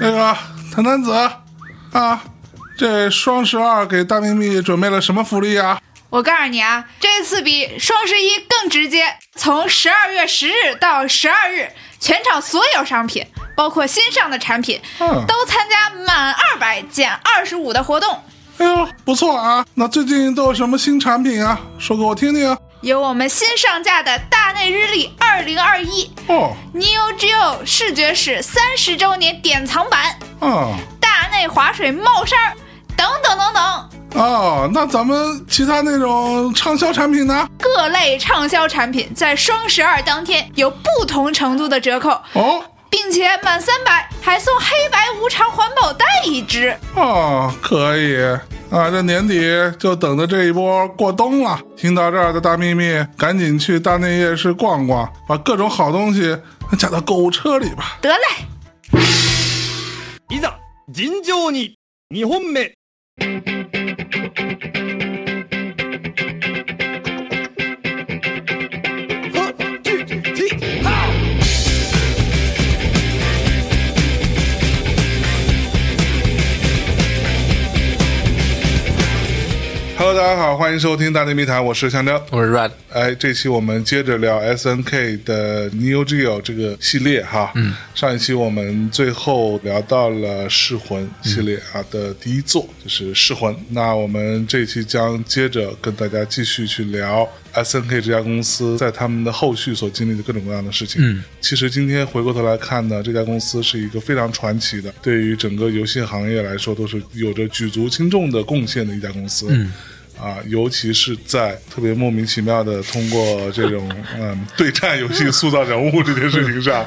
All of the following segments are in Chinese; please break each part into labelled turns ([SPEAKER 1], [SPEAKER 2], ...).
[SPEAKER 1] 那个哎谭谭子啊，这双十二给大幂幂准备了什么福利啊？
[SPEAKER 2] 我告诉你啊，这次比双十一更直接。从十二月十日到十二日，全场所有商品，包括新上的产品，
[SPEAKER 1] 嗯
[SPEAKER 2] 都参加满二百减二十五的活动。
[SPEAKER 1] 哎呦，不错啊！那最近都有什么新产品啊？说给我听听啊。
[SPEAKER 2] 有我们新上架的大内日历二零二一
[SPEAKER 1] 哦，
[SPEAKER 2] Neo Geo 视觉史三十周年典藏版、
[SPEAKER 1] 啊，
[SPEAKER 2] 大内划水帽衫儿等等等等
[SPEAKER 1] 哦，那咱们其他那种畅销产品呢？
[SPEAKER 2] 各类畅销产品，在双十二当天有不同程度的折扣，
[SPEAKER 1] 哦，
[SPEAKER 2] 并且满三百还送黑白无常环保袋一只。
[SPEAKER 1] 哦，可以啊！这年底就等着这一波过冬了。听到这儿的大幂幂，赶紧去大内夜市逛逛，把各种好东西加到购物车里吧。
[SPEAKER 2] 得嘞，
[SPEAKER 3] いざ尋常に2本目
[SPEAKER 1] 哈喽，大家好，欢迎收听大内密谈，我是香蕉。
[SPEAKER 4] 我是 Red，
[SPEAKER 1] 哎，这期我们接着聊 S N K 的 Neo Geo 这个系列哈。嗯，上一期我们最后聊到了《噬魂》系列啊的第一作，就是《噬魂》。那我们这期将接着跟大家继续去聊 S N K 这家公司在他们的后续所经历的各种各样的事情。嗯，其实今天回过头来看呢，这家公司是一个非常传奇的，对于整个游戏行业来说都是有着举足轻重的贡献的一家公司。嗯。啊，尤其是在特别莫名其妙的通过这种嗯对战游戏塑造人物这件事情上，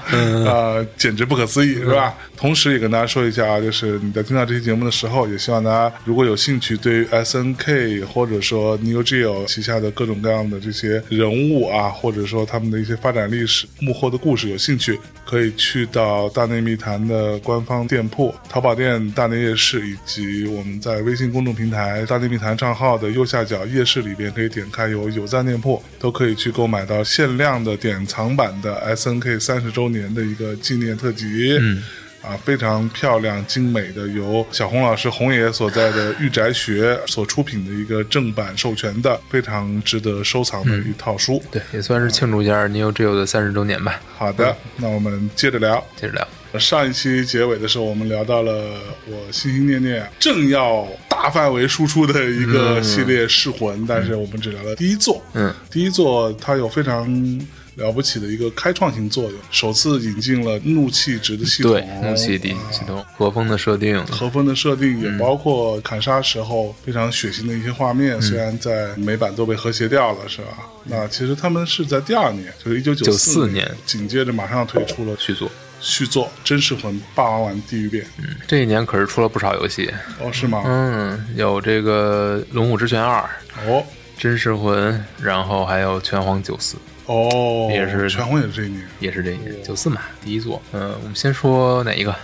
[SPEAKER 1] 啊，简直不可思议，是吧？同时也跟大家说一下啊，就是你在听到这期节目的时候，也希望大家如果有兴趣，对于 S N K 或者说 Neo Geo 旗下的各种各样的这些人物啊，或者说他们的一些发展历史、幕后的故事有兴趣，可以去到大内密谈的官方店铺、淘宝店、大内夜市，以及我们在微信公众平台“大内密谈”账号的右下角夜市里边，可以点开有有赞店铺，都可以去购买到限量的典藏版的 S N K 三十周年的一个纪念特辑。嗯。啊，非常漂亮精美的，由小红老师红爷所在的御宅学所出品的一个正版授权的，非常值得收藏的一套书。
[SPEAKER 4] 对，也算是庆祝一下 Neo Geo 的三十周年吧。
[SPEAKER 1] 好的，那我们接着聊。
[SPEAKER 4] 接着聊，
[SPEAKER 1] 呃上一期结尾的时候，我们聊到了我心心念念正要大范围输出的一个系列《噬魂》但是我们只聊了第一座。
[SPEAKER 4] 嗯，
[SPEAKER 1] 第一座它有非常了不起的一个开创性作用，首次引进了怒气值的系统，呃
[SPEAKER 4] 对，怒气嗯底系统，国风的设定，
[SPEAKER 1] 和风的设定，也包括砍杀时候非常血腥的一些画面，
[SPEAKER 4] 嗯
[SPEAKER 1] 虽然在美版都被和谐掉了，是吧？那其实他们是在第二年，就是一九九
[SPEAKER 4] 94
[SPEAKER 1] 年
[SPEAKER 4] 年，
[SPEAKER 1] 紧接着马上推出了
[SPEAKER 4] 续作。
[SPEAKER 1] 续作《真噬魂》《霸王丸地狱变》
[SPEAKER 4] 嗯，这一年可是出了不少游戏，
[SPEAKER 1] 哦，是吗？
[SPEAKER 4] 嗯，有这个《龙虎之拳二》
[SPEAKER 1] 哦
[SPEAKER 4] 《真噬魂》，然后还有《拳皇九四》，
[SPEAKER 1] 哦，
[SPEAKER 4] 也是
[SPEAKER 1] 拳皇也是这一年，
[SPEAKER 4] 也是这一年九四嘛，第一作。嗯，我们先说哪一个？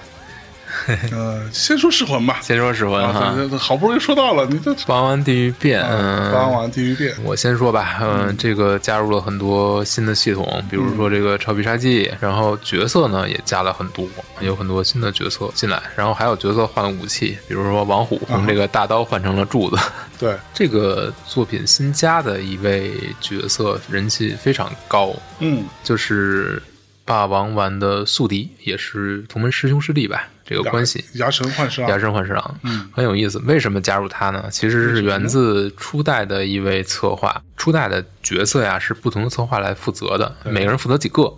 [SPEAKER 1] 呃，先说噬魂吧。
[SPEAKER 4] 先说《噬魂》
[SPEAKER 1] 啊，
[SPEAKER 4] 哈，
[SPEAKER 1] 对对对好不容易说到了，你这
[SPEAKER 4] 《霸王丸地狱变》嗯，
[SPEAKER 1] 霸王丸地狱变，
[SPEAKER 4] 我先说吧，嗯，这个加入了很多新的系统，比如说这个超必杀技，然后角色呢也加了很多，有很多新的角色进来，然后还有角色换了武器，比如说王虎从这个大刀换成了柱子。
[SPEAKER 1] 对，
[SPEAKER 4] 这个作品新加的一位角色人气非常高，
[SPEAKER 1] 嗯，
[SPEAKER 4] 就是霸王丸的宿敌，也是同门师兄师弟吧，这个关系。
[SPEAKER 1] 牙神幻视啊
[SPEAKER 4] 牙，神幻侍郎，很有意思。为什么加入他呢？其实是源自初代的一位策划，初代的角色呀是不同的策划来负责的，每个人负责几个，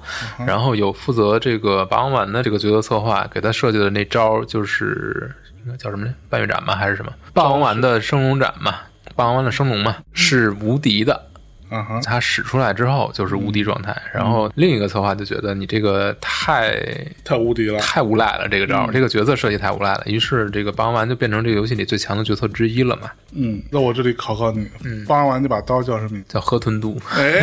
[SPEAKER 4] 然后有负责这个霸王丸的这个角色策划，给他设计的那招儿就是应该叫什么来？半月斩吗？还是什么？霸王丸的升龙斩嘛，霸王丸的升龙嘛，是无敌的。
[SPEAKER 1] 啊哈，
[SPEAKER 4] 他使出来之后就是无敌状态，然后另一个策划就觉得你这个太
[SPEAKER 1] 太无敌了，
[SPEAKER 4] 太无赖了，这个
[SPEAKER 1] 嗯
[SPEAKER 4] 招儿，这个角色设计太无赖了。于是这个霸王丸就变成这个游戏里最强的角色之一了嘛，
[SPEAKER 1] 嗯，那我这里考考你，
[SPEAKER 4] 嗯
[SPEAKER 1] 霸王丸那把刀叫什么 名字？
[SPEAKER 4] 叫河豚毒。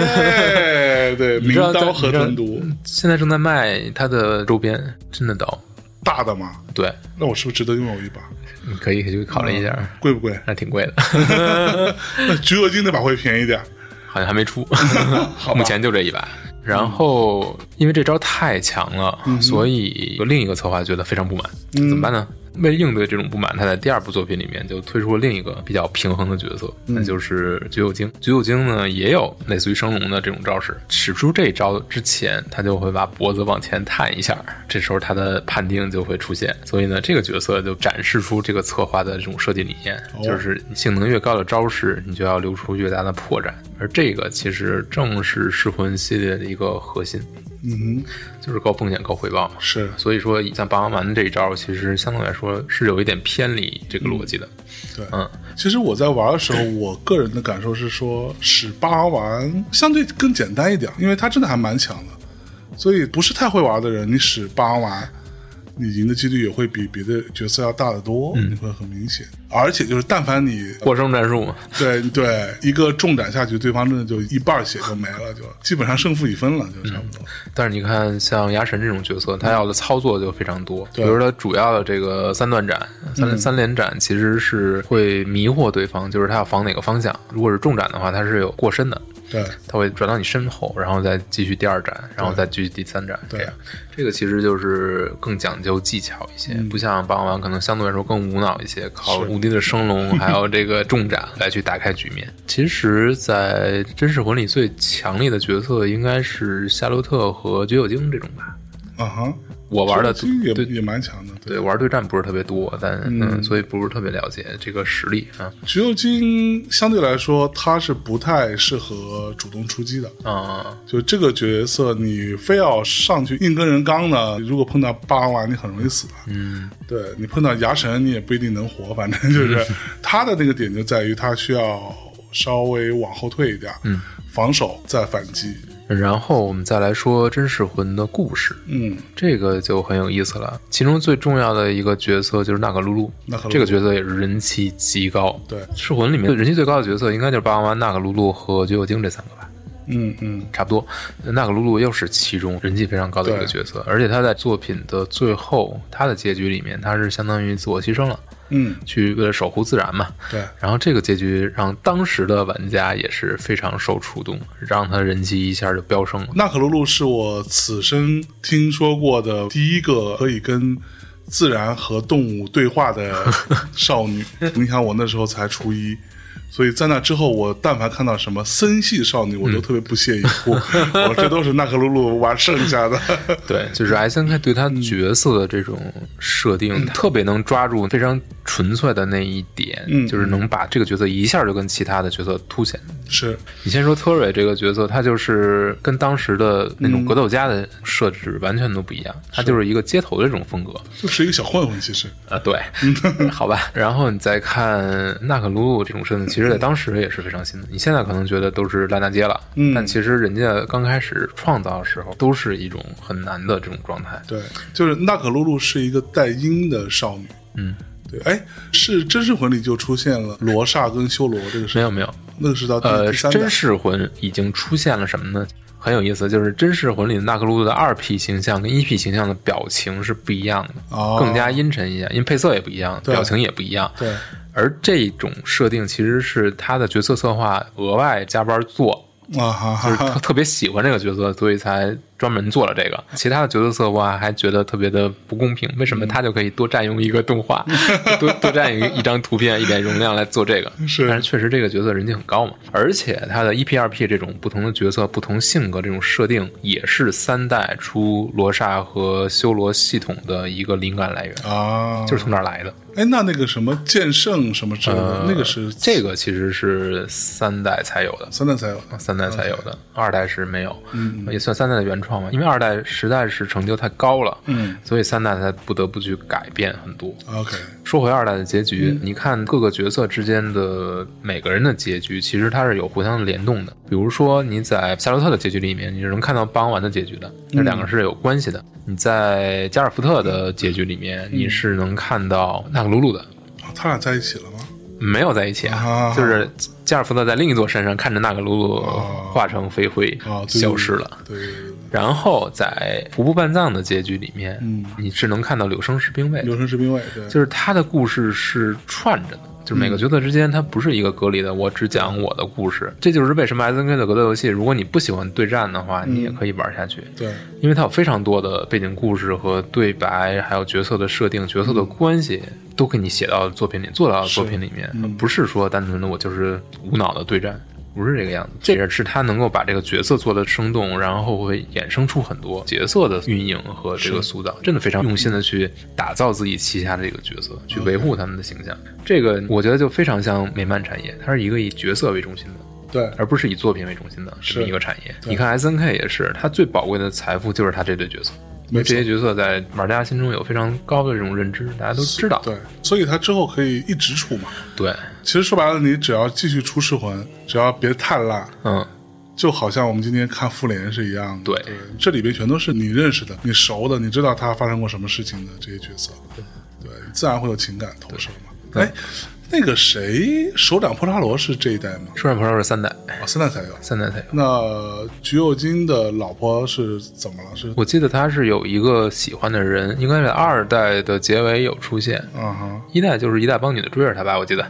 [SPEAKER 1] 哎，对，
[SPEAKER 4] 你
[SPEAKER 1] 名
[SPEAKER 4] 知道
[SPEAKER 1] 刀河豚毒，
[SPEAKER 4] 现在正在卖它的周边，真的刀。
[SPEAKER 1] 大的嘛，
[SPEAKER 4] 对，
[SPEAKER 1] 那我是不是值得拥有一把？
[SPEAKER 4] 你可以去考虑一下，
[SPEAKER 1] 贵不贵？
[SPEAKER 4] 那挺贵的，
[SPEAKER 1] 那橘右京那把会便宜点。
[SPEAKER 4] 好像还没出，
[SPEAKER 1] 好吧
[SPEAKER 4] 目前就这一把。然后因为这招太强了，所以有另一个策划觉得非常不满，
[SPEAKER 1] 嗯
[SPEAKER 4] 怎么办呢？为应对这种不满，他在第二部作品里面就推出了另一个比较平衡的角色，
[SPEAKER 1] 嗯
[SPEAKER 4] 那就是橘右京。橘右京呢也有类似于升龙的这种招式，使出这招之前，他就会把脖子往前探一下，这时候他的判定就会出现。所以呢，这个角色就展示出这个策划的这种设计理念，
[SPEAKER 1] 哦
[SPEAKER 4] 就是性能越高的招式，你就要留出越大的破绽。而这个其实正是噬魂系列的一个核心，
[SPEAKER 1] 嗯哼，
[SPEAKER 4] 就是高风险高回报嘛。
[SPEAKER 1] 是，
[SPEAKER 4] 所以说，像霸王丸这一招，其实相对来说是有一点偏离这个逻辑的。
[SPEAKER 1] 对，
[SPEAKER 4] 嗯，
[SPEAKER 1] 其实我在玩的时候，我个人的感受是说，使霸王丸相对更简单一点，因为它真的还蛮强的，所以不是太会玩的人，你使霸王丸，你赢的几率也会比别的角色要大得多，
[SPEAKER 4] 嗯
[SPEAKER 1] 你会很明显。而且就是，但凡你
[SPEAKER 4] 获胜战术嘛，
[SPEAKER 1] 对对一个重斩下去，对方真的就一半血就没了，就基本上胜负已分了，就差不多。
[SPEAKER 4] 但是你看，像牙神这种角色，他要的操作就非常多。比
[SPEAKER 1] 对
[SPEAKER 4] 如他主要的这个三段斩、三、三连斩，其实是会迷惑对方，就是他要防哪个方向。如果是重斩的话，他是有过身的，
[SPEAKER 1] 对，
[SPEAKER 4] 他会转到你身后，然后再继续第二斩，然后再继续第三斩。
[SPEAKER 1] 对
[SPEAKER 4] 这样，这个其实就是更讲究技巧一些，
[SPEAKER 1] 嗯
[SPEAKER 4] 不像霸王丸可能相对来说更无脑一些，靠无敌的升 龙还有这个重斩来去打开局面。其实，在真实魂里最强力的角色应该是夏洛特和绝九京这种吧。
[SPEAKER 1] 啊哈，
[SPEAKER 4] 我玩的
[SPEAKER 1] 这也
[SPEAKER 4] 对
[SPEAKER 1] 也蛮强的，对
[SPEAKER 4] 对玩对战不是特别多，但嗯
[SPEAKER 1] 嗯
[SPEAKER 4] 所以不是特别了解这个实力啊
[SPEAKER 1] 橘右京相对来说，他是不太适合主动出击的。
[SPEAKER 4] 啊、
[SPEAKER 1] 就这个角色，你非要上去硬跟人刚呢，如果碰到霸王丸，你很容易死的。
[SPEAKER 4] 嗯，
[SPEAKER 1] 对你碰到牙神，你也不一定能活。反正就是
[SPEAKER 4] 嗯
[SPEAKER 1] 他的那个点就在于他需要稍微往后退一点，
[SPEAKER 4] 嗯，
[SPEAKER 1] 防守再反击。
[SPEAKER 4] 然后我们再来说真实魂的故事。
[SPEAKER 1] 嗯，
[SPEAKER 4] 这个就很有意思了。其中最重要的一个角色就是纳卡露露，
[SPEAKER 1] 纳卡露露
[SPEAKER 4] 这个角色也是人气极高。
[SPEAKER 1] 对
[SPEAKER 4] 噬魂里面人气最高的角色应该就是霸王丸、纳卡露露和绝有精这三个吧。
[SPEAKER 1] 嗯嗯，
[SPEAKER 4] 差不多，纳卡露露又是其中人气非常高的一个
[SPEAKER 1] 对
[SPEAKER 4] 角色，而且他在作品的最后，他的结局里面，他是相当于自我牺牲了，
[SPEAKER 1] 嗯，
[SPEAKER 4] 去为了守护自然嘛。
[SPEAKER 1] 对，
[SPEAKER 4] 然后这个结局让当时的玩家也是非常受触动，让他人气一下就飙升了。
[SPEAKER 1] 纳可露露是我此生听说过的第一个可以跟自然和动物对话的少女。你想，我那时候才初一。所以在那之后，我但凡看到什么森系少女，我都特别不屑一 顾。我这都是纳可露露玩剩下的。
[SPEAKER 4] 对，就是
[SPEAKER 1] 嗯
[SPEAKER 4] S N K 对他角色的这种设定，特别能抓住非常纯粹的那一点，
[SPEAKER 1] 嗯
[SPEAKER 4] 就是能把这个角色一下就跟其他的角色凸显。
[SPEAKER 1] 是，
[SPEAKER 4] 你先说特瑞这个角色，他就是跟当时的那种格斗家的设置完全都不一样，他就是一个街头的这种风格。
[SPEAKER 1] 就是一个小混混，其实。
[SPEAKER 4] 啊，对，
[SPEAKER 1] 嗯
[SPEAKER 4] 好吧。然后你再看纳可露露这种身份，其实在当时也是非常新的。你现在可能觉得都是烂大街了，
[SPEAKER 1] 嗯
[SPEAKER 4] 但其实人家刚开始创造的时候，都是一种很难的这种状态。
[SPEAKER 1] 对，就是纳可露露是一个带音的少女。
[SPEAKER 4] 嗯，
[SPEAKER 1] 对，哎，是《真实魂》里就出现了罗刹跟修罗这个
[SPEAKER 4] 没
[SPEAKER 1] 是，
[SPEAKER 4] 有没有，
[SPEAKER 1] 那个是到第
[SPEAKER 4] 呃，
[SPEAKER 1] 第三
[SPEAKER 4] 真
[SPEAKER 1] 代。
[SPEAKER 4] 噬魂已经出现了什么呢？很有意思，就是真噬魂里的纳克鲁鲁的二 P 形象跟一 P 形象的表情是不一样的，
[SPEAKER 1] 哦
[SPEAKER 4] 更加阴沉一些，因为配色也不一样，
[SPEAKER 1] 对
[SPEAKER 4] 表情也不一样。
[SPEAKER 1] 对，
[SPEAKER 4] 而这种设定其实是他的角色策划额外加班做，
[SPEAKER 1] 啊哈
[SPEAKER 4] 就
[SPEAKER 1] 哈
[SPEAKER 4] 是特
[SPEAKER 1] 哈，
[SPEAKER 4] 特别喜欢这个角色，所以才专门做了这个。其他的角色策划还觉得特别的不公平，为什
[SPEAKER 1] 嗯
[SPEAKER 4] 么他就可以多占用一个动画， 多多占用一张图片、一点容量来做这个？
[SPEAKER 1] 是
[SPEAKER 4] 但是确实这个角色人气很高嘛，而且他的 EP、2P 这种不同的角色、不同性格这种设定，也是三代出罗刹和修罗系统的一个灵感来源，
[SPEAKER 1] 啊，
[SPEAKER 4] 就是从那儿来的。
[SPEAKER 1] 哎，那那个什么剑圣什么之类的，
[SPEAKER 4] 呃
[SPEAKER 1] 那个是
[SPEAKER 4] 这个其实是三代才有的，
[SPEAKER 1] 三代才有的。
[SPEAKER 4] 啊三代才有的，二代是没有，也算三代的原创吧。因为二代实在是成就太高了，
[SPEAKER 1] 嗯
[SPEAKER 4] 所以三代才不得不去改变很多。
[SPEAKER 1] OK，
[SPEAKER 4] 说回二代的结局，你看各个角色之间的每个人的结局，其实它是有互相联动的。比如说你在夏洛特的结局里面，你是能看到霸王丸的结局的，那两个是有关系的。你在加尔福特的结局里面，你是能看到纳格鲁鲁的，
[SPEAKER 1] 哦他俩在一起了吗？
[SPEAKER 4] 没有在一起啊，
[SPEAKER 1] 啊
[SPEAKER 4] 就是加尔福特在另一座山上看着纳格鲁鲁
[SPEAKER 1] 哦
[SPEAKER 4] 化成飞灰、
[SPEAKER 1] 啊，对
[SPEAKER 4] 消失了。。
[SPEAKER 1] 对对对对对，
[SPEAKER 4] 然后在徒步半藏的结局里面，
[SPEAKER 1] 嗯
[SPEAKER 4] 你是能看到柳生是兵卫的，
[SPEAKER 1] 留声士兵卫，对，嗯
[SPEAKER 4] 就是他的故事是串着的，就是每个角色之间它不是一个隔离的，我只讲我的故事。这就是为什么 S N K 的格斗游戏，如果你不喜欢对战的话，
[SPEAKER 1] 嗯
[SPEAKER 4] 你也可以玩下去。
[SPEAKER 1] 对，
[SPEAKER 4] 因为它有非常多的背景故事和对白，还有角色的设定、角色的关系，都给你写到作品里，做到作品里面，不是说单纯的我就是无脑的对战，不是这个样子。这也是他能够把这个角色做的生动，然后会衍生出很多角色的运营和这个塑造，真的非常用心的去打造自己旗下的这个角色，去维护他们的形象。这个我觉得就非常像美漫产业，它是一个以角色为中心的。
[SPEAKER 1] 对，
[SPEAKER 4] 而不是以作品为中心的这么
[SPEAKER 1] 是
[SPEAKER 4] 一个产业。
[SPEAKER 1] 对
[SPEAKER 4] 你看 S N K 也是，它最宝贵的财富就是它这对角色，因
[SPEAKER 1] 没
[SPEAKER 4] 为
[SPEAKER 1] 错
[SPEAKER 4] 这些角色在玩家心中有非常高的这种认知，大家都知道。
[SPEAKER 1] 对，所以他之后可以一直出嘛。
[SPEAKER 4] 对，
[SPEAKER 1] 其实说白了，你只要继续出噬魂，只要别太烂，
[SPEAKER 4] 嗯，
[SPEAKER 1] 就好像我们今天看复联是一样的。
[SPEAKER 4] 对
[SPEAKER 1] 这里边全都是你认识的、你熟的，你知道他发生过什么事情的这些角色，对，自然会有情感投射嘛。
[SPEAKER 4] 对
[SPEAKER 1] 哎，那个谁，手掌破沙罗是这一代吗？
[SPEAKER 4] 说战朋友是三代，
[SPEAKER 1] 哦，现在才有。
[SPEAKER 4] 三代才有。
[SPEAKER 1] 那橘右京的老婆是怎么了？是
[SPEAKER 4] 我记得他是有一个喜欢的人，应该是二代的结尾有出现。
[SPEAKER 1] 啊哈，
[SPEAKER 4] 一代就是一代帮女的追着他吧，我记 得。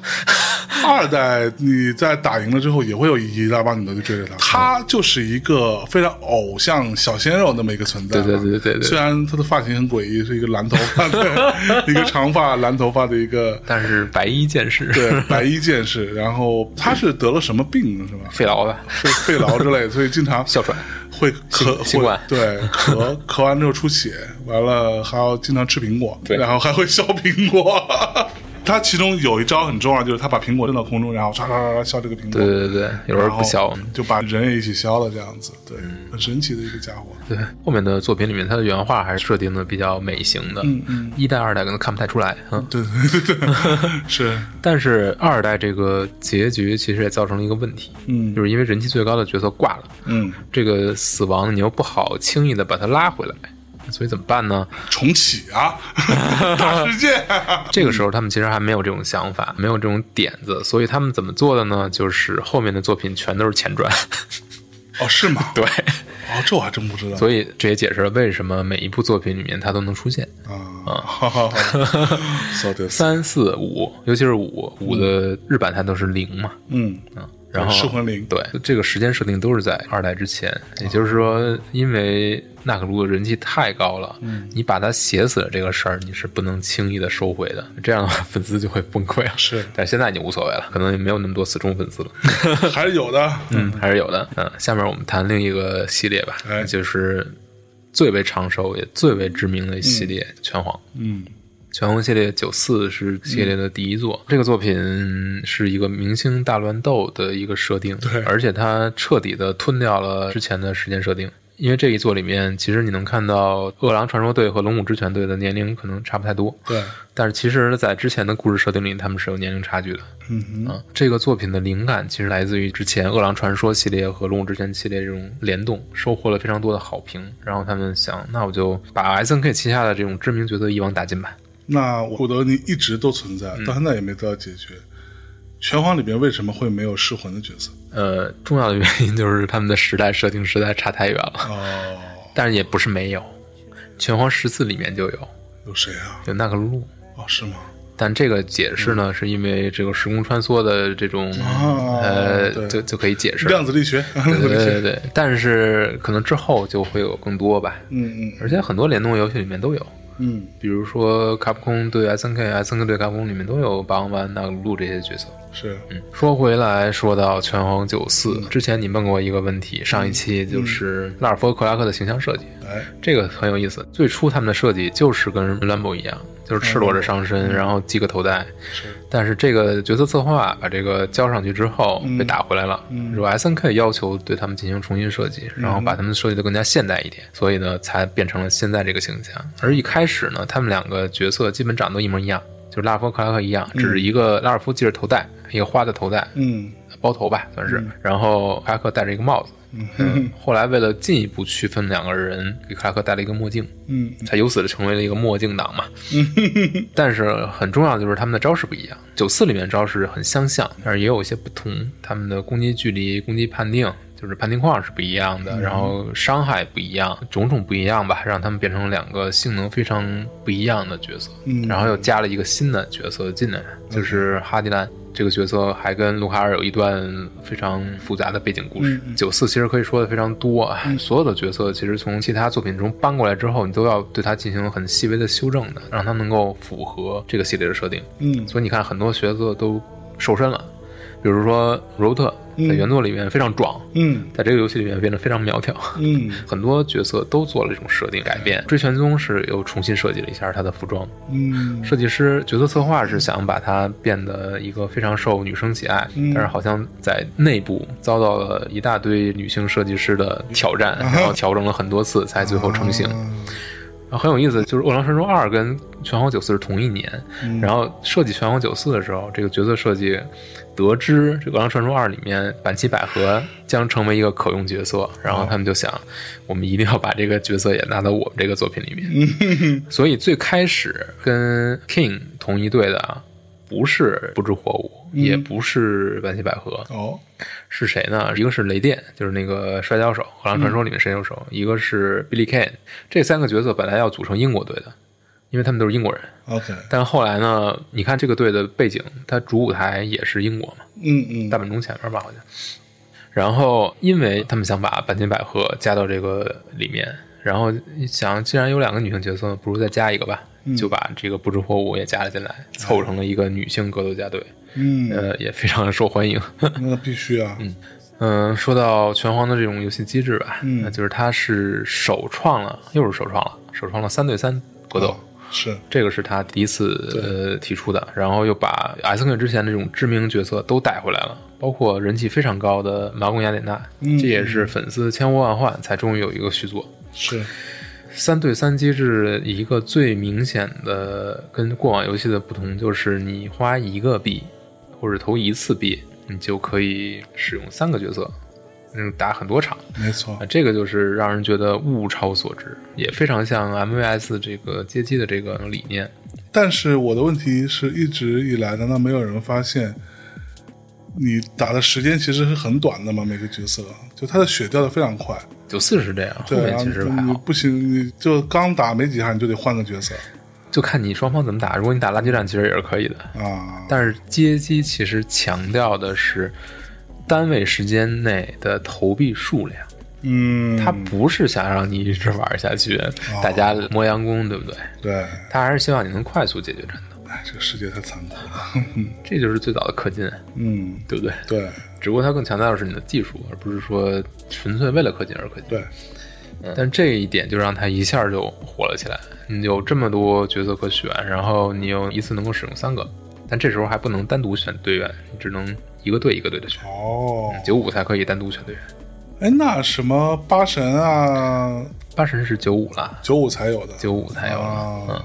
[SPEAKER 1] 二代你在打赢了之后，也会有一大帮女的就追着他，他就是一个非常偶像小鲜肉那么一个存在
[SPEAKER 4] 对
[SPEAKER 1] 嘛。
[SPEAKER 4] 对对对对
[SPEAKER 1] 虽
[SPEAKER 4] 对。
[SPEAKER 1] 然他的发型很诡异，是一个蓝头发 的一个长发蓝头发的一个
[SPEAKER 4] 但是白衣剑士，
[SPEAKER 1] 对白衣剑士，然后他是得了什么病是吧？
[SPEAKER 4] 费劳吧，
[SPEAKER 1] 肺肺痨之 类，所以经常
[SPEAKER 4] 哮喘。
[SPEAKER 1] 会咳，
[SPEAKER 4] 新
[SPEAKER 1] 会
[SPEAKER 4] 冠
[SPEAKER 1] 对咳 咳完之后出血，完了还要经常吃苹果，
[SPEAKER 4] 对
[SPEAKER 1] 然后还会削苹果。 他其中有一招很重要，就是他把苹果扔到空中，然后唰唰唰唰削这个苹果。
[SPEAKER 4] 对对对，有时
[SPEAKER 1] 然后
[SPEAKER 4] 候不嗯消。
[SPEAKER 1] 就把人也一起削了，这样子，对，很神奇的一个家伙。
[SPEAKER 4] 对，后面的作品里面，他的原画还是设定的比较美型的，
[SPEAKER 1] 嗯嗯，
[SPEAKER 4] 一代、二代可能看不太出来，嗯，
[SPEAKER 1] 对对对 对，是，
[SPEAKER 4] 但是二代这个结局其实也造成了一个问题，
[SPEAKER 1] 嗯
[SPEAKER 4] 就是因为人气最高的角色挂了，
[SPEAKER 1] 嗯，
[SPEAKER 4] 这个死亡你又不好轻易的把他拉回来，所以怎么办呢？
[SPEAKER 1] 重启 啊，大世界，
[SPEAKER 4] 这个时候他们其实还没有这种想法，没有这种点子，所以他们怎么做的呢？就是后面的作品全都是前传，
[SPEAKER 1] 哦，是 吗？
[SPEAKER 4] 对，
[SPEAKER 1] 哦，这我还真不知道。
[SPEAKER 4] 所以这也解释了为什么每一部作品里面它都能出现。
[SPEAKER 1] 啊，哈哈哈 ，so this，
[SPEAKER 4] 三四五，尤其是五五的日版它都是零嘛，
[SPEAKER 1] 嗯，
[SPEAKER 4] 然后
[SPEAKER 1] 噬魂灵
[SPEAKER 4] 对嗯这个时间设定都是在二代之前，也就是说，因为纳可路的人气太高了，你把他写死了这个事儿，你是不能轻易的收回的，这样的话粉丝就会崩溃啊。
[SPEAKER 1] 是
[SPEAKER 4] 但现在已经无所谓了，可能也没有那么多死忠粉丝了。
[SPEAKER 1] 还是有的，
[SPEAKER 4] 嗯， 还是有的。嗯，下面我们谈另一个系列吧，
[SPEAKER 1] 哎
[SPEAKER 4] 就是最为长寿也最为知名的系列《拳皇》。
[SPEAKER 1] 嗯，
[SPEAKER 4] 拳皇系列九四是系列的第一作，这个作品是一个明星大乱斗的一个设定，
[SPEAKER 1] 对
[SPEAKER 4] 而且它彻底的吞掉了之前的时间设定。因为这一作里面，其实你能看到饿狼传说队和龙武之拳队的年龄可能差不太多，
[SPEAKER 1] 对，
[SPEAKER 4] 但是其实，在之前的故事设定里，他们是有年龄差距的。
[SPEAKER 1] 嗯哼，
[SPEAKER 4] 啊，这个作品的灵感其实来自于之前《饿狼传说》系列和《龙武之拳》系列这种联动，收获了非常多的好评。然后他们想，那我就把 S N K 旗下的这种知名角色一网打尽吧。
[SPEAKER 1] 那古德尼一直都存在，到现在也没得到解决。拳皇里边为什么会没有噬魂的角 色？
[SPEAKER 4] 呃，重要的原因就是他们的时代设定实在差太远了，
[SPEAKER 1] 哦，
[SPEAKER 4] 但是也不是没有，《拳皇十四》里面就有
[SPEAKER 1] 有谁啊？
[SPEAKER 4] 有那个露露。
[SPEAKER 1] 哦，是吗？
[SPEAKER 4] 但这个解释
[SPEAKER 1] 嗯
[SPEAKER 4] 呢，是因为这个时空穿梭的这种，
[SPEAKER 1] 哦
[SPEAKER 4] 呃，
[SPEAKER 1] 对
[SPEAKER 4] 就就可以解释了。
[SPEAKER 1] 量子力 学，量子
[SPEAKER 4] 对
[SPEAKER 1] 力
[SPEAKER 4] 对对
[SPEAKER 1] 学，
[SPEAKER 4] 对，但是可能之后就会有更多吧。
[SPEAKER 1] 嗯嗯
[SPEAKER 4] 而且很多联动游戏里面都有，
[SPEAKER 1] 嗯，
[SPEAKER 4] 比如说卡普空对 S N K、S N K 对卡普空里面都有霸王丸、纳鲁鲁这些角色。
[SPEAKER 1] 是，
[SPEAKER 4] 嗯，说回来，说到拳皇九四，之前你问过我一个问题，上一期就是拉尔夫和克拉克的形象设计，
[SPEAKER 1] 哎，
[SPEAKER 4] 这个很有意思。最初他们的设计就是跟 Lambo 一样，就是赤裸着上身，然后系个头带。
[SPEAKER 1] 嗯是，
[SPEAKER 4] 但是这个角色策划把这个交上去之后
[SPEAKER 1] 嗯嗯
[SPEAKER 4] 被打回来了，有 S N K 要求对他们进行重新设计，然后把他们设计的更加现代一点，所以呢才变成了现在这个形象。而一开始呢，他们两个角色基本长得一模一样，就是拉尔夫和克拉克一样，只是一个拉尔夫系着头带，一个花的头带，
[SPEAKER 1] 嗯
[SPEAKER 4] 包头吧算是，然后克拉克戴着一个帽子。嗯，后来为了进一步区分两个人，给克拉克戴了一个墨镜，
[SPEAKER 1] 嗯
[SPEAKER 4] 他由此就成为了一个墨镜党嘛。但是很重要的就是他们的招式不一样，九四里面招式很相像，但是也有一些不同，他们的攻击距离、攻击判定就是判定框是不一样
[SPEAKER 1] 嗯
[SPEAKER 4] 的，然后伤害不一样，种种不一样吧，让他们变成两个性能非常不一样的角色。
[SPEAKER 1] 嗯
[SPEAKER 4] 然后又加了一个新的角色进来，就是哈迪兰这个角色还跟卢卡尔有一段非常复杂的背景故事
[SPEAKER 1] 嗯嗯。嗯
[SPEAKER 4] 九四其实可以说的非常多，啊，所有的角色其实从其他作品中搬过来之后，你都要对它进行很细微的修正的，让它能够符合这个系列的设定。
[SPEAKER 1] 嗯
[SPEAKER 4] 所以你看，很多角色都瘦身了，比如说柔特在
[SPEAKER 1] 嗯
[SPEAKER 4] 原作里面非常壮，
[SPEAKER 1] 嗯
[SPEAKER 4] 在这个游戏里面变得非常苗条。
[SPEAKER 1] 嗯
[SPEAKER 4] 很多角色都做了这种设定改变，《追玄宗》是又重新设计了一下他的服装，
[SPEAKER 1] 嗯，
[SPEAKER 4] 设计师角色策划是想把它变得一个非常受女生喜爱，
[SPEAKER 1] 嗯
[SPEAKER 4] 但是好像在内部遭到了一大堆女性设计师的挑战，
[SPEAKER 1] 嗯
[SPEAKER 4] 然后调整了很多次才最后成型。然后很有意思，就是《饿狼传说二》跟《拳皇九四》是同一年，
[SPEAKER 1] 嗯
[SPEAKER 4] 然后设计《拳皇九四》的时候，这个角色设计得知这个《饿狼传说二》里面板崎百合将成为一个可用角色，然后他们就想，我们一定要把这个角色也纳到我们这个作品里面。所以最开始跟 King 同一队的啊，不是不知火舞，也不是板崎百合，
[SPEAKER 1] 哦，
[SPEAKER 4] 是谁呢？一个是雷电，就是那个摔跤手，《荷兰传说》里面摔跤手；一个是 Billy Kane，这三个角色本来要组成英国队的，因为他们都是英国人。
[SPEAKER 1] OK，
[SPEAKER 4] 但后来呢，你看这个队的背景，它主舞台也是英国嘛，
[SPEAKER 1] 嗯嗯
[SPEAKER 4] 大本钟前面吧，好像。然后，因为他们想把半斤百合加到这个里面，然后想，既然有两个女性角色，不如再加一个吧，就把这个不知火舞也加了进来，凑成了一个女性格斗家队，
[SPEAKER 1] 嗯，
[SPEAKER 4] 呃，也非常受欢迎。
[SPEAKER 1] 那必须啊，
[SPEAKER 4] 嗯，说到拳皇的这种游戏机制吧，
[SPEAKER 1] 嗯
[SPEAKER 4] 那就是它是首创了，又是首创了，首创了三对三格斗，
[SPEAKER 1] 哦是，
[SPEAKER 4] 这个是他第一次呃提出的，然后又把 S K 之前那种知名角色都带回来了，包括人气非常高的麻宫雅典娜，
[SPEAKER 1] 嗯
[SPEAKER 4] 这也是粉丝千呼万唤才终于有一个续作。
[SPEAKER 1] 是，
[SPEAKER 4] 三对三机制一个最明显的跟过往游戏的不同，就是你花一个币或者投一次币，你就可以使用三个角色，嗯，打很多场。
[SPEAKER 1] 没错
[SPEAKER 4] 啊，，这个就是让人觉得物超所值，也非常像 MVS 这个街机的这个理念。
[SPEAKER 1] 但是我的问题是一直以来，难道没有人发现，你打的时间其实是很短的吗？每个角色，就他的血掉的非常快，
[SPEAKER 4] 九四是这样，后
[SPEAKER 1] 对，
[SPEAKER 4] 面
[SPEAKER 1] 然后
[SPEAKER 4] 其实还
[SPEAKER 1] 你
[SPEAKER 4] 好，
[SPEAKER 1] 不行，你就刚打没几下，你就得换个角色
[SPEAKER 4] 就看你双方怎么打。如果你打垃圾战，其实也是可以的。
[SPEAKER 1] 啊，
[SPEAKER 4] 但是街机其实强调的是单位时间内的投币数量。
[SPEAKER 1] 嗯，哦
[SPEAKER 4] 他不是想让你一直玩下去，大家磨洋工，对不对？
[SPEAKER 1] 对，
[SPEAKER 4] 他还是希望你能快速解决战斗，
[SPEAKER 1] 哎，这个世界太残酷了，
[SPEAKER 4] 这就是最早的氪金，
[SPEAKER 1] 嗯，
[SPEAKER 4] 对不对？
[SPEAKER 1] 对
[SPEAKER 4] 只不过它更强调的是你的技术，而不是说纯粹为了氪金而氪金。
[SPEAKER 1] 对，
[SPEAKER 4] 但这一点就让他一下就火了起来。你有这么多角色可选，然后你又一次能够使用三个，但这时候还不能单独选队员，你只能一个队一个队的选。
[SPEAKER 1] 哦，
[SPEAKER 4] 九五才可以单独选队员，
[SPEAKER 1] 哎，那什么八神啊，
[SPEAKER 4] 八神是九五啦，
[SPEAKER 1] 九五才有的，
[SPEAKER 4] 九五才有了。
[SPEAKER 1] 啊
[SPEAKER 4] 嗯，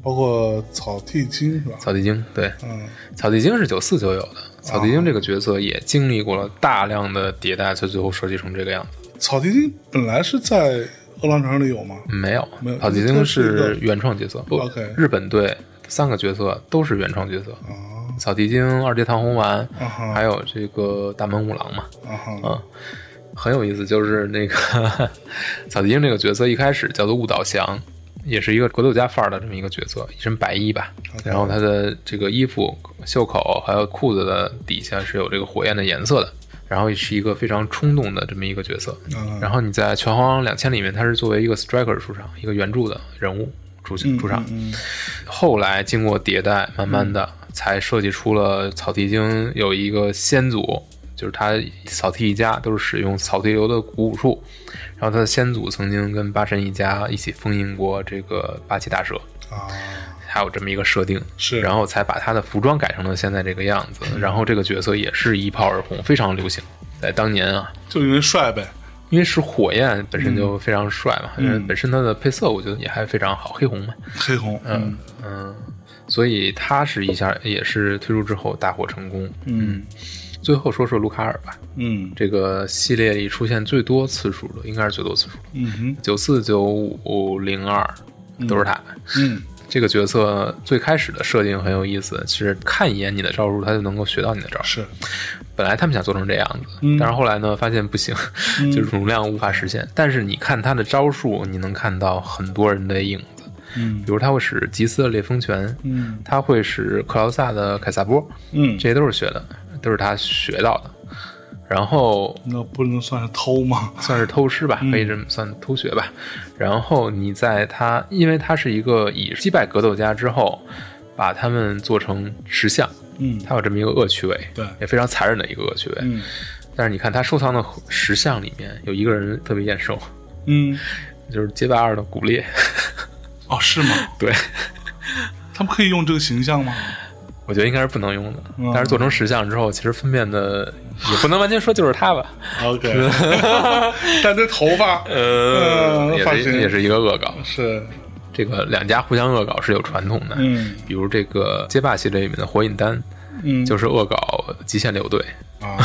[SPEAKER 1] 包括草剃金是吧？
[SPEAKER 4] 草地精对，
[SPEAKER 1] 嗯，
[SPEAKER 4] 草地精是九四就有的。草地
[SPEAKER 1] 哦
[SPEAKER 4] 精这个角色也经历过了大量的迭代，才最后设计成这个样子。
[SPEAKER 1] 草剃金本来是在《饿狼传说》里有吗？
[SPEAKER 4] 没有
[SPEAKER 1] 没有，
[SPEAKER 4] 草地
[SPEAKER 1] 它
[SPEAKER 4] 精
[SPEAKER 1] 是一个
[SPEAKER 4] 是原创角色。不
[SPEAKER 1] OK
[SPEAKER 4] 日本队三个角色都是原创角色。
[SPEAKER 1] 啊
[SPEAKER 4] 草地精、二阶堂红丸，
[SPEAKER 1] 啊哈
[SPEAKER 4] 还有这个大门五郎嘛，
[SPEAKER 1] 啊哈，
[SPEAKER 4] 啊，很有意思。就是那个 草地精这个角色一开始叫做雾岛翔，也是一个格斗家范儿的这么一个角色，一身白衣吧。然后他的这个衣服袖口还有裤子的底下是有这个火焰的颜色的。然后是一个非常冲动的这么一个角色，
[SPEAKER 1] 嗯
[SPEAKER 4] 然后你在《拳皇两千》里面，他是作为一个 striker 出场，一个原著的人物出出场，
[SPEAKER 1] 嗯
[SPEAKER 4] 后来经过迭代，慢慢的才设计出了草剃精有一个先祖，就是他草剃一家都是使用草剃流的古武术，然后他的先祖曾经跟八神一家一起封印过这个八岐大蛇，
[SPEAKER 1] 啊，
[SPEAKER 4] 还有这么一个设定，
[SPEAKER 1] 是
[SPEAKER 4] 然后才把他的服装改成了现在这个样子，然后这个角色也是一炮而红，非常流行，在当年啊，
[SPEAKER 1] 就因为帅呗，
[SPEAKER 4] 因为是火焰本身就非常帅嘛，因为本身它的配色我觉得也还非常好，黑红嘛，
[SPEAKER 1] 黑红，嗯
[SPEAKER 4] 嗯，所以他是一下也是推出之后大获成功。
[SPEAKER 1] 嗯
[SPEAKER 4] 最后说说卢卡尔吧，
[SPEAKER 1] 嗯
[SPEAKER 4] 这个系列里出现最多次数
[SPEAKER 1] 嗯
[SPEAKER 4] 的，应该是最多次数的，
[SPEAKER 1] 嗯哼
[SPEAKER 4] 九四、九五、零二都是他。
[SPEAKER 1] 嗯
[SPEAKER 4] 这个角色最开始的设定很有意思，是看一眼你的招数，他就能够学到你的招。
[SPEAKER 1] 是，
[SPEAKER 4] 本来他们想做成这样子，
[SPEAKER 1] 嗯
[SPEAKER 4] 但是后来呢，发现不行， 就是容量无法实现。但是你看他的招数，你能看到很多人的影子，
[SPEAKER 1] 嗯
[SPEAKER 4] 比如他会使吉斯的烈风拳，
[SPEAKER 1] 嗯
[SPEAKER 4] 他会使克劳萨的凯撒波，
[SPEAKER 1] 嗯，
[SPEAKER 4] 这些都是学的，都是他学到的。然后
[SPEAKER 1] 那不能算是偷吗？
[SPEAKER 4] 算是偷师吧，
[SPEAKER 1] 嗯
[SPEAKER 4] 可以这么算偷学吧。然后你在他，因为他是一个以击败格斗家之后，把他们做成石像，
[SPEAKER 1] 嗯
[SPEAKER 4] 他有这么一个恶趣味，
[SPEAKER 1] 对
[SPEAKER 4] 也非常残忍的一个恶趣味。
[SPEAKER 1] 嗯
[SPEAKER 4] 但是你看他收藏的石像里面有一个人特别眼熟，
[SPEAKER 1] 嗯，
[SPEAKER 4] 就是街霸二的古烈，
[SPEAKER 1] 哦，是吗？
[SPEAKER 4] 对。
[SPEAKER 1] 他们可以用这个形象吗？
[SPEAKER 4] 我觉得应该是不能用的
[SPEAKER 1] 嗯，
[SPEAKER 4] 但是做成石像之后，其实分辨的也不能完全说就是他吧，
[SPEAKER 1] OK，但这头发
[SPEAKER 4] 呃，也
[SPEAKER 1] 发
[SPEAKER 4] 是
[SPEAKER 1] 型
[SPEAKER 4] 也是一个恶搞。
[SPEAKER 1] 是，
[SPEAKER 4] 这个两家互相恶搞是有传统的，
[SPEAKER 1] 嗯
[SPEAKER 4] 比如这个街霸系列里面的火影丹，
[SPEAKER 1] 嗯，
[SPEAKER 4] 就是是恶搞极限流队，
[SPEAKER 1] 啊，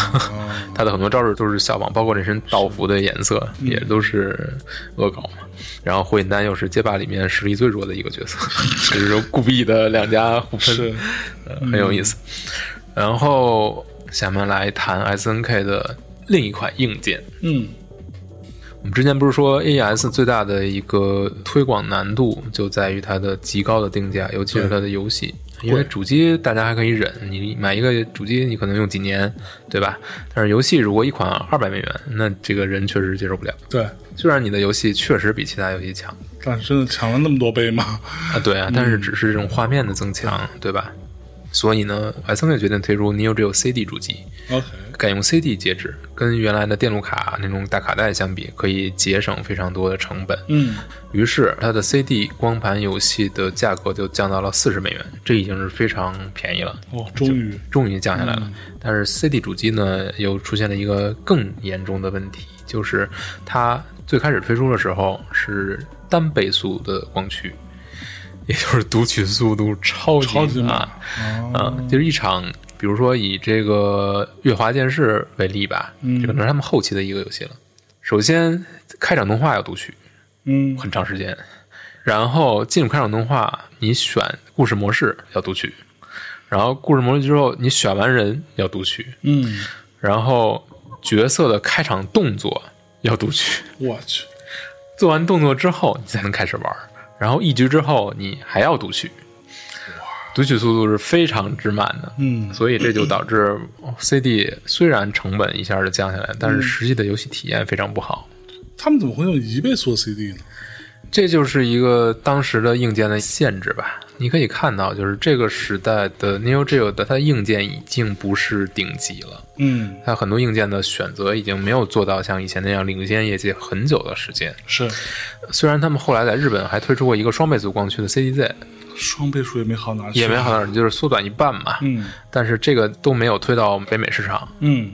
[SPEAKER 4] 他的很多招式都是效仿，包括那身道服的颜色也都是恶搞嘛。然后火影丹又是街霸里面实力最弱的一个角色， 就是说故意的两家互
[SPEAKER 1] 是
[SPEAKER 4] 喷，呃很有意思。然后下面来谈 S N K 的另一款硬件，
[SPEAKER 1] 嗯
[SPEAKER 4] 我们之前不是说 AES 最大的一个推广难度就在于它的极高的定价，尤其是它的游戏。因为主机大家还可以忍，你买一个主机你可能用几年，对吧？但是游戏如果一款二百美元，那这个人确实接受不了。
[SPEAKER 1] 对，
[SPEAKER 4] 虽然你的游戏确实比其他游戏强
[SPEAKER 1] 但是真的强了那么多倍 吗？
[SPEAKER 4] 啊，对啊，但是只是这种画面的增强，对吧？所以呢，SNK 决定推出 Neo Geo CD 主机，
[SPEAKER 1] OK，
[SPEAKER 4] 改用 CD 介质，跟原来的电路卡那种大卡带相比，可以节省非常多的成本。
[SPEAKER 1] 嗯
[SPEAKER 4] 于是它的 CD 光盘游戏的价格就降到了四十美元，这已经是非常便宜了，
[SPEAKER 1] 哦，终于，
[SPEAKER 4] 终于降下来了。
[SPEAKER 1] 嗯
[SPEAKER 4] 但是 CD 主机呢，又出现了一个更严重的问题，就是它最开始推出的时候是单倍速的光驱，也就是读取速度超级
[SPEAKER 1] 超级慢嗯
[SPEAKER 4] 慢，啊，就是一场，比如说以这个月华剑士为例吧，
[SPEAKER 1] 嗯
[SPEAKER 4] 这可能是他们后期的一个游戏了。首先，开场动画要读取。
[SPEAKER 1] 嗯
[SPEAKER 4] 很长时间。然后进入开场动画，你选故事模式要读取，然后故事模式之后你选完人要读取，
[SPEAKER 1] 嗯，
[SPEAKER 4] 然后角色的开场动作要读取，
[SPEAKER 1] 我去，
[SPEAKER 4] 做完动作之后你才能开始玩儿，然后一局之后你还要读取，读取速度是非常之慢的。
[SPEAKER 1] 嗯
[SPEAKER 4] 所以这就导致 CD 虽然成本一下就降下来，但是实际的游戏体验非常不好。
[SPEAKER 1] 他们怎么会用一倍速的 CD 呢？
[SPEAKER 4] 这就是一个当时的硬件的限制吧。你可以看到，就是这个时代的 Neo Geo 的它的硬件已经不是顶级了，
[SPEAKER 1] 嗯，
[SPEAKER 4] 它很多硬件的选择已经没有做到像以前那样领先业界很久的时间。
[SPEAKER 1] 是
[SPEAKER 4] 虽然他们后来在日本还推出过一个双倍速光驱的 CDZ，
[SPEAKER 1] 双倍数也没好哪去，
[SPEAKER 4] 也没好到哪儿，就是缩短一半嘛。
[SPEAKER 1] 嗯
[SPEAKER 4] 但是这个都没有推到北美市场，
[SPEAKER 1] 嗯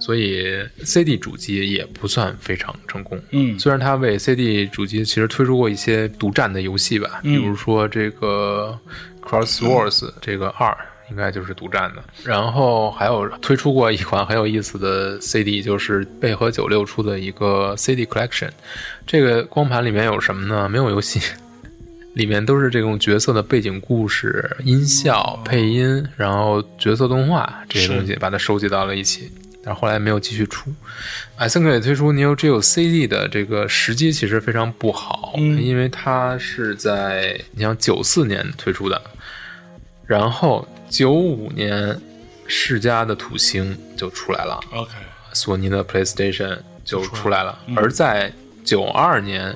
[SPEAKER 4] 所以 CD 主机也不算非常成功。
[SPEAKER 1] 嗯
[SPEAKER 4] 虽然它为 CD 主机其实推出过一些独占的游戏吧，比如说这个 Cross Wars 这个二。应该就是独占的，然后还有推出过一款很有意思的 CD，就是贝和九六出的一个 CD Collection。这个光盘里面有什么呢？没有游戏， 里面都是这种角色的背景故事、音效、配音，然后角色动画这些东西，把它收集到了一起。但是后来没有继续出。S N K 推出 Neo Geo CD 的这个时机其实非常不好，
[SPEAKER 1] 嗯
[SPEAKER 4] 因为它是在你像九四年推出的，然后九五年世嘉的土星就出来了，
[SPEAKER 1] ，OK，
[SPEAKER 4] 索尼的 PlayStation 就出来了，嗯而在九二年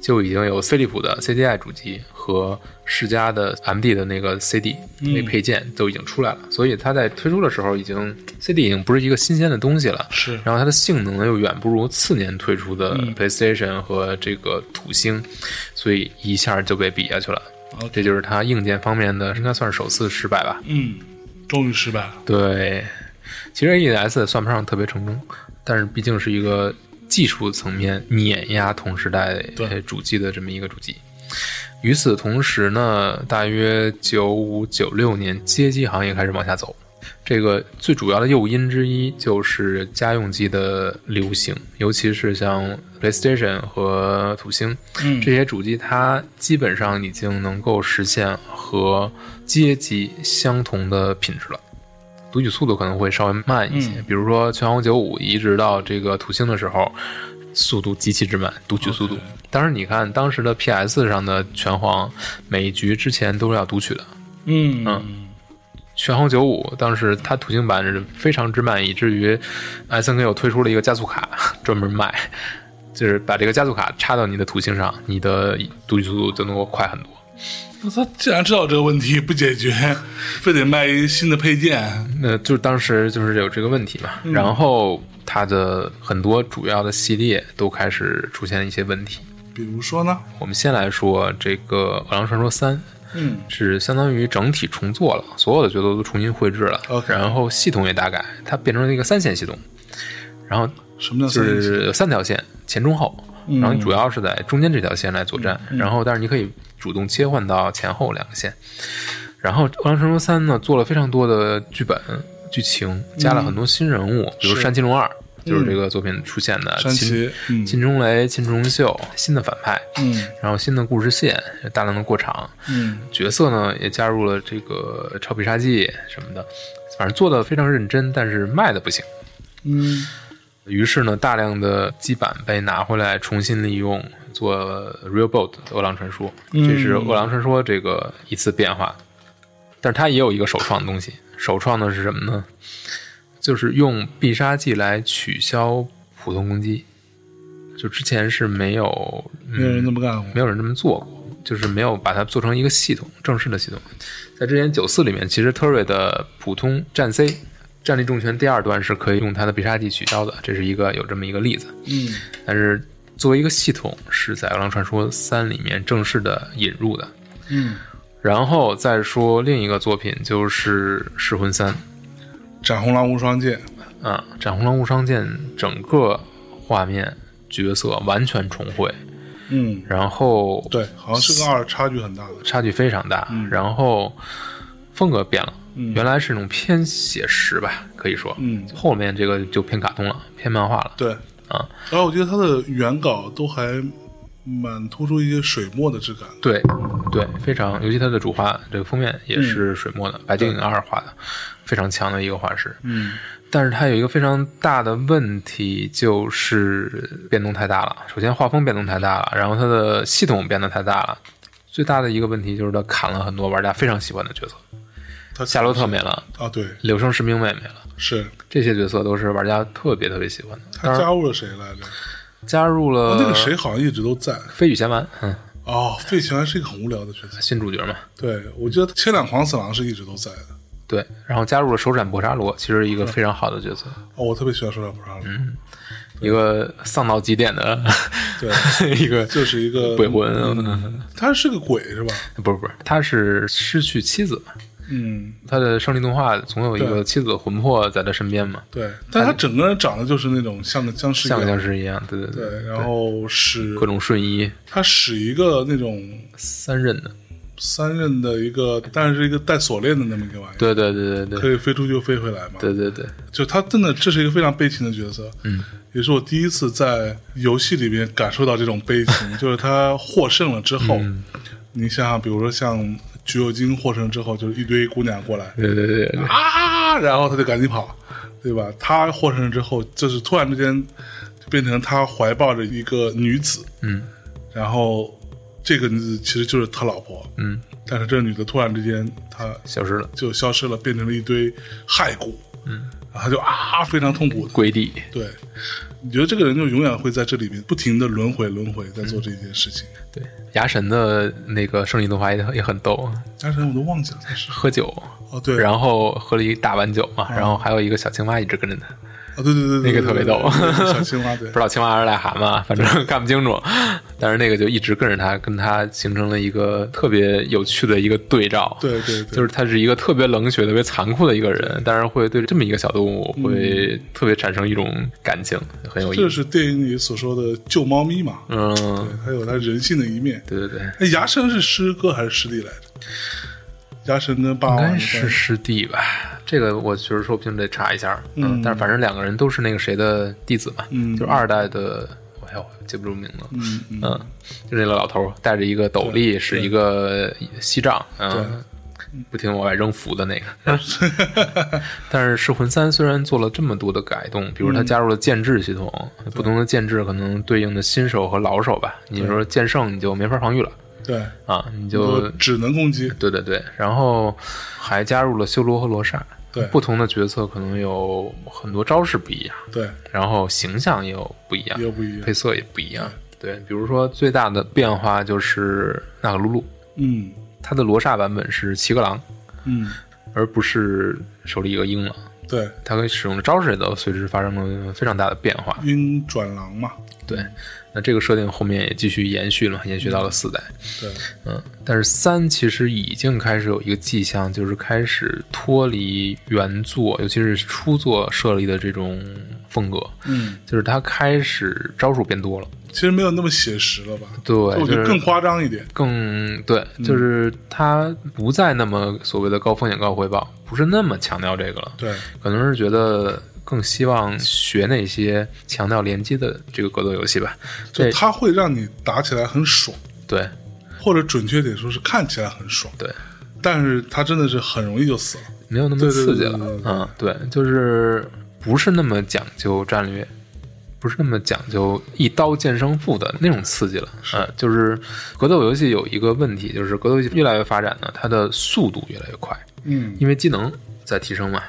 [SPEAKER 4] 就已经有飞利浦的 CDI 主机和世嘉的 MD 的那个 CD 那配件都已经出来了，所以它在推出的时候已经 CD 已经不是一个新鲜的东西了。
[SPEAKER 1] 是嗯
[SPEAKER 4] 然后它的性能又远不如次年推出的 PlayStation 和这个土星，所以一下就被比下去了。
[SPEAKER 1] OK
[SPEAKER 4] 这就是它硬件方面的，应该算是首次失败吧。
[SPEAKER 1] 嗯，终于失败了，
[SPEAKER 4] 对，其实 AES 算不上特别成功，但是毕竟是一个技术层面碾压同时代
[SPEAKER 1] 对
[SPEAKER 4] 主机的这么一个主机。与此同时呢，大约九五九六年，街机行业开始往下走。这个最主要的诱因之一就是家用机的流行，尤其是像 PlayStation 和土星、
[SPEAKER 1] 嗯
[SPEAKER 4] 这些主机，它基本上已经能够实现和街机相同的品质了。读取速度可能会稍微慢一些，
[SPEAKER 1] 嗯
[SPEAKER 4] 比如说《拳皇九五》移植到这个土星的时候，速度极其之慢，读取速度。当时你看当时的 PS 上的拳皇，每一局之前都是要读取的。
[SPEAKER 1] 嗯
[SPEAKER 4] 嗯拳皇九五当时它土星版是非常之慢，以至于 S N K 又推出了一个加速卡专门卖，就是把这个加速卡插到你的土星上，你的读取速度就能够快很多。
[SPEAKER 1] 那他既然知道这个问题不解决， 非得卖一新的配件，
[SPEAKER 4] 那就是当时就是有这个问题嘛，然后它的很多主要的系列都开始出现一些问题。
[SPEAKER 1] 比如说呢？
[SPEAKER 4] 我们先来说这个《饿狼传说三》，
[SPEAKER 1] 嗯
[SPEAKER 4] 是相当于整体重做了，所有的角色都重新绘制了
[SPEAKER 1] OK
[SPEAKER 4] 然后系统也大改，它变成了一个三线系统，然后
[SPEAKER 1] 什么叫
[SPEAKER 4] 就
[SPEAKER 1] 三线系
[SPEAKER 4] 是有三条线，前中后，
[SPEAKER 1] 嗯
[SPEAKER 4] 然后你主要是在中间这条线来作战，然后但是你可以主动切换到前后两个线。然后《恶狼传说三》呢，做了非常多的剧本、剧情，加了很多新人物，比
[SPEAKER 1] 嗯
[SPEAKER 4] 如
[SPEAKER 1] 是嗯
[SPEAKER 4] 山崎龙二，就是这个作品出现的
[SPEAKER 1] 山崎
[SPEAKER 4] 秦
[SPEAKER 1] 嗯
[SPEAKER 4] 秦钟雷、秦重秀，新的反派，
[SPEAKER 1] 嗯
[SPEAKER 4] 然后新的故事线，大量的过场，
[SPEAKER 1] 嗯
[SPEAKER 4] 角色呢也加入了这个超必杀技什么的，反正做的非常认真，但是卖的不行。
[SPEAKER 1] 嗯
[SPEAKER 4] 于是呢，大量的基板被拿回来重新利用做 Real Boat 饿狼传说，这是饿狼传说这个一次变化。但是它也有一个首创的东西，首创的是什么呢？就是用必杀技来取消普通攻击，就之前是没有
[SPEAKER 1] 没有人这么干过。
[SPEAKER 4] 没有人这么做过，就是没有把它做成一个系统，正式的系统。在之前九四里面，其实 Turret 的普通战 C 战力重拳第二段是可以用它的必杀技取消的，这是一个有这么一个例子。
[SPEAKER 1] 嗯
[SPEAKER 4] 但是作为一个系统，是在《饿狼传说三》里面正式的引入的。
[SPEAKER 1] 嗯，
[SPEAKER 4] 然后再说另一个作品，就是《噬魂三》
[SPEAKER 1] 斩红狼无双剑，
[SPEAKER 4] 啊，《斩红狼无双剑》整个画面角色完全重绘，
[SPEAKER 1] 嗯，
[SPEAKER 4] 然后
[SPEAKER 1] 对，好像是跟二差距很大的。
[SPEAKER 4] 差距非常大，
[SPEAKER 1] 嗯
[SPEAKER 4] 然后风格变了，原来是那种偏写实吧，可以说，
[SPEAKER 1] 嗯
[SPEAKER 4] 后面这个就偏卡通了，偏漫画了，
[SPEAKER 1] 对
[SPEAKER 4] 啊，
[SPEAKER 1] 然后我觉得他的原稿都还蛮突出一些水墨的质感。
[SPEAKER 4] 对对，非常，尤其它的主画这个封面也
[SPEAKER 1] 嗯
[SPEAKER 4] 是水墨的，白敬影二画的，非常强的一个画师，
[SPEAKER 1] 嗯
[SPEAKER 4] 但是它有一个非常大的问题，就是变动太大了。首先，画风变动太大了，然后它的系统变得太大了。最大的一个问题就是它砍了很多玩家非常喜欢的角色，
[SPEAKER 1] 他
[SPEAKER 4] 夏洛特没了，
[SPEAKER 1] 啊，对，
[SPEAKER 4] 柳生十明卫没了。
[SPEAKER 1] 是
[SPEAKER 4] 这些角色都是玩家特别特别喜欢的。当
[SPEAKER 1] 他
[SPEAKER 4] 然
[SPEAKER 1] 加入了谁来着？啊
[SPEAKER 4] 加入了
[SPEAKER 1] 那个谁好像一直都在。
[SPEAKER 4] 飞羽贤丸，嗯，
[SPEAKER 1] 哦，费翔是一个很无聊的角色。
[SPEAKER 4] 新主角嘛，
[SPEAKER 1] 对，我觉得千两狂死狼是一直都在的。
[SPEAKER 4] 对。然后加入了手斩博沙罗，其实一个非常好的角色，
[SPEAKER 1] 哦，我特别喜欢说到不上了。
[SPEAKER 4] 嗯一个丧到极点的
[SPEAKER 1] 对，
[SPEAKER 4] 一个
[SPEAKER 1] 就是一个
[SPEAKER 4] 鬼魂，嗯
[SPEAKER 1] 他是个鬼是吧？
[SPEAKER 4] 不是不是，他是失去妻子，
[SPEAKER 1] 嗯，
[SPEAKER 4] 他的胜利动画总有一
[SPEAKER 1] 对
[SPEAKER 4] 个妻子的魂魄在他身边嘛，
[SPEAKER 1] 对，但他整个人长得就是那种像个僵尸一
[SPEAKER 4] 像
[SPEAKER 1] 样
[SPEAKER 4] 个。僵尸一样，对对对，
[SPEAKER 1] 对，然后使
[SPEAKER 4] 各种瞬移，
[SPEAKER 1] 他使一个那种
[SPEAKER 4] 三刃的，
[SPEAKER 1] 三刃的一个，但是一个带锁链的那么一个玩意儿，
[SPEAKER 4] 对对对对
[SPEAKER 1] 可
[SPEAKER 4] 对。
[SPEAKER 1] 以飞出就飞回来嘛。
[SPEAKER 4] 对对对，
[SPEAKER 1] 就他真的这是一个非常悲情的角色，嗯，也是我第一次在游戏里面感受到这种悲 情，就是他获胜了之后，
[SPEAKER 4] 嗯
[SPEAKER 1] 你想想，比如说像橘右京获胜之后，就是一堆姑娘过来
[SPEAKER 4] 对对对对，
[SPEAKER 1] 啊，然后他就赶紧跑，对吧？他获胜了之后，就是突然之间就变成他怀抱着一个女子，
[SPEAKER 4] 嗯，
[SPEAKER 1] 然后这个女子其实就是他老婆，
[SPEAKER 4] 嗯，
[SPEAKER 1] 但是这女的突然之间她
[SPEAKER 4] 消失了，
[SPEAKER 1] 就消失了，变成了一堆骸骨，嗯，然后他就啊非常痛苦的，
[SPEAKER 4] 跪地，
[SPEAKER 1] 对，你觉得这个人就永远会在这里面不停的轮回轮回，在做这件事情。
[SPEAKER 4] 对，牙神的那个胜利动画也也很逗，
[SPEAKER 1] 但是我都忘记了他是
[SPEAKER 4] 喝酒，
[SPEAKER 1] 哦对，
[SPEAKER 4] 然后喝了一大碗酒嘛，然后还有一个小青蛙一直跟着他，
[SPEAKER 1] 哦对对对对，
[SPEAKER 4] 那个特别逗
[SPEAKER 1] 对对对小青蛙对
[SPEAKER 4] 不知，道青蛙是癞蛤蟆，反正看不清楚，但是那个就一直跟着他，跟他形成了一个特别有趣的一个对照，
[SPEAKER 1] 对对对，
[SPEAKER 4] 就是他是一个特别冷血、特别残酷的一个人，但是会对这么一个小动物会
[SPEAKER 1] 嗯
[SPEAKER 4] 特别产生一种感情，很有
[SPEAKER 1] 这
[SPEAKER 4] 意思，
[SPEAKER 1] 是电影里所说的救猫咪嘛，
[SPEAKER 4] 嗯，
[SPEAKER 1] 对，它有它人性的一面。
[SPEAKER 4] 对对对。
[SPEAKER 1] 哎，牙生是师哥还是师弟来着？家臣跟霸
[SPEAKER 4] 哦应
[SPEAKER 1] 王
[SPEAKER 4] 该
[SPEAKER 1] 的
[SPEAKER 4] 是
[SPEAKER 1] 关系
[SPEAKER 4] 师弟吧？这个我其实说不定得查一下。
[SPEAKER 1] 嗯
[SPEAKER 4] 但是反正两个人都是那个谁的弟子嘛，
[SPEAKER 1] 嗯
[SPEAKER 4] 就二代的，哎呦，记不住名字。
[SPEAKER 1] 嗯嗯
[SPEAKER 4] 嗯，就那个老头儿戴着一个斗笠，是一个西藏，嗯，不停往外扔符的那个。 但是《噬魂三》虽然做了这么多的改动，比如它加入了剑制系统，不同的剑制可能对应的新手和老手吧。你说剑圣你就没法防御了
[SPEAKER 1] 对，
[SPEAKER 4] 啊，你
[SPEAKER 1] 就
[SPEAKER 4] 就
[SPEAKER 1] 只能攻击，
[SPEAKER 4] 对对对，然后还加入了修罗和罗刹。
[SPEAKER 1] 对
[SPEAKER 4] 不同的角色可能有很多招式不一样，
[SPEAKER 1] 对，
[SPEAKER 4] 然后形象也有不一样，
[SPEAKER 1] 又不一样
[SPEAKER 4] 配，色也不一样。对，比如说最大的变化就是纳可露露，
[SPEAKER 1] 嗯
[SPEAKER 4] 它的罗刹版本是七个狼，
[SPEAKER 1] 嗯，
[SPEAKER 4] 而不是手里一个鹰了。
[SPEAKER 1] 对，
[SPEAKER 4] 它可以使用的招式也都随之发生了非常大的变化。
[SPEAKER 1] 鹰转狼嘛，
[SPEAKER 4] 对，那这个设定后面也继续延续了，延续到了四代。
[SPEAKER 1] 对，
[SPEAKER 4] 嗯，但是三其实已经开始有一个迹象，就是开始脱离原作，尤其是初作设立的这种风格，
[SPEAKER 1] 嗯，
[SPEAKER 4] 就是它开始招数变多了。
[SPEAKER 1] 其实没有那么写实了吧？
[SPEAKER 4] 对，
[SPEAKER 1] 我觉
[SPEAKER 4] 就
[SPEAKER 1] 得
[SPEAKER 4] 是
[SPEAKER 1] 哦更嗯夸张一点，
[SPEAKER 4] 更对，就是它不再那么所谓的高风险高回报，不是那么强调这个了，
[SPEAKER 1] 对，
[SPEAKER 4] 可能是觉得更希望学那些强调连接的这个格斗游戏吧。
[SPEAKER 1] 就
[SPEAKER 4] 对
[SPEAKER 1] 它会让你打起来很爽，
[SPEAKER 4] 对
[SPEAKER 1] 或者准确点说是看起来很爽，
[SPEAKER 4] 对，
[SPEAKER 1] 但是它真的是很容易就死了，
[SPEAKER 4] 没有那
[SPEAKER 1] 对
[SPEAKER 4] 么
[SPEAKER 1] 对
[SPEAKER 4] 刺激了，
[SPEAKER 1] 对对对对
[SPEAKER 4] 嗯，对，就是不是那么讲究战略，不是那么讲究一刀见胜负的那种刺激了，嗯，就是格斗游戏有一个问题，就是格斗游戏越来越发展呢，它的速度越来越快，
[SPEAKER 1] 嗯，
[SPEAKER 4] 因为技能在提升嘛，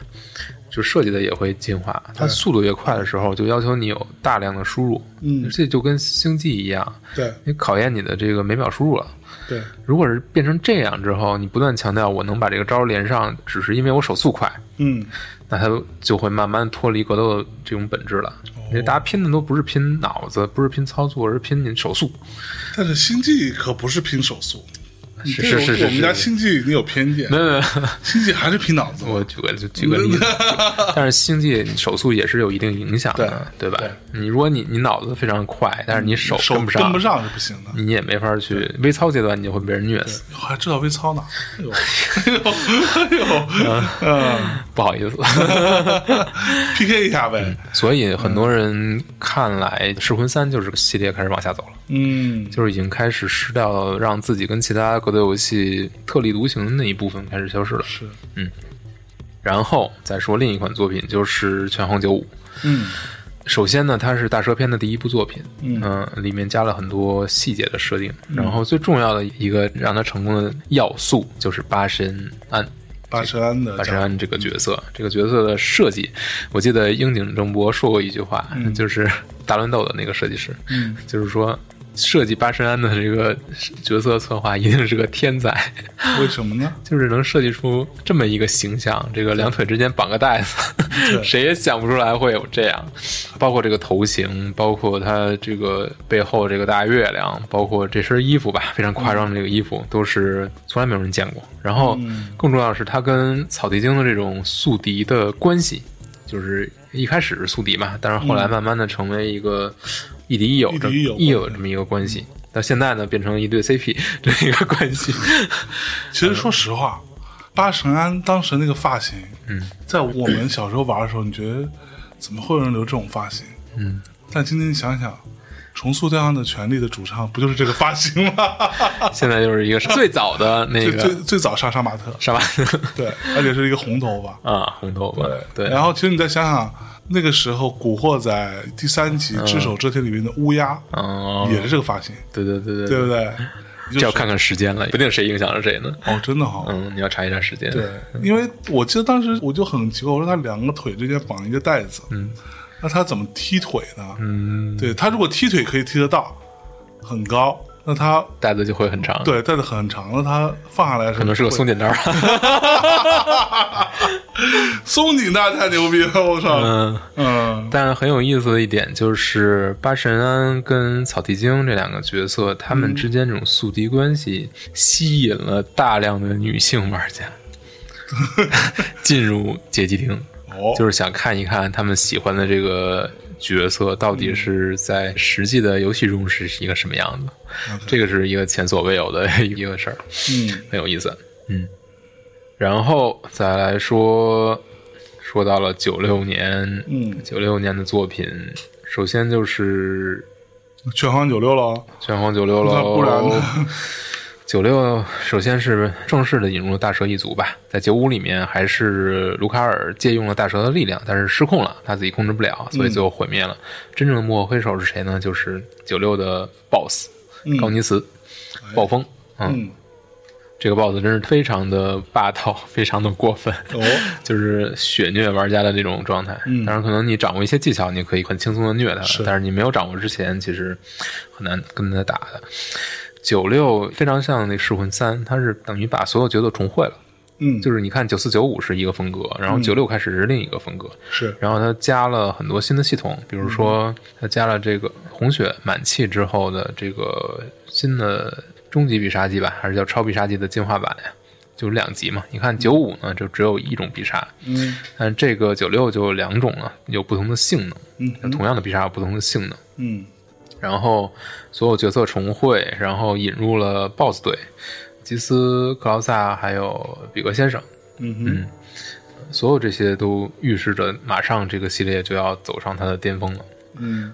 [SPEAKER 4] 就设计的也会进化。它速度越快的时候，就要求你有大量的输入，
[SPEAKER 1] 嗯
[SPEAKER 4] 这就跟星际一样，
[SPEAKER 1] 对
[SPEAKER 4] 你考验你的这个每秒输入了。
[SPEAKER 1] 对
[SPEAKER 4] 如果是变成这样之后，你不断强调我能把这个招连上，只是因为我手速快，
[SPEAKER 1] 嗯，
[SPEAKER 4] 那它就会慢慢脱离格斗的这种本质了。因为大家拼的都不是拼脑子，不是拼操作，而是拼你手速。
[SPEAKER 1] 但是星际可不是拼手速，你
[SPEAKER 4] 是
[SPEAKER 1] 对我
[SPEAKER 4] 是是
[SPEAKER 1] 对我们
[SPEAKER 4] 是
[SPEAKER 1] 家
[SPEAKER 4] 是
[SPEAKER 1] 星际你有偏见
[SPEAKER 4] 没，有没有，
[SPEAKER 1] 星际还是拼脑子，
[SPEAKER 4] 我举个就举个 例子，但是星际手速也是有一定影响的，对吧？你如果你你脑子非常快，但是你手
[SPEAKER 1] 手
[SPEAKER 4] 跟不上，嗯
[SPEAKER 1] 不上是不行的。
[SPEAKER 4] 你也没法去微操阶段，你就会被人虐死。
[SPEAKER 1] 我还知道微操 呢，哎呦，哎呦，哎呦，嗯
[SPEAKER 4] 不好意思，
[SPEAKER 1] ，PK 一下呗，
[SPEAKER 4] 所以很多人看来《噬魂三》就是个系列开始往下走了，
[SPEAKER 1] 嗯，
[SPEAKER 4] 就是已经开始失掉让自己跟其他格斗游戏特立独行的那一部分开始消失了。嗯
[SPEAKER 1] 是，
[SPEAKER 4] 然后再说另一款作品就是《拳皇九五》，
[SPEAKER 1] 嗯
[SPEAKER 4] 首先呢，它是大蛇篇的第一部作品，
[SPEAKER 1] 嗯
[SPEAKER 4] 里面加了很多细节的设定，然后最重要的一个让它成功的要素就是八神庵。
[SPEAKER 1] 八十安的嗯
[SPEAKER 4] 八神
[SPEAKER 1] 家
[SPEAKER 4] 庵这个角色，这个角色的设计，我记得樱井正博说过一句话， 就是大乱斗的那个设计师，
[SPEAKER 1] 嗯
[SPEAKER 4] 就是说设计八神庵的这个角色策划一定是个天才，
[SPEAKER 1] 为什么呢？
[SPEAKER 4] 就是能设计出这么一个形象，这个两腿之间绑个带子， 谁也想不出来会有这样。包括这个头型，包括他这个背后这个大月亮，包括这身衣服吧，非常夸张的这个衣服，都是从来没有人见过。然后更重要的是，他跟草地精的这种宿敌的关系，就是一开始是宿敌嘛，但是后来慢慢的成为一个亦敌亦友这么
[SPEAKER 1] 亦敌亦友
[SPEAKER 4] 亦友这么一个关系。到现在呢，变成一对 CP 这么一个关系，
[SPEAKER 1] 其实说实话，八神庵当时那个发型，嗯，在我们小时候玩的时候，你觉得怎么会有人留这种发型？
[SPEAKER 4] 嗯，
[SPEAKER 1] 但今天你想想，《重塑对抗的权利》的主唱不就是这个发型吗？
[SPEAKER 4] 现在就是一个最早的那
[SPEAKER 1] 最最
[SPEAKER 4] 个
[SPEAKER 1] 最早上杀马特，
[SPEAKER 4] 沙巴
[SPEAKER 1] 对，而且是一个红头发。
[SPEAKER 4] 啊，红头发，对，
[SPEAKER 1] 然后其实你再想想，那个时候《古惑仔》第三集
[SPEAKER 4] 嗯
[SPEAKER 1] 《只手遮天》里面的乌鸦、
[SPEAKER 4] 哦，
[SPEAKER 1] 也是这个发型，
[SPEAKER 4] 对对对
[SPEAKER 1] 对
[SPEAKER 4] 对，
[SPEAKER 1] 不对？
[SPEAKER 4] 这嗯要看看时间了，不定谁影响了谁呢。
[SPEAKER 1] 哦，真的哈、
[SPEAKER 4] 嗯，你要查一查时间。
[SPEAKER 1] 对，因为我记得当时我就很奇怪，我说他两个腿之间绑一个带子，嗯，那他怎么踢腿呢？
[SPEAKER 4] 嗯，
[SPEAKER 1] 对他如果踢腿可以踢得到，很高，那他
[SPEAKER 4] 带子就会很长，，
[SPEAKER 1] 对带的很长，那他放下来的时候
[SPEAKER 4] 嗯可能是个松
[SPEAKER 1] 紧，
[SPEAKER 4] 紧带儿。
[SPEAKER 1] 松紧带太牛逼了，我操，
[SPEAKER 4] 嗯，
[SPEAKER 1] 嗯
[SPEAKER 4] 但很有意思的一点就是八神庵跟草剃精这两个角色，他们之间这种宿敌关系，吸引了大量的女性玩 家进入街机厅。
[SPEAKER 1] 哦，
[SPEAKER 4] 就是想看一看他们喜欢的这个角色到底是在实际的游戏中是一个什么样子，这个是一个前所未有的一个事儿，
[SPEAKER 1] 嗯
[SPEAKER 4] 很有意思。嗯，然后再来说，说到了九六年，
[SPEAKER 1] 嗯
[SPEAKER 4] 九六年的作品，首先就是
[SPEAKER 1] 全行九六了，
[SPEAKER 4] 《拳皇九六》
[SPEAKER 1] 那
[SPEAKER 4] 喽，
[SPEAKER 1] 不然呢？
[SPEAKER 4] 九六首先是正式的引入了大蛇一族吧，在九五里面还是卢卡尔借用了大蛇的力量，但是失控了，他自己控制不了，
[SPEAKER 1] 嗯
[SPEAKER 4] 所以最后毁灭了。真正的幕后黑手是谁呢？就是九六的 BOSS 高尼茨，暴风。嗯，
[SPEAKER 1] 哎嗯，
[SPEAKER 4] 这个 BOSS 真是非常的霸道， 非常的过分。
[SPEAKER 1] 哦，
[SPEAKER 4] 就是血虐玩家的这种状态。
[SPEAKER 1] 嗯
[SPEAKER 4] 当然可能你掌握一些技巧，你可以很轻松的虐他，
[SPEAKER 1] 是
[SPEAKER 4] 但是你没有掌握之前，其实很难跟他打的。九六非常像那《噬魂三》，它是等于把所有角色重绘了。
[SPEAKER 1] 嗯，
[SPEAKER 4] 就是你看九四九五是一个风格，然后九六开始是另一个风格，
[SPEAKER 1] 是
[SPEAKER 4] 然后它加了很多新的系统，比如说它加了这个红血满气之后的这个新的终极必杀技吧，还是叫超必杀技的进化版呀？就是两级嘛。你看九五呢，就只有一种必杀，
[SPEAKER 1] 嗯
[SPEAKER 4] 但这个九六就有两种了，有不同的性能。
[SPEAKER 1] 嗯
[SPEAKER 4] 那同样的必杀有不同的性能。
[SPEAKER 1] 嗯
[SPEAKER 4] 然后所有角色重绘，然后引入了 BOSS 队，吉斯、克劳萨还有比格先生，
[SPEAKER 1] 嗯哼
[SPEAKER 4] 所有这些都预示着马上这个系列就要走上它的巅峰了。
[SPEAKER 1] 嗯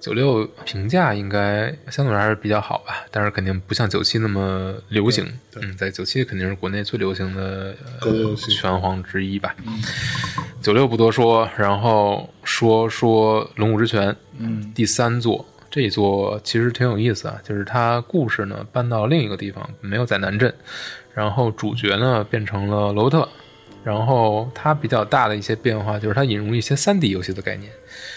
[SPEAKER 4] 九六评价应该相对还是比较好吧，但是肯定不像九七那么流行。嗯，在九七肯定是国内最流行的、
[SPEAKER 1] 格斗
[SPEAKER 4] 呃
[SPEAKER 1] 游、戏嗯
[SPEAKER 4] 拳皇之一吧。九六不多说，然后说说《龙虎之拳》
[SPEAKER 1] 嗯
[SPEAKER 4] 第三座，这一座其实挺有意思啊，就是它故事呢搬到另一个地方，没有在南镇，然后主角呢变成了罗伯特。然后它比较大的一些变化就是它引入一些三 D 游戏的概念，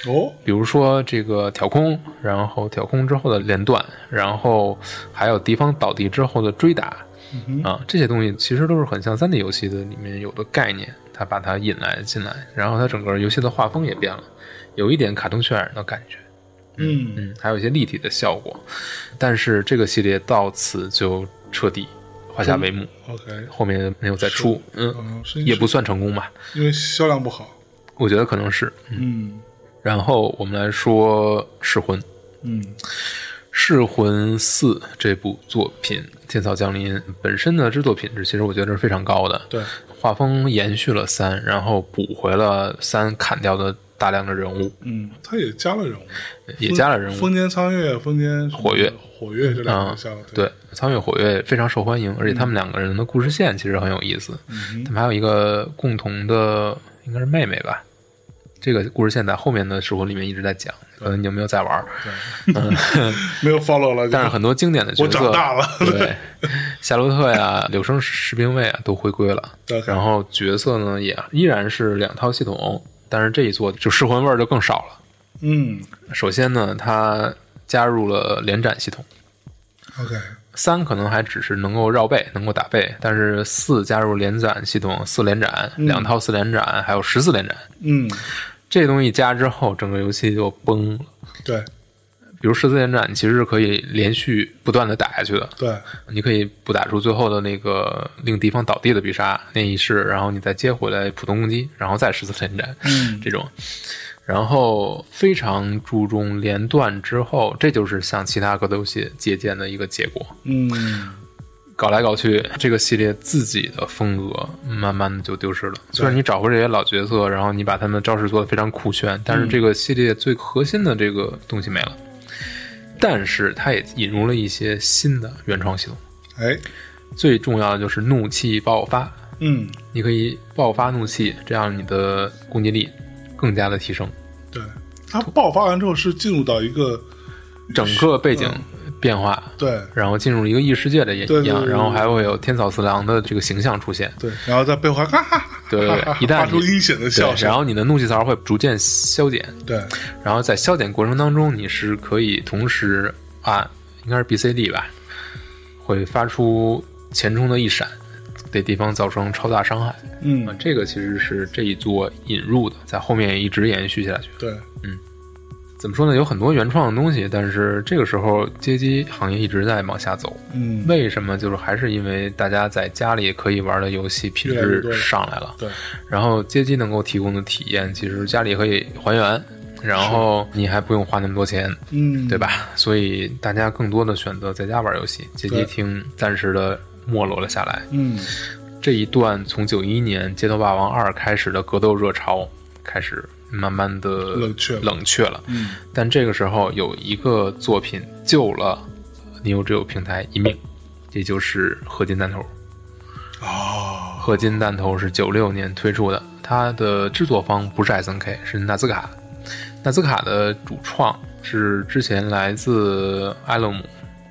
[SPEAKER 1] 哦，
[SPEAKER 4] 比如说这个挑空，然后挑空之后的连段，然后还有敌方倒地之后的追打，
[SPEAKER 1] 嗯
[SPEAKER 4] 啊，这些东西其实都是很像三 D 游戏的里面有的概念，它把它引来进来，然后它整个游戏的画风也变了，有一点卡通渲染的感觉，
[SPEAKER 1] 嗯
[SPEAKER 4] 嗯，还有一些立体的效果，但是这个系列到此就彻底画下帷幕，
[SPEAKER 1] ，OK，
[SPEAKER 4] 后面没有再出，嗯，
[SPEAKER 1] 嗯，是
[SPEAKER 4] 也不算成功吧，
[SPEAKER 1] 因为销量不好，
[SPEAKER 4] 我觉得可能是。
[SPEAKER 1] 嗯
[SPEAKER 4] 然后我们来说《噬魂》。
[SPEAKER 1] 嗯
[SPEAKER 4] 《噬魂四》这部作品《天草降临》本身的制作品质，其实我觉得是非常高的。
[SPEAKER 1] 对，
[SPEAKER 4] 画风延续了三，然后补回了三砍掉的大量的人物，
[SPEAKER 1] 嗯，他也加了人物，
[SPEAKER 4] 也加了人物。
[SPEAKER 1] 风间苍月、风间
[SPEAKER 4] 火月、
[SPEAKER 1] 火月这两
[SPEAKER 4] 啊
[SPEAKER 1] 个加了，
[SPEAKER 4] 对，苍月火月非常受欢迎，而且他们两个人的故事线其实很有意思。
[SPEAKER 1] 嗯
[SPEAKER 4] 他们还有一个共同的，应该是妹妹吧。这个故事线在后面的《噬魂》里面一直在讲，可能你就没有在玩儿。嗯
[SPEAKER 1] 没有 follow 了，
[SPEAKER 4] 但是很多经典的角色，
[SPEAKER 1] 我长大了
[SPEAKER 4] 对，夏洛特呀、柳生十兵卫啊都回归了
[SPEAKER 1] OK
[SPEAKER 4] 然后角色呢也依然是两套系统，但是这一座就噬魂味儿就更少了。
[SPEAKER 1] 嗯
[SPEAKER 4] 首先呢，它加入了连斩系统，
[SPEAKER 1] ，OK，
[SPEAKER 4] 三可能还只是能够绕背、能够打背，但是四加入连斩系统，四连斩、两套四连斩，还有十四连斩，
[SPEAKER 1] 嗯，
[SPEAKER 4] 这东西加之后，整个游戏就崩了。
[SPEAKER 1] 对
[SPEAKER 4] 比如十四连斩其实是可以连续不断的打下去的，
[SPEAKER 1] 对，
[SPEAKER 4] 你可以不打出最后的那个令敌方倒地的必杀那一式，然后你再接回来普通攻击，然后再十次连斩，
[SPEAKER 1] 嗯
[SPEAKER 4] 这种。然后非常注重连段之后，这就是向其他格斗游戏借鉴的一个结果。
[SPEAKER 1] 嗯
[SPEAKER 4] 搞来搞去，这个系列自己的风格慢慢的就丢失了。虽然你找回这些老角色，然后你把他们的招式做得非常酷炫，但
[SPEAKER 1] 嗯
[SPEAKER 4] 是这个系列最核心的这个东西没了。但是它也引入了一些新的原创系统。
[SPEAKER 1] 哎，
[SPEAKER 4] 最重要的就是怒气爆发，
[SPEAKER 1] 嗯，
[SPEAKER 4] 你可以爆发怒气，这样你的攻击力更加的提升，
[SPEAKER 1] 对，他爆发完之后是进入到一个
[SPEAKER 4] 整个背景变化，
[SPEAKER 1] 对
[SPEAKER 4] 然后进入一个异世界的
[SPEAKER 1] 嗯
[SPEAKER 4] 也
[SPEAKER 1] 对
[SPEAKER 4] 一样，
[SPEAKER 1] 对对
[SPEAKER 4] 然后还会有天草四郎的这个形象出现，
[SPEAKER 1] 对，然后在背后哈哈哈，
[SPEAKER 4] 对 对对
[SPEAKER 1] 哈哈
[SPEAKER 4] 一旦
[SPEAKER 1] 发
[SPEAKER 4] 你
[SPEAKER 1] 出阴险的
[SPEAKER 4] 对
[SPEAKER 1] 笑，声
[SPEAKER 4] 然，后你的怒气槽会逐渐消减，
[SPEAKER 1] 对，
[SPEAKER 4] 然后在消减过程当中，你是可以同时按应该是 B、C、D 吧，会发出前冲的一闪，对敌方造成超大伤害。啊，
[SPEAKER 1] 嗯，
[SPEAKER 4] 这个其实是这一座引入的，在后面一直延续下去。
[SPEAKER 1] 对，
[SPEAKER 4] 怎么说呢？有很多原创的东西，但是这个时候街机行业一直在往下走。
[SPEAKER 1] 嗯，
[SPEAKER 4] 为什么？就是还是因为大家在家里可以玩的游戏品
[SPEAKER 1] 越来越
[SPEAKER 4] 质
[SPEAKER 1] 多了
[SPEAKER 4] 上来了，
[SPEAKER 1] 对，
[SPEAKER 4] 然后街机能够提供的体验，其实家里可以还原，然后你还不用花那么多钱，
[SPEAKER 1] 嗯，
[SPEAKER 4] 对？吧？所以大家更多的选择在家玩游戏，街机
[SPEAKER 1] 对
[SPEAKER 4] 厅暂时的没落了下来。
[SPEAKER 1] 嗯，
[SPEAKER 4] 这一段从九一年《街头霸王二》开始的格斗热潮开始慢慢的
[SPEAKER 1] 冷却了
[SPEAKER 4] 冷却了。
[SPEAKER 1] 嗯
[SPEAKER 4] 但这个时候有一个作品救了 Neo Geo 平台一命，也就是合金弹头。
[SPEAKER 1] 啊，
[SPEAKER 4] 合金弹头是九六年推出的，它的制作方不是 SNK，是纳兹卡。纳兹卡的主创是之前来自埃勒姆，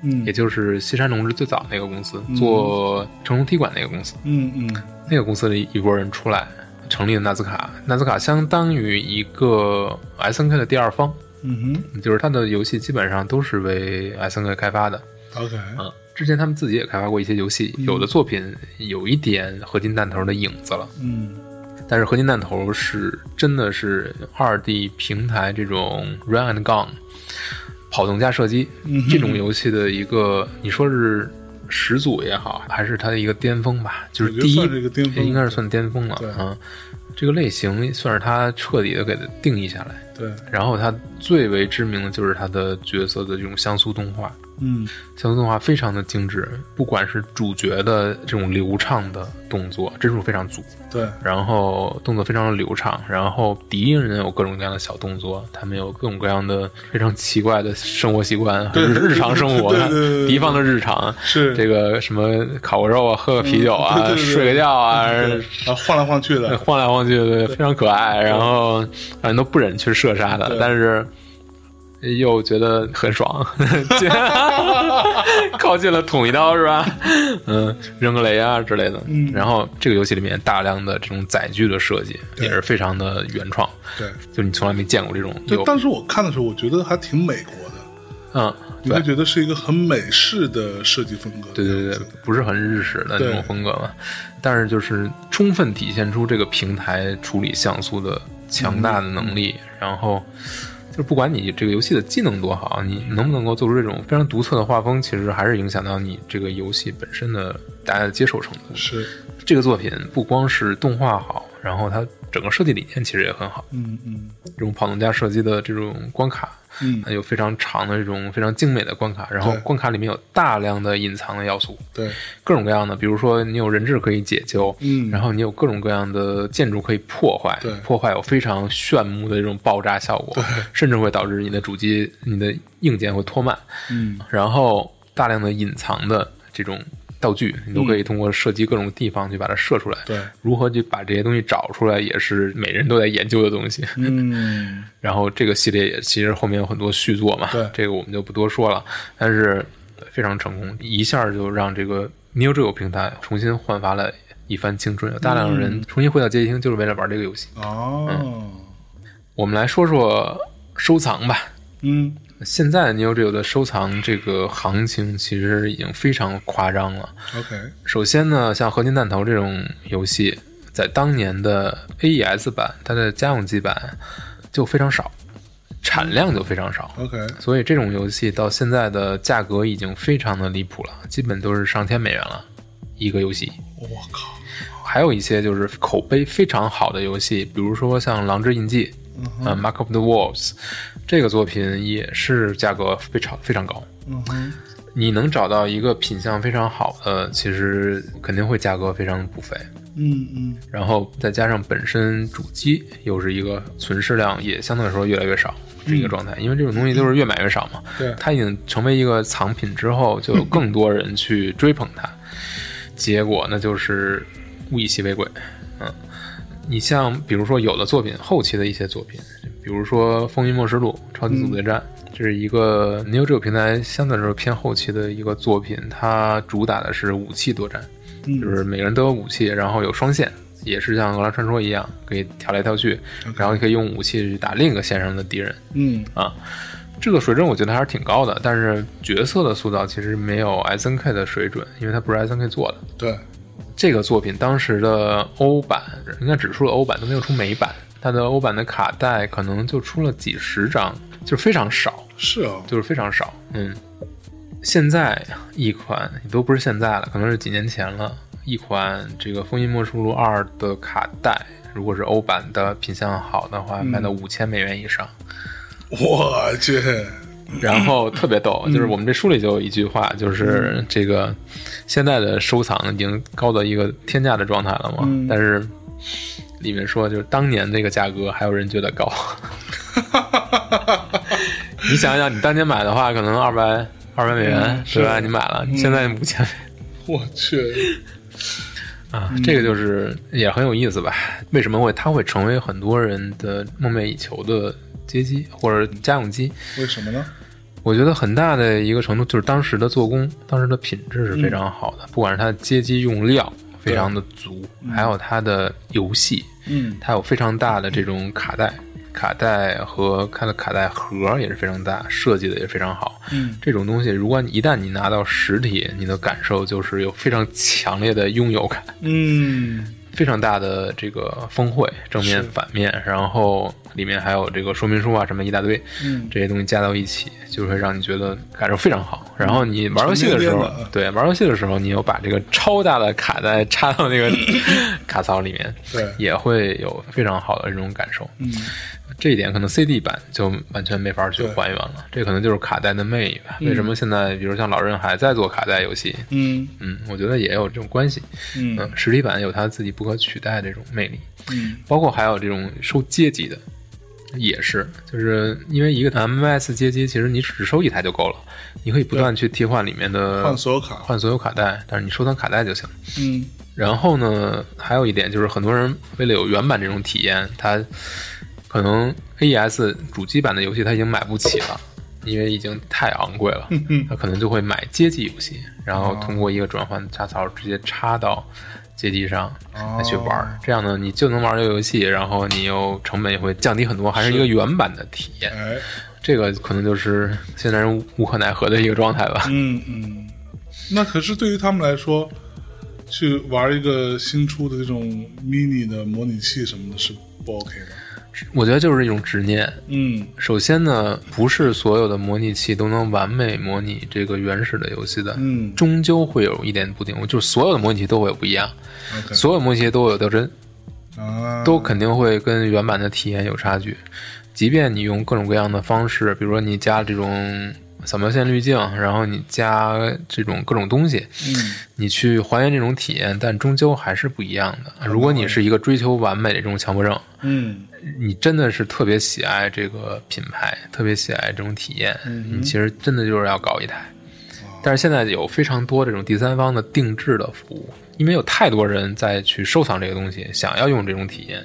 [SPEAKER 1] 嗯，
[SPEAKER 4] 也就是西山龙之最早那个公司，做成龙踢馆那个公司。
[SPEAKER 1] 嗯嗯
[SPEAKER 4] 那个公司的一波人出来，成立了纳兹卡。纳兹卡相当于一个 SNK 的第二方，
[SPEAKER 1] 嗯
[SPEAKER 4] 就是它的游戏基本上都是为 SNK 开发的。
[SPEAKER 1] 哼，OK，
[SPEAKER 4] 嗯，之前他们自己也开发过一些游戏，有的作品有一点合金弹头的影子了，
[SPEAKER 1] 嗯
[SPEAKER 4] 但是合金弹头是真的是二 D 平台这种 run and gun 跑动加射击
[SPEAKER 1] 嗯哼
[SPEAKER 4] 这种游戏的一个，你说是始祖也好，还是它的一个巅峰吧，就是第一
[SPEAKER 1] 我觉得算是一个巅峰
[SPEAKER 4] 应该是算巅峰了
[SPEAKER 1] 对
[SPEAKER 4] 啊。这个类型算是它彻底的给它定义下来，
[SPEAKER 1] 对，
[SPEAKER 4] 然后它最为知名的就是它的角色的这种像素动画，
[SPEAKER 1] 嗯
[SPEAKER 4] 像素动画非常的精致，不管是主角的这种流畅的动作，帧数非常足，
[SPEAKER 1] 对，
[SPEAKER 4] 然后动作非常的流畅，然后敌人有各种各样的小动作，他们有各种各样的非常奇怪的生活习惯，
[SPEAKER 1] 对
[SPEAKER 4] 日日常生活，
[SPEAKER 1] 对对对对
[SPEAKER 4] 敌方的日常。
[SPEAKER 1] 是
[SPEAKER 4] 这个什么烤个肉啊，喝个啤酒啊，
[SPEAKER 1] 嗯 对对对对
[SPEAKER 4] 睡个觉啊，
[SPEAKER 1] 对啊，晃来晃去 的，
[SPEAKER 4] 晃来晃去的，非常可爱，然后让人都不忍去射杀的
[SPEAKER 1] 对，
[SPEAKER 4] 但是又觉得很 爽， 靠近了捅一刀是吧？嗯，扔个雷啊之类的。
[SPEAKER 1] 嗯
[SPEAKER 4] 然后这个游戏里面大量的这种载具的设计也是非常的原创，
[SPEAKER 1] 对。
[SPEAKER 4] 就你从来没见过这种
[SPEAKER 1] 就
[SPEAKER 4] 有
[SPEAKER 1] 当时我看的时候，我觉得还挺美国的，
[SPEAKER 4] 嗯，
[SPEAKER 1] 你
[SPEAKER 4] 对
[SPEAKER 1] 会觉得是一个很美式的设计风格。
[SPEAKER 4] 对对对，，不是很日式的那
[SPEAKER 1] 对
[SPEAKER 4] 种风格嘛，但是就是充分体现出这个平台处理像素的强大的能力。
[SPEAKER 1] 嗯
[SPEAKER 4] 然后就是不管你这个游戏的技能多好，你能不能够做出这种非常独特的画风，其实还是影响到你这个游戏本身的大家的接受程度。
[SPEAKER 1] 是，
[SPEAKER 4] 这个作品不光是动画好，然后它整个设计理念其实也很好，
[SPEAKER 1] 嗯嗯
[SPEAKER 4] 这种跑动加射击的这种关卡。
[SPEAKER 1] 嗯，
[SPEAKER 4] 有非常长的这种非常精美的关卡，然后
[SPEAKER 1] 对
[SPEAKER 4] 关卡里面有大量的隐藏的要素，
[SPEAKER 1] 对，
[SPEAKER 4] 各种各样的，比如说你有人质可以解救，
[SPEAKER 1] 嗯
[SPEAKER 4] 然后你有各种各样的建筑可以破坏
[SPEAKER 1] 对，
[SPEAKER 4] 破坏有非常炫目的这种爆炸效果，甚至会导致你的主机、你的硬件会拖慢，
[SPEAKER 1] 嗯
[SPEAKER 4] 然后大量的隐藏的这种道具，你都可以通过射击各种地方去把它射出来。
[SPEAKER 1] 对
[SPEAKER 4] 如何去把这些东西找出来，也是每人都在研究的东西。
[SPEAKER 1] 嗯，
[SPEAKER 4] 然后这个系列也其实后面有很多续作嘛
[SPEAKER 1] 对，
[SPEAKER 4] 这个我们就不多说了。但是非常成功，一下就让这个 Neo Geo 平台重新焕发了一番青春，有大量的人重新回到街机厅，就是为了玩这个游戏。
[SPEAKER 1] 哦，
[SPEAKER 4] 我们来说说收藏吧。
[SPEAKER 1] 嗯
[SPEAKER 4] 现在 Neo Geo 的收藏这个行情其实已经非常夸张了。
[SPEAKER 1] ，OK，
[SPEAKER 4] 首先呢，像合金弹头这种游戏，在当年的 AES 版，它的家用机版就非常少，产量就非常少。
[SPEAKER 1] OK，
[SPEAKER 4] 所以这种游戏到现在的价格已经非常的离谱了，基本都是上千美元了一个游戏。
[SPEAKER 1] 我靠，
[SPEAKER 4] 还有一些就是口碑非常好的游戏，比如说像《狼之印记》啊，《Mark of the Wolves》这个作品也是价格非常非常高。
[SPEAKER 1] 嗯哼，
[SPEAKER 4] 你能找到一个品相非常好的，其实肯定会价格非常不菲。
[SPEAKER 1] 嗯嗯
[SPEAKER 4] 然后再加上本身主机又是一个存世量也相对来说越来越少这一个状态，因为这种东西都是越买越少嘛。
[SPEAKER 1] 对
[SPEAKER 4] 它已经成为一个藏品之后，就有更多人去追捧它，结果那就是物以稀为贵。嗯，你像比如说有的作品后期的一些作品，比如说《风云末世录》《超级组队战》这是一个 Neo Geo 平台相对来说偏后期的一个作品，它主打的是武器作战。
[SPEAKER 1] 嗯，
[SPEAKER 4] 就是每个人都有武器，然后有双线，也是像《鹅狼传说》一样，可以跳来跳去，然后你可以用武器去打另一个线上的敌人
[SPEAKER 1] 嗯
[SPEAKER 4] 啊。这个水准我觉得还是挺高的，但是角色的塑造其实没有 S N K 的水准，因为它不是 S N K 做的。
[SPEAKER 1] 对，
[SPEAKER 4] 这个作品当时的欧版应该只出了欧版，都没有出美版。它的欧版的卡带可能就出了几十张，就是非常少。
[SPEAKER 1] 是啊，
[SPEAKER 4] 就是非常少。嗯，现在一款也都不是现在了，可能是几年前了。一款这个《风云魔术录二》的卡带，如果是欧版的品相好的话，卖到五千美元以上。
[SPEAKER 1] 我去，
[SPEAKER 4] 然
[SPEAKER 1] 嗯
[SPEAKER 4] 后特别逗，就是我们这书里就有一句话，就是这个现在的收藏已经高到一个天价的状态了嘛，
[SPEAKER 1] 嗯
[SPEAKER 4] 但是里面说就是当年那个价格还有人觉得高，你想想你当年买的话可能二百二百美元
[SPEAKER 1] 嗯是
[SPEAKER 4] 对吧？你买了，你现在五千
[SPEAKER 1] 我去，
[SPEAKER 4] 啊，
[SPEAKER 1] 嗯
[SPEAKER 4] 这个就是也很有意思吧？为什么会它会成为很多人的梦寐以求的街机或者家用机？
[SPEAKER 1] 为什么呢？
[SPEAKER 4] 我觉得很大的一个程度就是当时的做工，当时的品质是非常好的，不管是它的街机用料非常的足，还有它的游戏，
[SPEAKER 1] 嗯
[SPEAKER 4] 它有非常大的这种卡带，卡带和它的卡带盒也是非常大，设计的也非常好。
[SPEAKER 1] 嗯
[SPEAKER 4] 这种东西，如果你一旦你拿到实体，你的感受就是有非常强烈的拥有感。
[SPEAKER 1] 嗯
[SPEAKER 4] 非常大的这个峰会，正面、
[SPEAKER 1] 是
[SPEAKER 4] 反面，然后里面还有这个说明书啊，什么一大堆，
[SPEAKER 1] 嗯
[SPEAKER 4] 这些东西加到一起，就会让你觉得感受非常好。然后你玩游戏的时
[SPEAKER 1] 沉甸
[SPEAKER 4] 候
[SPEAKER 1] 甸的，
[SPEAKER 4] 对，玩游戏的时候，你有把这个超大的卡带插 到那个卡槽里面，
[SPEAKER 1] 对
[SPEAKER 4] 也会有非常好的这种感受。
[SPEAKER 1] 嗯，
[SPEAKER 4] 这一点可能 CD 版就完全没法去
[SPEAKER 1] 对
[SPEAKER 4] 还原了，这可能就是卡带的魅力吧。为什么现在比如像老任还在做卡带游戏？
[SPEAKER 1] 嗯
[SPEAKER 4] 嗯，我觉得也有这种关系。
[SPEAKER 1] 嗯
[SPEAKER 4] 嗯，实体版有它自己不可取代的这种魅力，
[SPEAKER 1] 嗯
[SPEAKER 4] 包括还有这种收街机的，也是，就是因为一个 MMS 街机，其实你只收一台就够了，你可以不断去替换里面的
[SPEAKER 1] 换所有卡
[SPEAKER 4] 换所有卡带，但是你收藏卡带就行。
[SPEAKER 1] 嗯
[SPEAKER 4] 然后呢，还有一点就是很多人为了有原版这种体验，他可能 AES 主机版的游戏他已经买不起了。因为已经太昂贵了，他可能就会买街机游戏，然后通过一个转换插槽直接插到街机上来去玩儿。这样呢，你就能玩这个游戏，然后你又成本也会降低很多，还是一个原版的体验。
[SPEAKER 1] 哎
[SPEAKER 4] 这个可能就是现在人无可奈何的一个状态吧。
[SPEAKER 1] 嗯嗯，那可是对于他们来说，去玩一个新出的这种 mini 的模拟器什么的，是不 OK 的。
[SPEAKER 4] 我觉得就是一种执念。
[SPEAKER 1] 嗯
[SPEAKER 4] 首先呢，不是所有的模拟器都能完美模拟这个原始的游戏的，
[SPEAKER 1] 嗯
[SPEAKER 4] 终究会有一点不定。就是所有的模拟器都会有不一样，
[SPEAKER 1] ，OK
[SPEAKER 4] 所有模拟器都有掉帧，
[SPEAKER 1] 啊，
[SPEAKER 4] 嗯都肯定会跟原版的体验有差距。即便你用各种各样的方式，比如说你加这种扫描线滤镜，然后你加这种各种东西，
[SPEAKER 1] 嗯
[SPEAKER 4] 你去还原这种体验，但终究还是不一样的。如果你是一个追求完美的这种强迫症，
[SPEAKER 1] 嗯
[SPEAKER 4] 你真的是特别喜爱这个品牌，特别喜爱这种体验，
[SPEAKER 1] 嗯
[SPEAKER 4] 你其实真的就是要搞一台。但是现在有非常多这种第三方的定制的服务，因为有太多人在去收藏这个东西，想要用这种体验。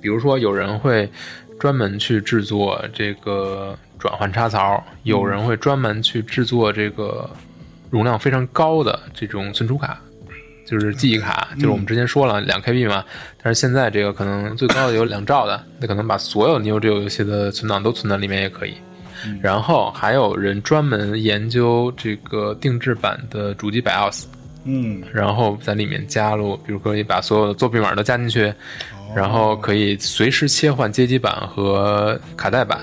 [SPEAKER 4] 比如说，有人会专门去制作这个转换插槽，有人会专门去制作这个容量非常高的这种存储卡，就是记忆卡，就是我们之前说了两 KB 嘛，但是现在这个可能最高的有两兆的，那可能把所有 Neo Geo 游戏的存档都存在里面也可以。然后还有人专门研究这个定制版的主机 BIOS，
[SPEAKER 1] 嗯，
[SPEAKER 4] 然后在里面加入，比如可以把所有的作弊码都加进去，然后可以随时切换街机版和卡带版，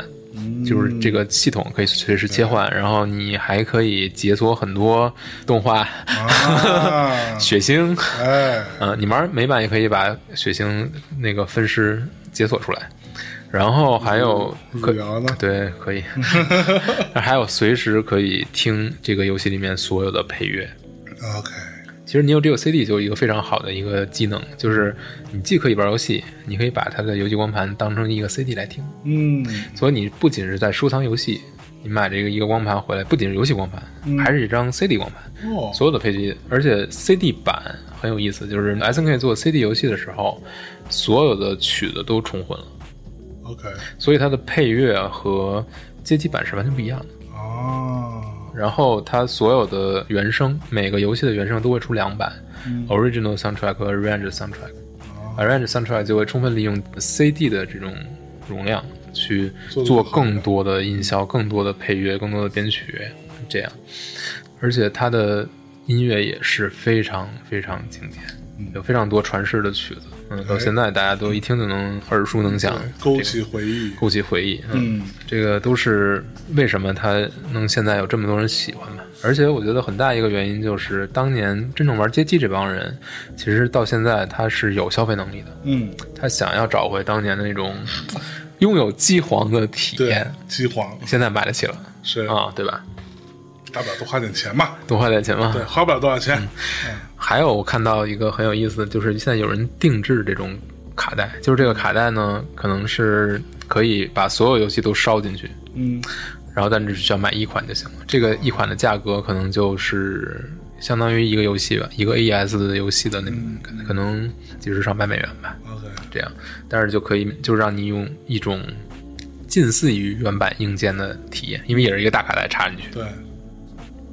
[SPEAKER 4] 就是这个系统可以随时切换，然后你还可以解锁很多动画、
[SPEAKER 1] 啊，
[SPEAKER 4] 血腥，
[SPEAKER 1] 哎，
[SPEAKER 4] 嗯、你玩美版也可以把血腥那个分尸解锁出来，然后还有可
[SPEAKER 1] 无聊呢，
[SPEAKER 4] 对，可以。还有随时可以听这个游戏里面所有的配乐。
[SPEAKER 1] OK，
[SPEAKER 4] 其实 Neo Geo CD 就有一个非常好的一个技能，就是你既可以玩游戏，你可以把它的游戏光盘当成一个 CD 来听。
[SPEAKER 1] 嗯
[SPEAKER 4] 所以你不仅是在收藏游戏，你买这个一个光盘回来，不仅是游戏光盘，还是一张 CD 光盘。
[SPEAKER 1] 哦，
[SPEAKER 4] 所有的配机，而且 CD 版很有意思，就是 SNK 做 CD 游戏的时候，所有的曲子都重混了，
[SPEAKER 1] OK，
[SPEAKER 4] 所以它的配乐啊和街机版是完全不一样的。
[SPEAKER 1] 哦，
[SPEAKER 4] 然后它所有的原声，每个游戏的原声都会出两版、
[SPEAKER 1] 嗯
[SPEAKER 4] o r i g i n a l soundtrack 和 arranged soundtrack。arranged
[SPEAKER 1] 哦
[SPEAKER 4] soundtrack 就会充分利用 CD 的这种容量去
[SPEAKER 1] 做得
[SPEAKER 4] 做
[SPEAKER 1] 更好
[SPEAKER 4] 更多的音效、更多的配乐、更多的编曲，这样。而且它的音乐也是非常非常经典，有非常多传世的曲子，嗯，
[SPEAKER 1] 嗯
[SPEAKER 4] 到
[SPEAKER 1] 哎
[SPEAKER 4] 现在大家都一听就能耳熟能详，
[SPEAKER 1] 勾起回忆，
[SPEAKER 4] 勾起回忆。
[SPEAKER 1] 嗯
[SPEAKER 4] 这个都是为什么它能现在有这么多人喜欢吧？而且我觉得很大一个原因就是，当年真正玩街机这帮人，其实到现在他是有消费能力的，
[SPEAKER 1] 嗯
[SPEAKER 4] 他想要找回当年的那种拥有机皇的体
[SPEAKER 1] 对
[SPEAKER 4] 验，，
[SPEAKER 1] 机皇
[SPEAKER 4] 现在买得起了
[SPEAKER 1] 是
[SPEAKER 4] 啊，对吧？
[SPEAKER 1] 大不了多花点钱嘛，
[SPEAKER 4] 多花点钱嘛
[SPEAKER 1] 对，。花不了多少钱。
[SPEAKER 4] 还有我看到一个很有意思的，就是现在有人定制这种卡带，就是这个卡带呢，可能是可以把所有游戏都烧进去，
[SPEAKER 1] 嗯，
[SPEAKER 4] 然后但只需要买一款就行了。这个一款的价格可能就是相当于一个游戏吧，一个 AES 的游戏的那个，可能几十上百美元吧，
[SPEAKER 1] OK，
[SPEAKER 4] 这样。但是就可以就让你用一种近似于原版硬件的体验，因为也是一个大卡带插进去，
[SPEAKER 1] 对，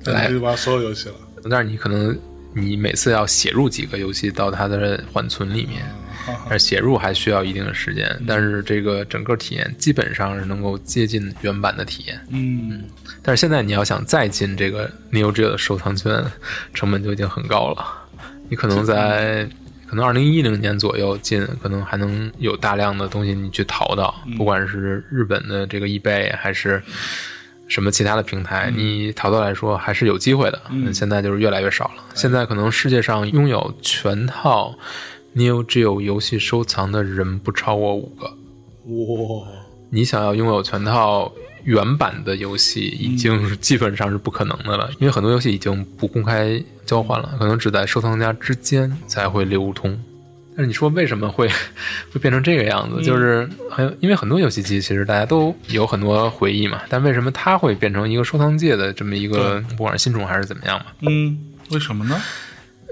[SPEAKER 1] 那你可以玩所有游戏了。
[SPEAKER 4] 但是你可能你每次要写入几个游戏到它的缓存里面。
[SPEAKER 1] 哈哈
[SPEAKER 4] 但是写入还需要一定的时间，但是这个整个体验基本上是能够接近原版的体验。
[SPEAKER 1] 嗯，
[SPEAKER 4] 但是现在你要想再进这个 Neo Geo 的收藏圈，成本就已经很高了。你可能在可能二零一零年左右进，可能还能有大量的东西你去淘到，不管是日本的这个 eBay 还是什么其他的平台，你淘到来说还是有机会的。
[SPEAKER 1] 嗯
[SPEAKER 4] 现在就是越来越少了。现在可能世界上拥有全套 Neo Geo 游戏收藏的人不超过五个。
[SPEAKER 1] 哇，
[SPEAKER 4] 你想要拥有全套原版的游戏，已经是基本上是不可能的了，因为很多游戏已经不公开交换了，可能只在收藏家之间才会流通。但是你说为什么会会变成这个样子？就是很因为很多游戏机其实大家都有很多回忆嘛，但为什么它会变成一个收藏界的这么一个，不管是新宠还是怎么样嘛？
[SPEAKER 1] 嗯，为什么呢？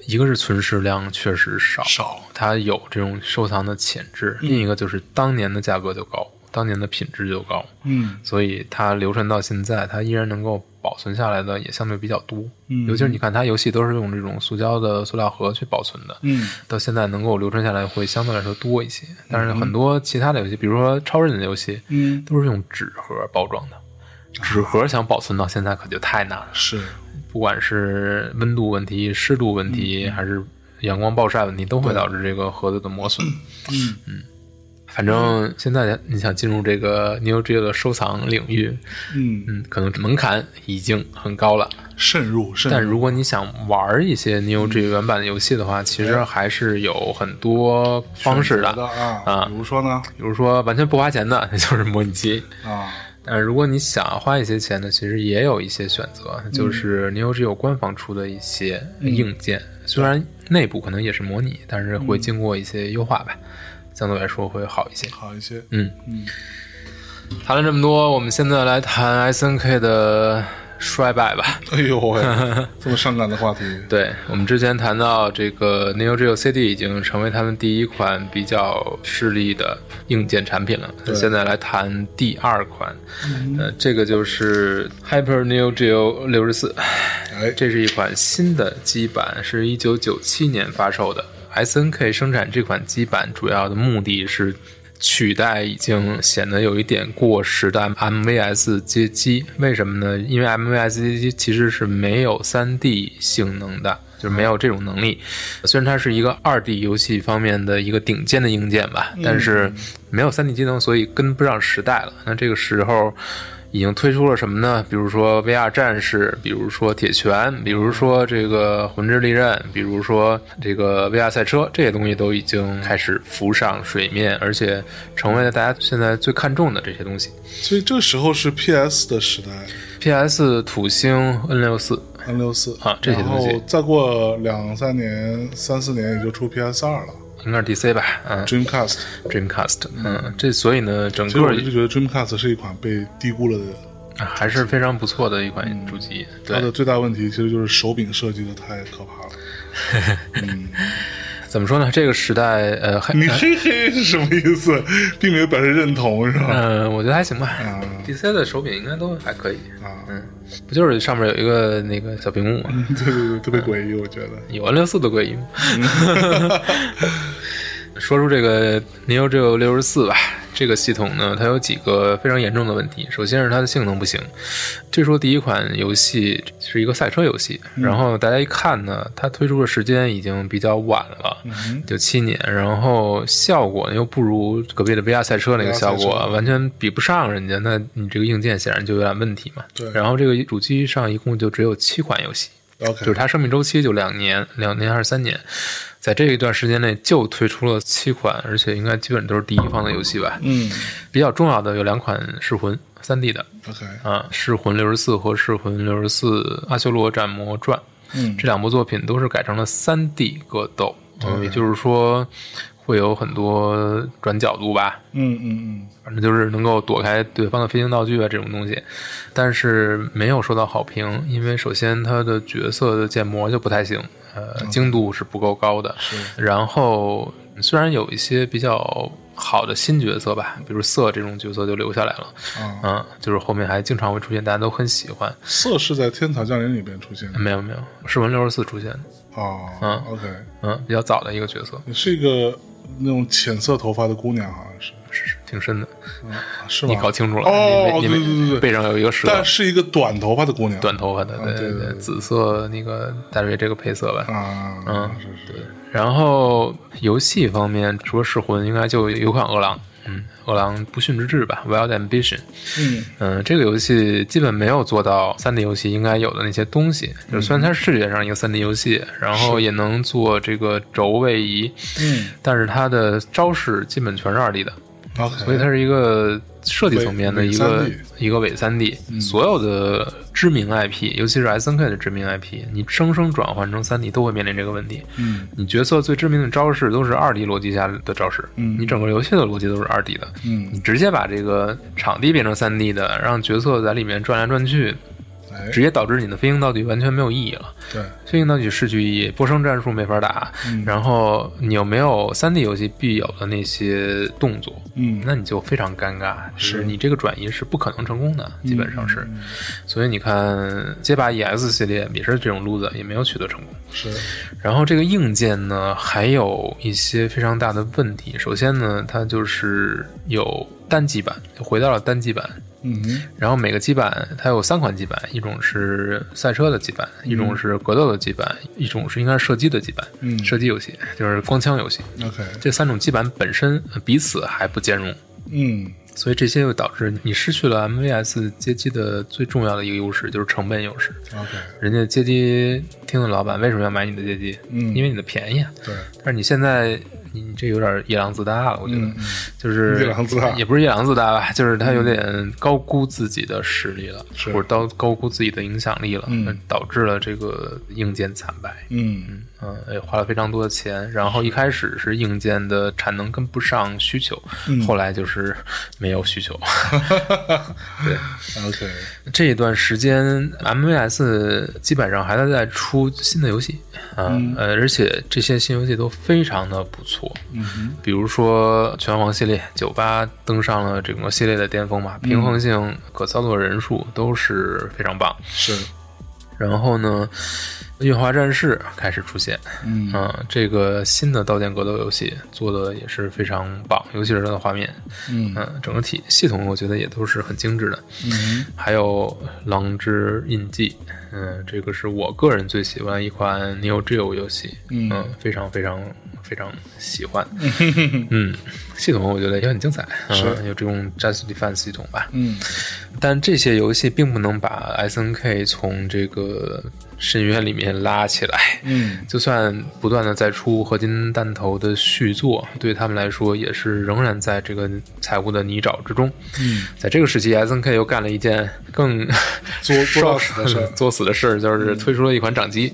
[SPEAKER 4] 一个是存世量确实少，
[SPEAKER 1] 少，
[SPEAKER 4] 它有这种收藏的潜质；另一个就是当年的价格就高，当年的品质就高。
[SPEAKER 1] 嗯
[SPEAKER 4] 所以它流传到现在，它依然能够保存下来的也相对比较多。
[SPEAKER 1] 嗯
[SPEAKER 4] 尤其是你看，它游戏都是用这种塑胶的塑料盒去保存的，
[SPEAKER 1] 嗯
[SPEAKER 4] 到现在能够流传下来会相对来说多一些。但是很多其他的游戏，比如说超人的游戏，
[SPEAKER 1] 嗯，
[SPEAKER 4] 都是用纸盒包装的。纸盒想保存到现在可就太难了，
[SPEAKER 1] 是，
[SPEAKER 4] 不管是温度问题、湿度问题，
[SPEAKER 1] 嗯
[SPEAKER 4] 还是阳光暴晒问题，都会导致这个盒子的磨损。
[SPEAKER 1] 嗯
[SPEAKER 4] 反正现在你想进入这个 Neo Geo 的收藏领域，
[SPEAKER 1] 嗯，
[SPEAKER 4] 嗯，可能门槛已经很高了。
[SPEAKER 1] 慎入慎入。
[SPEAKER 4] 但如果你想玩一些 Neo Geo 原版的游戏的话，其实还是有很多方
[SPEAKER 1] 哎
[SPEAKER 4] 式
[SPEAKER 1] 选择
[SPEAKER 4] 的。
[SPEAKER 1] 啊
[SPEAKER 4] 啊
[SPEAKER 1] 比如说呢
[SPEAKER 4] 比如说完全不花钱的， 那就是模拟机；
[SPEAKER 1] 啊，
[SPEAKER 4] 但是如果你想花一些钱的，其实也有一些选择，
[SPEAKER 1] 嗯
[SPEAKER 4] 就是 Neo Geo 官方出的一些硬件，
[SPEAKER 1] 嗯
[SPEAKER 4] 虽然内部可能也是模拟，但是会经过一些优化
[SPEAKER 1] 嗯
[SPEAKER 4] 吧，相对来说会好一些。
[SPEAKER 1] 好一些。
[SPEAKER 4] 嗯，
[SPEAKER 1] 嗯，
[SPEAKER 4] 谈了这么多，我们现在来谈 S N K 的衰败吧。
[SPEAKER 1] 哎呦 喂，这么伤感的话题，
[SPEAKER 4] 对我们之前谈到，这个 Neo Geo CD 已经成为他们第一款比较势力的硬件产品了。那
[SPEAKER 1] 对
[SPEAKER 4] 现在来谈第二款，呃，这个就是 Hyper Neo Geo 六十四，
[SPEAKER 1] 哎，
[SPEAKER 4] 这是一款新的基板，是一九九七年发售的。SNK 生产这款基板主要的目的是取代已经显得有一点过时的 MVS 街机。为什么呢？因为 MVS 街机其实是没有 3D 性能的。就是没有这种能力，虽然它是一个二 D 游戏方面的一个顶尖的硬件吧，
[SPEAKER 1] 嗯
[SPEAKER 4] 但是没有三 D 机能，所以跟不上时代了。那这个时候已经推出了什么呢？比如说 VR 战士，比如说铁拳，比如说这个魂之利刃，比如说这个 VR 赛车，这些东西都已经开始浮上水面，而且成为了大家现在最看重的这些东西。
[SPEAKER 1] 所以这时候是 PS 的时代
[SPEAKER 4] PS、土星、N 六四，
[SPEAKER 1] ，N 六四
[SPEAKER 4] 啊这些
[SPEAKER 1] 然
[SPEAKER 4] 东西
[SPEAKER 1] 后再过两三年、三四年也就出 PS 二了
[SPEAKER 4] 应该是 DC 吧？嗯
[SPEAKER 1] ，Dreamcast。
[SPEAKER 4] ，Dreamcast，嗯，这所以呢，整
[SPEAKER 1] 其实
[SPEAKER 4] 个
[SPEAKER 1] 我一直觉得 Dreamcast 是一款被低估了的，
[SPEAKER 4] 啊还是非常不错的一款主机。
[SPEAKER 1] 嗯它的
[SPEAKER 4] 对，
[SPEAKER 1] 最大问题其实就是手柄设计的太可怕 了。
[SPEAKER 4] 怎么说呢？这个时代，呃，还
[SPEAKER 1] 你嘿嘿是什么意思？并没有表示认同是吧？
[SPEAKER 4] 呃，我觉得还行吧。
[SPEAKER 1] 啊
[SPEAKER 4] DC 的手柄应该都还可以。
[SPEAKER 1] 啊，
[SPEAKER 4] 不就是上面有一个那个小屏幕吗？
[SPEAKER 1] 对对对，特
[SPEAKER 4] 嗯
[SPEAKER 1] 别诡异，我觉得。
[SPEAKER 4] 有 N 六四的诡异吗？ 说出这个 Neo Geo 六十四吧，这个系统呢，它有几个非常严重的问题。首先是它的性能不行，这说第一款游戏是一个赛车游戏，
[SPEAKER 1] 嗯
[SPEAKER 4] 然后大家一看呢，它推出的时间已经比较晚了，
[SPEAKER 1] 嗯
[SPEAKER 4] 九七年，然后效果呢又不如隔壁的 VR 赛车那个效
[SPEAKER 1] VR 赛
[SPEAKER 4] 果，
[SPEAKER 1] 车
[SPEAKER 4] 完全比不上人家，那你这个硬件显然就有点问题嘛。
[SPEAKER 1] 对
[SPEAKER 4] 然后这个主机上一共就只有七款游戏。
[SPEAKER 1] OK
[SPEAKER 4] 就是它生命周期就两年，两年还是三年，在这一段时间内就推出了七款，而且应该基本都是第一方的游戏吧。
[SPEAKER 1] 嗯
[SPEAKER 4] 比较重要的有两款噬魂，三 D 的
[SPEAKER 1] ，OK，
[SPEAKER 4] 啊，《噬魂六十四》和《噬魂六十四：阿修罗战魔传》
[SPEAKER 1] 嗯
[SPEAKER 4] 这两部作品都是改成了三 D 格斗，嗯，也就是说会有很多转角度吧，
[SPEAKER 1] 嗯嗯
[SPEAKER 4] 反正就是能够躲开对方的飞行道具啊这种东西，但是没有受到好评，因为首先它的角色的建模就不太行，
[SPEAKER 1] 嗯
[SPEAKER 4] 呃，精度是不够高的。然后虽然有一些比较好的新角色吧，比如色这种角色就留下来了，
[SPEAKER 1] 嗯啊，
[SPEAKER 4] 嗯，就是后面还经常会出现，大家都很喜欢。
[SPEAKER 1] 色是在《天堂降临》里边出现的
[SPEAKER 4] 没有没有，是文六十四出现的，
[SPEAKER 1] 啊、
[SPEAKER 4] 嗯
[SPEAKER 1] o k
[SPEAKER 4] 嗯，比较早的一个角色，
[SPEAKER 1] 你是一个那种浅色头发的姑娘，好像是啊
[SPEAKER 4] 是是挺深的，
[SPEAKER 1] 是吗？
[SPEAKER 4] 你搞清楚了，
[SPEAKER 1] 哦
[SPEAKER 4] 你没你没
[SPEAKER 1] 对对对对
[SPEAKER 4] 背上有一个石头。
[SPEAKER 1] 但是一个短头发的姑娘，
[SPEAKER 4] 短头发的，对
[SPEAKER 1] 啊对对对
[SPEAKER 4] 紫色那个大约这个配色吧。
[SPEAKER 1] 啊，
[SPEAKER 4] 嗯
[SPEAKER 1] 是是
[SPEAKER 4] 对。然后游戏方面，除了噬魂，应该就有款饿狼，嗯，饿狼不驯之志吧，Wild Ambition。
[SPEAKER 1] 嗯
[SPEAKER 4] 嗯，这个游戏基本没有做到三 D 游戏应该有的那些东西，
[SPEAKER 1] 嗯
[SPEAKER 4] 就是虽然它是视觉上一个三 D 游戏，然后也能做这个轴位移，
[SPEAKER 1] 嗯
[SPEAKER 4] 但是它的招式基本全是二 D 的，
[SPEAKER 1] ，OK，
[SPEAKER 4] 所以它是一个设计层面的
[SPEAKER 1] 伪
[SPEAKER 4] 一个
[SPEAKER 1] 伪嗯 3D
[SPEAKER 4] 一个伪三 D，、所有的知名 IP，尤其是 SNK 的知名 IP，你生生转换成三 D 都会面临这个问题。
[SPEAKER 1] 嗯
[SPEAKER 4] 你角色最知名的招式都是二 D 逻辑下的招式，
[SPEAKER 1] 嗯
[SPEAKER 4] 你整个游戏的逻辑都是二 D 的，你
[SPEAKER 1] 嗯，
[SPEAKER 4] 直接把这个场地变成三 D 的，让角色在里面转来转去，
[SPEAKER 1] 哎，
[SPEAKER 4] 直接导致你的飞行道具完全没有意义了。
[SPEAKER 1] 对，
[SPEAKER 4] 飞行道具失去意义，波升战术没法打，
[SPEAKER 1] 嗯
[SPEAKER 4] 然后你又没有三 D 游戏必有的那些动作，
[SPEAKER 1] 嗯，
[SPEAKER 4] 那你就非常尴尬，就是是你这个转移是不可能成功的，基本上是。所以你看，街霸 EX 系列也是这种路子，也没有取得成功。
[SPEAKER 1] 是
[SPEAKER 4] 然后这个硬件呢，还有一些非常大的问题。首先呢，它就是有单机版，回到了单机版。
[SPEAKER 1] 嗯哼
[SPEAKER 4] 然后每个机版它有三款机版，一种是赛车的机版，一种是格斗的机版，一种是应该是射击的机版。
[SPEAKER 1] 嗯
[SPEAKER 4] 射击游戏就是光枪游戏。
[SPEAKER 1] ，OK，
[SPEAKER 4] 这三种机版本身呃彼此还不兼容，
[SPEAKER 1] 嗯
[SPEAKER 4] 所以这些又导致你失去了 MVS 街机的最重要的一个优势，就是成本优势。
[SPEAKER 1] ，OK，
[SPEAKER 4] 人家街机厅的老板为什么要买你的街机？
[SPEAKER 1] 嗯
[SPEAKER 4] 因为你的便宜啊。
[SPEAKER 1] 对，
[SPEAKER 4] 但是你现在你你这有点夜郎自大了，我觉得，
[SPEAKER 1] 嗯嗯
[SPEAKER 4] 就是
[SPEAKER 1] 夜郎自大
[SPEAKER 4] 也不是夜郎自大吧，就是他有点高估自己的实力了，
[SPEAKER 1] 是
[SPEAKER 4] 或者高高估自己的影响力了，
[SPEAKER 1] 嗯
[SPEAKER 4] 导致了这个硬件惨败。
[SPEAKER 1] 嗯
[SPEAKER 4] 嗯，也花了非常多的钱，然后一开始是硬件的产能跟不上需求，
[SPEAKER 1] 嗯
[SPEAKER 4] 后来就是没有需 求。对，
[SPEAKER 1] ，OK，
[SPEAKER 4] 这一段时间 MVS 基本上还在在出新的游戏啊，呃，而且这些新游戏都非常的不错，
[SPEAKER 1] 嗯哼，
[SPEAKER 4] 比如说拳皇系列，九八登上了整个系列的巅
[SPEAKER 1] 嗯
[SPEAKER 4] 峰嘛，平衡性、可操作人数都是非常棒。
[SPEAKER 1] 是，
[SPEAKER 4] 然后呢，月华战士开始出现，
[SPEAKER 1] 嗯
[SPEAKER 4] 嗯，这个新的刀剑格斗游戏做的也是非常棒，尤其是它的画面，
[SPEAKER 1] 嗯
[SPEAKER 4] 嗯，整个体系统我觉得也都是很精致的。
[SPEAKER 1] 嗯
[SPEAKER 4] 还有《狼之印记》，嗯，这个是我个人最喜欢的一款 Neo Geo 游戏，呃
[SPEAKER 1] 嗯
[SPEAKER 4] 非常非常非常喜欢，嗯，系统我觉得也很精彩，
[SPEAKER 1] 是
[SPEAKER 4] 嗯，有这种战术 defense 系统吧，
[SPEAKER 1] 嗯
[SPEAKER 4] 但这些游戏并不能把 SNK 从这个深渊里面拉起来，
[SPEAKER 1] 嗯
[SPEAKER 4] 就算不断的在出合金弹头的续作，对他们来说也是仍然在这个财务的泥沼之中。
[SPEAKER 1] 嗯，
[SPEAKER 4] 在这个时期，SNK 又干了一件更
[SPEAKER 1] 作作到死的事儿嗯
[SPEAKER 4] 作死的事儿，就是推出了一款掌机。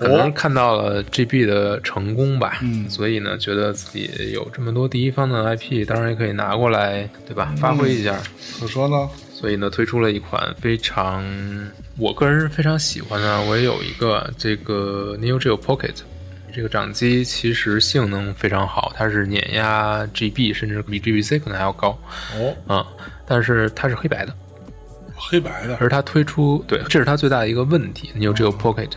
[SPEAKER 4] 可能看到了 GB 的成功吧，
[SPEAKER 1] 嗯
[SPEAKER 4] 所以呢，觉得自己有这么多第一方的 IP，当然也可以拿过来，对吧？发挥一下。
[SPEAKER 1] 可说呢，
[SPEAKER 4] 所以呢，推出了一款非常我个人是非常喜欢的。我也有一个这个 Neo Geo Pocket 这个掌机，其实性能非常好，它是碾压 GB，甚至比 GBC 可能还要高
[SPEAKER 1] 哦，
[SPEAKER 4] 啊、但是它是黑白的，
[SPEAKER 1] 黑白的，
[SPEAKER 4] 而它推出对，这是它最大的一个问题。Neo
[SPEAKER 1] 哦
[SPEAKER 4] Geo Pocket，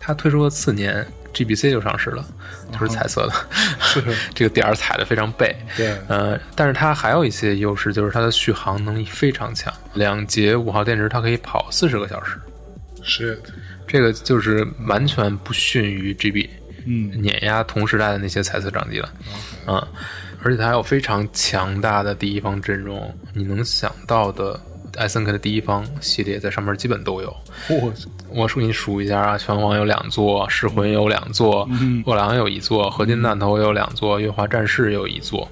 [SPEAKER 4] 它推出的次年 GBC 就上市了，它是彩色的，
[SPEAKER 1] 哦 是，
[SPEAKER 4] 这个点儿踩的非常背。
[SPEAKER 1] 对，
[SPEAKER 4] 呃，但是它还有一些优势，就是它的续航能力非常强，两节五号电池它可以跑四十个小时，
[SPEAKER 1] 是，
[SPEAKER 4] 这个就是完全不逊于 GB，
[SPEAKER 1] 嗯
[SPEAKER 4] 碾压同时代的那些彩色掌机了，啊、而且它还有非常强大的第一方阵容，你能想到的艾森 K 的第一方系列在上面基本都有。
[SPEAKER 1] 我
[SPEAKER 4] 我数你数一下啊，拳皇有两座，噬魂有两座，饿狼有一座，合金弹头有两座，月华战士有一座、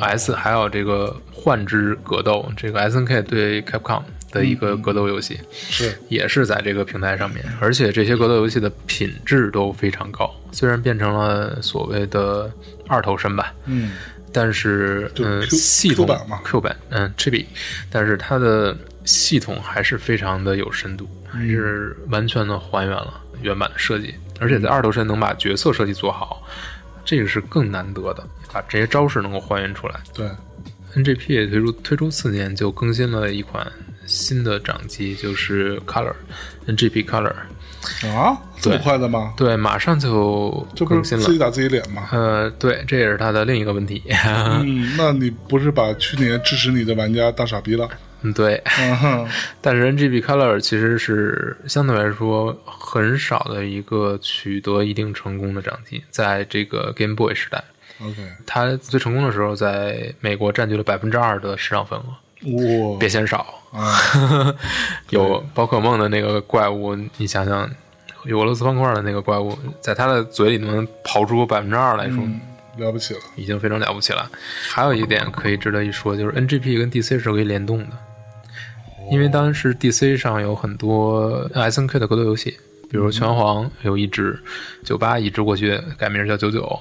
[SPEAKER 4] s 还有这个幻之格斗，这个 S N K 对 Capcom 的一个格斗游戏，
[SPEAKER 1] 是
[SPEAKER 4] 也是在这个平台上面，而且这些格斗游戏的品质都非常高，虽然变成了所谓的二头身吧，
[SPEAKER 1] 嗯
[SPEAKER 4] 但是
[SPEAKER 1] 就
[SPEAKER 4] 嗯、呃
[SPEAKER 1] Q-
[SPEAKER 4] 系
[SPEAKER 1] Q
[SPEAKER 4] 统
[SPEAKER 1] 版嘛
[SPEAKER 4] ，Q 版，嗯，Chibi，但是它的系统还是非常的有深度，
[SPEAKER 1] 嗯
[SPEAKER 4] 还是完全的还原了原版的设计，而且在二头身能把角色设计做好，这个是更难得的，把这些招式能够还原出来。
[SPEAKER 1] 对
[SPEAKER 4] NGP 推出推出四年就更新了一款新的掌机，就是 Color NGP Color，
[SPEAKER 1] 啊，这么
[SPEAKER 4] 对
[SPEAKER 1] 快的吗？
[SPEAKER 4] 对，马上就
[SPEAKER 1] 这不
[SPEAKER 4] 更
[SPEAKER 1] 是
[SPEAKER 4] 新了
[SPEAKER 1] 自己。打自己脸吗？
[SPEAKER 4] 呃，对，这也是它的另一个问题。
[SPEAKER 1] 嗯，那你不是把去年支持你的玩家当傻逼了？
[SPEAKER 4] 嗯，对，
[SPEAKER 1] 嗯哼，
[SPEAKER 4] 但是 NGB Color 其实是相对来说很少的一个取得一定成功的掌机，在这个 Game Boy 时代，
[SPEAKER 1] OK，
[SPEAKER 4] 它最成功的时候在美国占据了百分之二的市场份额，
[SPEAKER 1] 我
[SPEAKER 4] 别嫌少。
[SPEAKER 1] 啊，
[SPEAKER 4] 有宝可梦的那个怪物，你想想，有俄罗斯方块的那个怪物，在它的嘴里能刨出百分之二来说，
[SPEAKER 1] 了不起了，
[SPEAKER 4] 已经非常了不起了。还有一点可以值得一说，就是 NGP 跟 DC 是可以联动的，因为当时 DC 上有很多呃 SNK 的格斗游戏，比如拳皇有一支，九八移植过去改名叫九九，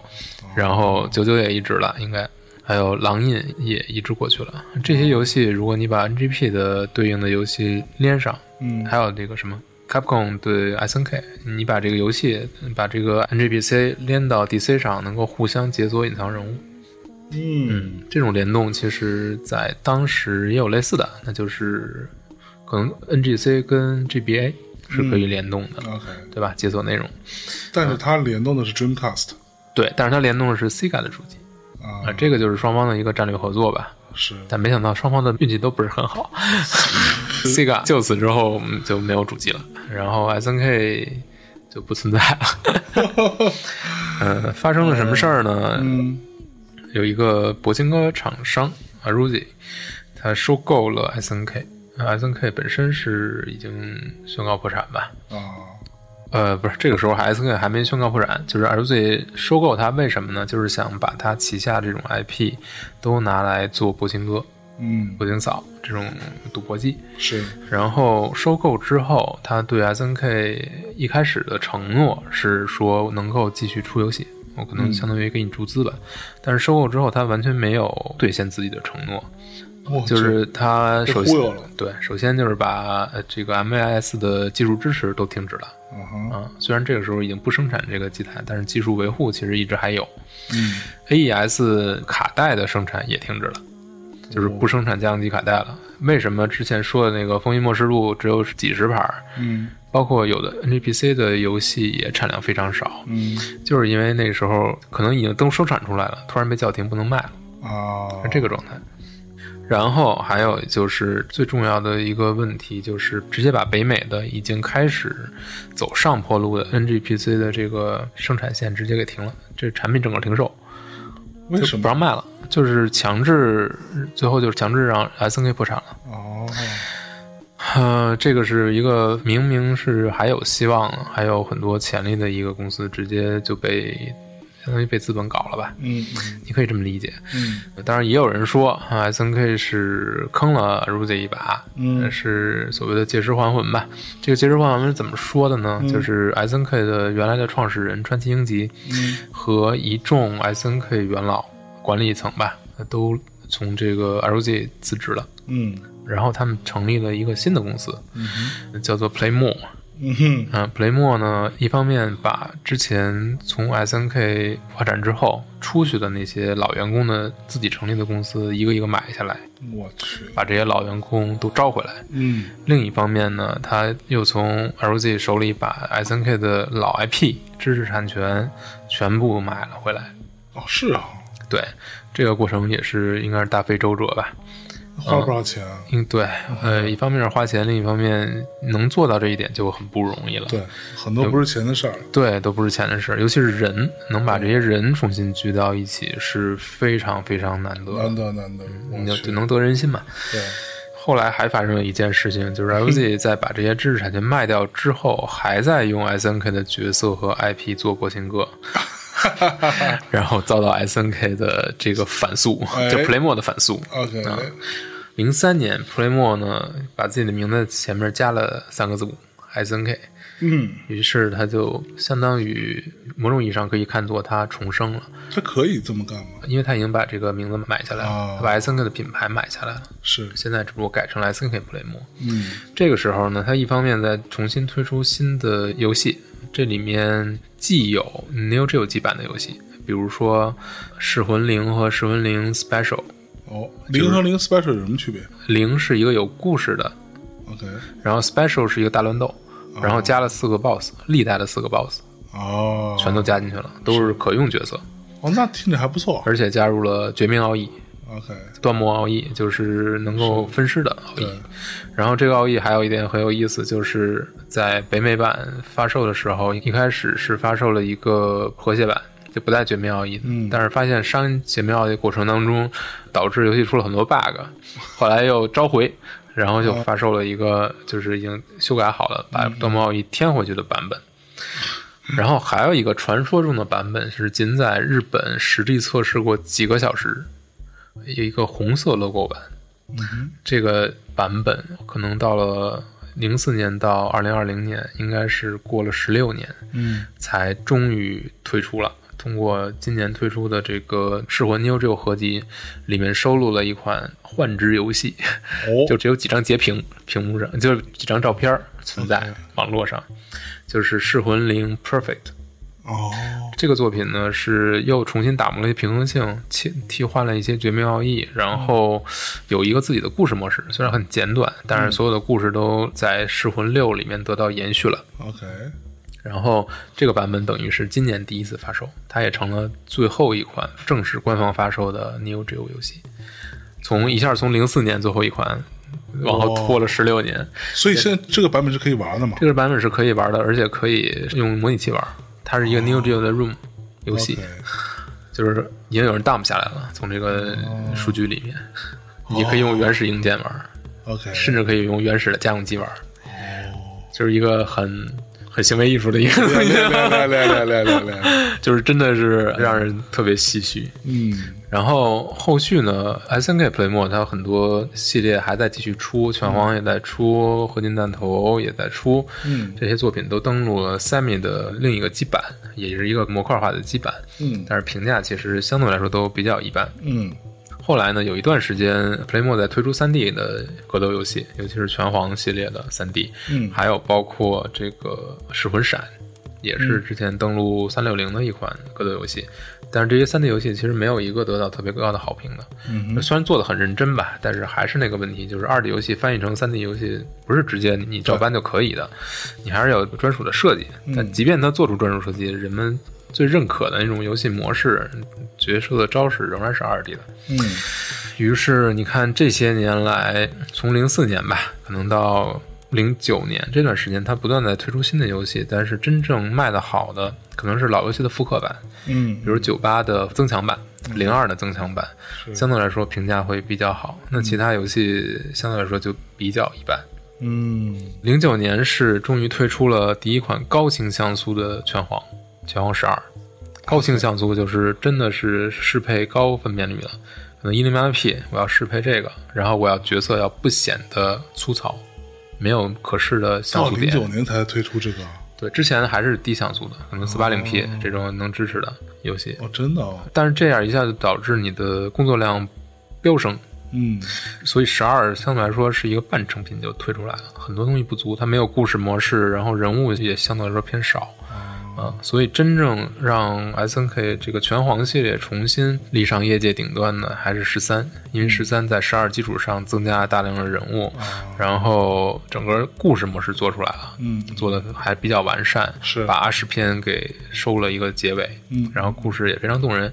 [SPEAKER 4] 然后九九也移植了，应该。还有狼印也移植过去了。这些游戏，如果你把 NGP 的对应的游戏连上，
[SPEAKER 1] 嗯
[SPEAKER 4] 还有这个什么 Capcom 对 SNK，你把这个游戏把这个 NGPC 连到 DC 上，能够互相解锁隐藏人物。
[SPEAKER 1] 嗯，
[SPEAKER 4] 这种联动其实在当时也有类似的，那就是可能 NGC 跟 GBA 是可以联动的，
[SPEAKER 1] OK，
[SPEAKER 4] 对吧？解锁内容。
[SPEAKER 1] 但是它联动的是 Dreamcast
[SPEAKER 4] 对，但是它联动的是 Sega 的主机啊、
[SPEAKER 1] 啊，
[SPEAKER 4] 这个就是双方的一个战略合作吧。
[SPEAKER 1] 是
[SPEAKER 4] 但没想到双方的运气都不是很好，Sega 就此之后嗯就没有主机了，然后 SNK 就不存在了。呃，发生了什么事儿呢？
[SPEAKER 1] 嗯
[SPEAKER 4] 有一个铂金哥厂商 a r u z i 他收购了 SNK。呃 SNK 本身是已经宣告破产吧？
[SPEAKER 1] 啊，
[SPEAKER 4] 呃，不是，这个时候还 SNK 还没宣告破产，就是 a r u z i 收购它，为什么呢？就是想把它旗下这种 IP 都拿来做铂金哥、
[SPEAKER 1] 嗯
[SPEAKER 4] 铂金嫂这种赌博机。
[SPEAKER 1] 是
[SPEAKER 4] 然后收购之后，他对 SNK 一开始的承诺是说能够继续出游戏，我可能相当于给你注资吧。但是收购之后，他完全没有兑现自己的承诺，
[SPEAKER 1] 哇
[SPEAKER 4] 就是他
[SPEAKER 1] 被
[SPEAKER 4] 首
[SPEAKER 1] 忽悠
[SPEAKER 4] 先
[SPEAKER 1] 了
[SPEAKER 4] 对，首先就是把呃这个 MAS 的技术支持都停止了
[SPEAKER 1] 这啊哈，
[SPEAKER 4] 啊。虽然这个时候已经不生产这个机台，但是技术维护其实一直还有。
[SPEAKER 1] 嗯
[SPEAKER 4] AES 卡带的生产也停止了，就是不生产家用机卡带了。为什么之前说的那个《风云末世录》只有几十盘儿，
[SPEAKER 1] 嗯
[SPEAKER 4] 包括有的 NGPC 的游戏也产量非常少，
[SPEAKER 1] 嗯
[SPEAKER 4] 就是因为那个时候可能已经都生产出来了，突然被叫停不能卖了，
[SPEAKER 1] 啊
[SPEAKER 4] 是，这个状态。然后还有就是最重要的一个问题，就是直接把北美的已经开始走上坡路的 NGPC 的这个生产线直接给停了，这产品整个停售。
[SPEAKER 1] 为
[SPEAKER 4] 就
[SPEAKER 1] 什
[SPEAKER 4] 不
[SPEAKER 1] 么
[SPEAKER 4] 让卖了？就是强制，最后就是强制让 S N K 破产了。
[SPEAKER 1] 哦
[SPEAKER 4] 呃，这个是一个明明是还有希望、还有很多潜力的一个公司，直接就被相当于被资本搞了吧？
[SPEAKER 1] 嗯
[SPEAKER 4] 你可以这么理解。
[SPEAKER 1] 嗯
[SPEAKER 4] 当然，也有人说啊，S N K 是坑了 r u z i 一把，呃
[SPEAKER 1] 嗯
[SPEAKER 4] 是所谓的借尸还魂吧？这个借尸还魂是怎么说的呢？就是 S N K 的原来的创始人川崎英吉，
[SPEAKER 1] 嗯
[SPEAKER 4] 和一众 SNK 元老、管理层吧，呃都从这个 LG 辞职了。
[SPEAKER 1] 嗯
[SPEAKER 4] 然后他们成立了一个新的公司，叫做 Playmore。
[SPEAKER 1] 嗯哼
[SPEAKER 4] 嗯、p l a y m o r e 呢，一方面把之前从 SNK 发展之后出去的那些老员工的自己成立的公司一个一个买下来，
[SPEAKER 1] 嗯，我去，
[SPEAKER 4] 把这些老员工都招回来。
[SPEAKER 1] 嗯
[SPEAKER 4] 另一方面呢，他又从 LG 手里把 SNK 的老 IP 知识产权全部买了回来。
[SPEAKER 1] 哦是啊，
[SPEAKER 4] 对，这个过程也是应该是大费周折吧。
[SPEAKER 1] 花了不少钱，啊
[SPEAKER 4] 嗯，对，呃，一方面是花钱，另一方面能做到这一点就很不容易了。
[SPEAKER 1] 对，很多不是钱的事儿，
[SPEAKER 4] 对，都不是钱的事，尤其是人，能把这些人重新聚到一起是非常非常难得
[SPEAKER 1] 难
[SPEAKER 4] 的。
[SPEAKER 1] 得难得，
[SPEAKER 4] 嗯你啊
[SPEAKER 1] 我
[SPEAKER 4] 就
[SPEAKER 1] 去
[SPEAKER 4] 就，能得人心嘛。
[SPEAKER 1] 对，
[SPEAKER 4] 后来还发生了一件事情，就是
[SPEAKER 1] 嗯
[SPEAKER 4] LG 在把这些知识产权卖掉之后，还在用 SNK 的角色和 IP 做过新 歌，然后遭到 SNK 的这个反诉，
[SPEAKER 1] 哎
[SPEAKER 4] 就 Playmo 的反诉。
[SPEAKER 1] OK，哎
[SPEAKER 4] 啊零三年，Playmo 呢把自己的名字前面加了三个字母 SNK，
[SPEAKER 1] 嗯，
[SPEAKER 4] 于是它就相当于某种意义上可以看作它重生了，
[SPEAKER 1] 他可以这么干吗？
[SPEAKER 4] 因为它已经把这个名字买下来
[SPEAKER 1] 哦
[SPEAKER 4] 了，它把 SNK 的品牌买下来了，
[SPEAKER 1] 是，
[SPEAKER 4] 现在只不过改成了 SNK Playmo。
[SPEAKER 1] 嗯
[SPEAKER 4] 这个时候呢，它一方面在重新推出新的游戏，这里面既有 Neo Geo 基版的游戏，比如说《噬魂零》和《噬魂零 Special》，
[SPEAKER 1] 哦，零和零 special 有什么区别
[SPEAKER 4] 零是一个有故事的，
[SPEAKER 1] ？OK，
[SPEAKER 4] 然后 Special 是一个大乱斗，然后加了四个 BOSS，历代的四个 BOSS
[SPEAKER 1] 哦，
[SPEAKER 4] 全都加进去了，都是可用角色，
[SPEAKER 1] 哦，那听着还不错。
[SPEAKER 4] 而且加入了绝命奥义。
[SPEAKER 1] OK，
[SPEAKER 4] 断木奥义就是能够分尸的奥义
[SPEAKER 1] 对，
[SPEAKER 4] 然后这个奥义还有一点很有意思，就是在北美版发售的时候，一开始是发售了一个和谐版，就不带绝命奥义的。
[SPEAKER 1] 嗯
[SPEAKER 4] 但是发现删绝命奥义过程当中，导致游戏出了很多 bug，后来又召回，然后就发售了一个就是已经修改好了，把断木奥义添回去的版本。然后还有一个传说中的版本是仅在日本实地测试过几个小时，有一个红色 logo 版，这个版本可能到了零四年到二零二零年，应该是过了十六年
[SPEAKER 1] 嗯
[SPEAKER 4] 才终于推出了。通过今年推出的这个《噬魂 Neo Geo》合集，里面收录了一款幻值游戏，
[SPEAKER 1] 哦，
[SPEAKER 4] 就只有几张截屏，屏幕上就是几张照片存在网络上，就是《噬魂零 Perfect》。
[SPEAKER 1] 哦，
[SPEAKER 4] 这个作品呢是又重新打磨了一些平衡性，替替换了一些绝命奥义，然后有一个自己的故事模式，虽然很简短，但是所有的故事都在《噬魂六》里面得到延续了。
[SPEAKER 1] OK，
[SPEAKER 4] 然后这个版本等于是今年第一次发售，它也成了最后一款正式官方发售的 Neo Geo 游戏。从一下从零四年最后一款，往后拖了十六年，
[SPEAKER 1] 所以现在这个版本是可以玩的嘛
[SPEAKER 4] 这个版本是可以玩的，而且可以用模拟器玩。它是一个 Neo Geo 的 Room 游戏。
[SPEAKER 1] ？OK，
[SPEAKER 4] 就是已经有人 dump 下来了，从这个
[SPEAKER 1] 哦
[SPEAKER 4] 数据里面，你可以用原始硬件玩，
[SPEAKER 1] OK，
[SPEAKER 4] 甚至可以用原始的家用机玩，
[SPEAKER 1] 哦
[SPEAKER 4] 就是一个很很行为艺术的一个东西，
[SPEAKER 1] 来来来来来来来来，
[SPEAKER 4] 就是真的是让人特别唏嘘。
[SPEAKER 1] 嗯
[SPEAKER 4] 然后后续呢，SNK Playmo 它有很多系列还在继续出，拳皇也在出，合金弹头也在出，
[SPEAKER 1] 嗯
[SPEAKER 4] 这些作品都登录了 Sammy 的另一个基板，也是一个模块化的基板，
[SPEAKER 1] 嗯
[SPEAKER 4] 但是评价其实相对来说都比较一般。
[SPEAKER 1] 嗯
[SPEAKER 4] 后来呢，有一段时间，Playmo 在推出 3D 的格斗游戏，尤其是拳皇系列的 3D，
[SPEAKER 1] 嗯
[SPEAKER 4] 还有包括这个《噬魂闪》，也是
[SPEAKER 1] 嗯
[SPEAKER 4] 之前登陆三六零的一款格斗游戏。但是这些 3D 游戏其实没有一个得到特别高的好评的，
[SPEAKER 1] 嗯哼
[SPEAKER 4] 虽然做的很认真吧，但是还是那个问题，就是 2D 游戏翻译成 3D 游戏不是直接你照搬就可以的，你还是要有专属的设计。
[SPEAKER 1] 嗯
[SPEAKER 4] 但即便它做出专属设计，人们最认可的那种游戏模式、角色的招式仍然是 2D 的。
[SPEAKER 1] 嗯
[SPEAKER 4] 于是你看这些年来，从零四年吧，可能到零九年这段时间，它不断在推出新的游戏，但是真正卖的好的可能是老游戏的复刻版，比
[SPEAKER 1] 嗯
[SPEAKER 4] 如九八的增强版。零二的增强版相对来说评价会比较好，那其他游戏相对来说就比较一般。
[SPEAKER 1] 嗯
[SPEAKER 4] 零九年是终于推出了第一款高清像素的拳皇，拳皇十二。高清像素就是真的是适配高分辨率的，可能一零八零 P 我要适配这个，然后我要角色要不显得粗糙，没有可视的像
[SPEAKER 1] 到
[SPEAKER 4] 素
[SPEAKER 1] 哦零
[SPEAKER 4] 点。
[SPEAKER 1] 九年才推出这个啊，
[SPEAKER 4] 对，之前还是低像素的，可能四八零 P 这种能支持的游戏，
[SPEAKER 1] 哦，真的哦，
[SPEAKER 4] 但是这样一下就导致你的工作量飙升，
[SPEAKER 1] 嗯
[SPEAKER 4] 所以十二相对来说是一个半成品就推出来了，很多东西不足，它没有故事模式，然后人物也相对来说偏少。啊，所以真正让 S N K 这个拳皇系列重新立上业界顶端的还是十三，因为十三在十二基础上增加了大量的人物，然后整个故事模式做出来了，
[SPEAKER 1] 嗯
[SPEAKER 4] 做的还比较完善，
[SPEAKER 1] 是
[SPEAKER 4] 把二十篇给收了一个结尾，
[SPEAKER 1] 嗯
[SPEAKER 4] 然后故事也非常动人。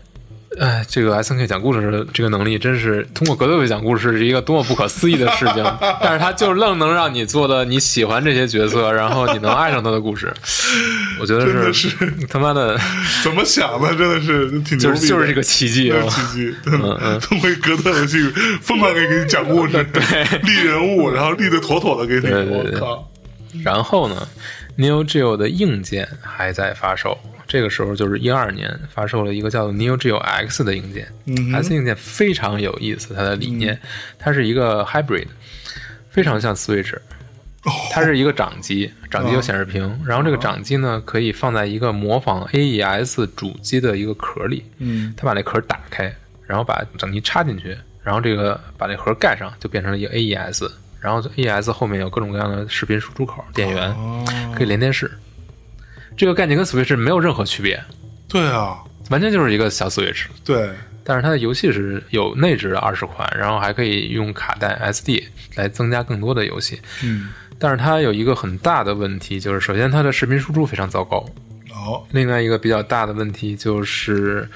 [SPEAKER 4] 哎，这个 S N K 讲故事的这个能力，真是通过格斗剧讲故事是一个多么不可思议的事 情。但是他就愣能让你做的你喜欢这些角色，然后你能爱上他的故事，我觉得
[SPEAKER 1] 真的
[SPEAKER 4] 是
[SPEAKER 1] 是
[SPEAKER 4] 他妈的，
[SPEAKER 1] 怎么想的？真的是挺牛
[SPEAKER 4] 就
[SPEAKER 1] 逼的，
[SPEAKER 4] 是就是这个奇迹啊
[SPEAKER 1] 真！是奇迹，通过格斗游戏疯狂给给你讲故事，立人物，然后立的妥妥的给你，
[SPEAKER 4] 对对
[SPEAKER 1] 我
[SPEAKER 4] 对
[SPEAKER 1] 靠，
[SPEAKER 4] 然后呢，Neo Geo 的硬件还在发售，这个时候就是一二年发售了一个叫做 Neo Geo X 的硬件、x 硬件非常有意思，它的理念，它是一个 hybrid，非常像 Switch。它是一个掌机，掌机有显示屏，然后这个掌机呢可以放在一个模仿 AES 主机的一个壳里，
[SPEAKER 1] 嗯，
[SPEAKER 4] 它把那壳打开，然后把整机插进去，然后这个把那盒盖上，就变成了一个 AES。然后 AES 后面有各种各样的视频输出口、电源，可以连电视。这个概念跟 Switch 没有任何区别，
[SPEAKER 1] 对啊，
[SPEAKER 4] 完全就是一个小 Switch。
[SPEAKER 1] 对，
[SPEAKER 4] 但是它的游戏是有内置的二十款，然后还可以用卡带 SD 来增加更多的游戏。
[SPEAKER 1] 嗯，
[SPEAKER 4] 但是它有一个很大的问题，就是首先它的视频输出非常糟糕，
[SPEAKER 1] 哦，
[SPEAKER 4] 另外一个比较大的问题就是，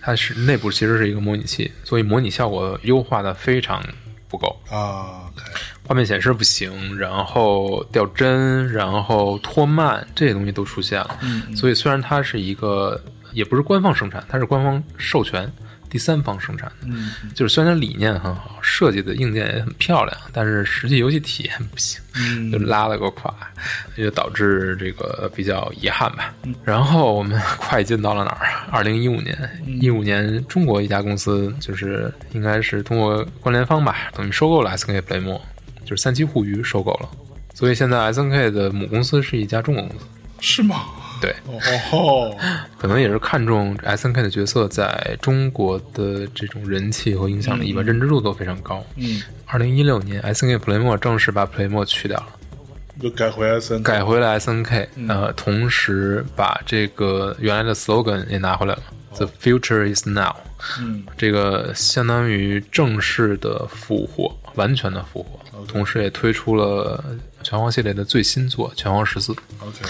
[SPEAKER 4] 它是内部其实是一个模拟器，所以模拟效果优化的非常不够，
[SPEAKER 1] 啊，OK，
[SPEAKER 4] 画面显示不行，然后掉帧，然后拖慢这些东西都出现了。所以虽然它是一个也不是官方生产，它是官方授权。第三方生产的，就是虽然它理念很好，设计的硬件也很漂亮，但是实际游戏体验不行。就拉了个垮，也导致这个比较遗憾吧。然后我们 快进到了哪儿？二零一五年，一五年中国一家公司就是应该是通过关联方吧，等于收购了 SNK Playmo，就是三七互娱收购了。所以现在 SNK 的母公司是一家中国公司，
[SPEAKER 1] 是吗？
[SPEAKER 4] 对，
[SPEAKER 1] 哦吼，
[SPEAKER 4] 可能也是看中 SNK 的角色在中国的这种人气和影响力吧，认知度都非常高。
[SPEAKER 1] 嗯，
[SPEAKER 4] 二零一六年，SNK Playmo 正式把 Playmo 去掉了。
[SPEAKER 1] 就改回 S N，
[SPEAKER 4] 改回了 SNK，、呃，
[SPEAKER 1] 嗯
[SPEAKER 4] 同时把这个原来的 slogan 也拿回来了、t h e future is now。
[SPEAKER 1] 哦嗯，
[SPEAKER 4] 这个相当于正式的复活，完全的复活，同时也推出了拳皇系列的最新作《拳皇十四》。
[SPEAKER 1] ，OK，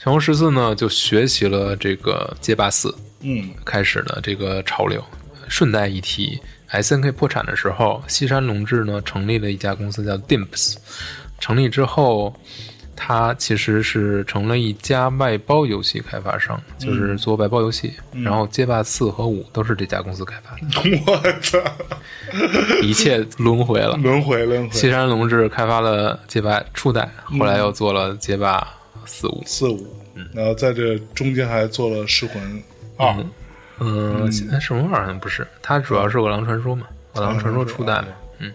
[SPEAKER 4] 拳皇十四呢，就学习了这个街霸四
[SPEAKER 1] 嗯，
[SPEAKER 4] 开始的这个潮流。顺带一提，SNK 破产的时候，西山隆志呢成立了一家公司叫 Dimps。成立之后，它其实是成了一家外包游戏开发商，就是做外包游戏。然后街霸四和五都是这家公司开发的，
[SPEAKER 1] 我操，
[SPEAKER 4] 一切轮回了。
[SPEAKER 1] 轮回轮
[SPEAKER 4] 西
[SPEAKER 1] 回，
[SPEAKER 4] 山隆志开发了街霸初代，后来又做了街霸四五。
[SPEAKER 1] 四五，然后在这中间还做了噬魂 二，
[SPEAKER 4] 哦嗯，现在圣光二好像不是，它主要是《饿狼传说》嘛，《饿狼传说》初代嘛。嗯，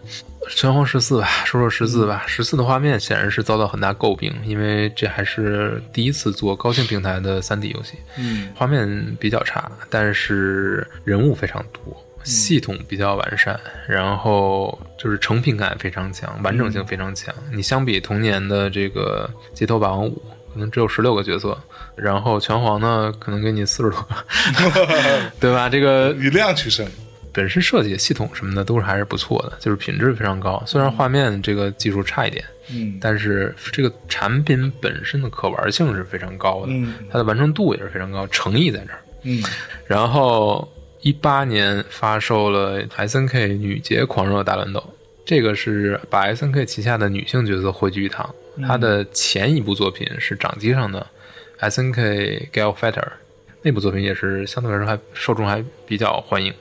[SPEAKER 4] 拳皇十四吧，说说十四吧。十四的画面显然是遭到很大诟病，因为这还是第一次做高清平台的三 D 游戏，
[SPEAKER 1] 嗯
[SPEAKER 4] 画面比较差，但是人物非常多，系统比较完善，然后就是成品感非常强，完整性非常强。你相比同年的这个《街头霸王五》，可能只有十六个角色，然后拳皇呢，可能给你四十多个。对吧？这个
[SPEAKER 1] 以量取胜，
[SPEAKER 4] 本身设计、系统什么的都是还是不错的，就是品质非常高。虽然画面这个技术差一点，
[SPEAKER 1] 嗯
[SPEAKER 4] 但是这个产品本身的可玩性是非常高的，
[SPEAKER 1] 嗯
[SPEAKER 4] 它的完成度也是非常高，诚意在这儿。
[SPEAKER 1] 嗯，
[SPEAKER 4] 然后一八年发售了 S N K 女节狂热大乱斗，这个是把 S N K 旗下的女性角色汇聚一堂。它的前一部作品是掌机上的 S N K Gal Fighter，那部作品也是相对来说还受众还比较欢迎，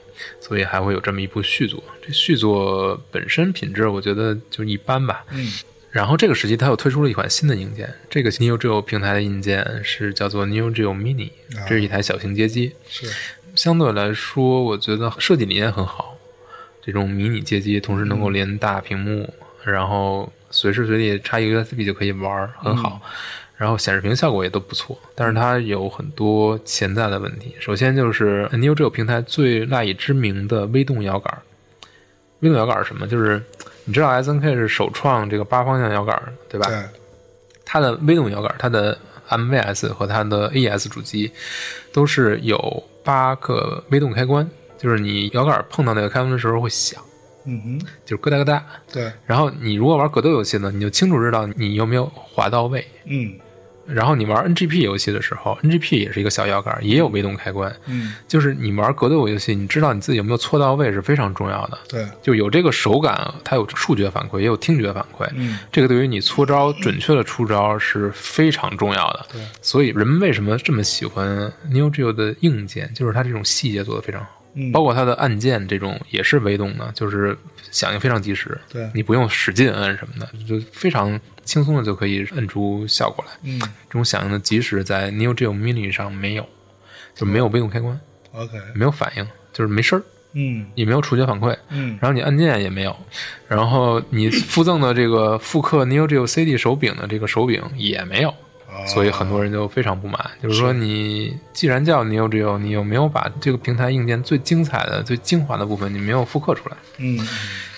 [SPEAKER 4] 所以还会有这么一部续作。这续作本身品质我觉得就一般吧。
[SPEAKER 1] 嗯。
[SPEAKER 4] 然后这个时期，它又推出了一款新的硬件，这个 Neo Geo 平台的硬件是叫做 Neo Geo Mini，这是一台小型街机。
[SPEAKER 1] 是，
[SPEAKER 4] 相对来说，我觉得设计理念很好。这种迷你街机同时能够连大屏幕，然后随时随地插一个 USB 就可以玩儿，很好。然后显示屏效果也都不错，但是它有很多潜在的问题。首先就是 Neo Geo 平台最赖以知名的微动摇杆儿，微动摇杆儿是什么？就是你知道 SNK 是首创这个八方向摇杆儿， 对吧？
[SPEAKER 1] 对，
[SPEAKER 4] 它的微动摇杆，它的 MVS 和它的 AES 主机都是有八个微动开关，就是你摇杆碰到那个开关的时候会响，
[SPEAKER 1] 嗯哼，
[SPEAKER 4] 就是咯哒咯哒。
[SPEAKER 1] 对，
[SPEAKER 4] 然后你如果玩格斗游戏呢，你就清楚知道你有没有滑到位。
[SPEAKER 1] 嗯
[SPEAKER 4] 然后你玩 NGP 游戏的时候，NGP 也是一个小摇杆，也有微动开关。
[SPEAKER 1] 嗯，
[SPEAKER 4] 就是你玩格斗游戏，你知道你自己有没有搓到位是非常重要的。
[SPEAKER 1] 对，
[SPEAKER 4] 就有这个手感，它有触觉反馈，也有听觉反馈。
[SPEAKER 1] 嗯，
[SPEAKER 4] 这个对于你搓招准确的出招是非常重要的。
[SPEAKER 1] 对，
[SPEAKER 4] 所以人们为什么这么喜欢 Neo Geo 的硬件，就是它这种细节做得非常好。
[SPEAKER 1] 嗯
[SPEAKER 4] 包括它的按键这种也是微动的，就是响应非常及时，
[SPEAKER 1] 对
[SPEAKER 4] 你不用使劲摁什么的，就非常轻松的就可以摁出效果来。
[SPEAKER 1] 嗯
[SPEAKER 4] 这种响应的及时在 Neo Geo Mini 上没有，就没有微动开关，
[SPEAKER 1] ，OK，
[SPEAKER 4] 没有反应，就是没声儿，
[SPEAKER 1] 嗯
[SPEAKER 4] 也没有触觉反馈，
[SPEAKER 1] 嗯
[SPEAKER 4] 然后你按键也没有，然后你附赠的这个复刻 Neo Geo CD 手柄的这个手柄也没有，
[SPEAKER 1] 啊
[SPEAKER 4] 所以很多人就非常不满，就是说你既然叫 Neo Geo，你有没有把这个平台硬件最精彩的、最精华的部分你没有复刻出来，
[SPEAKER 1] 嗯嗯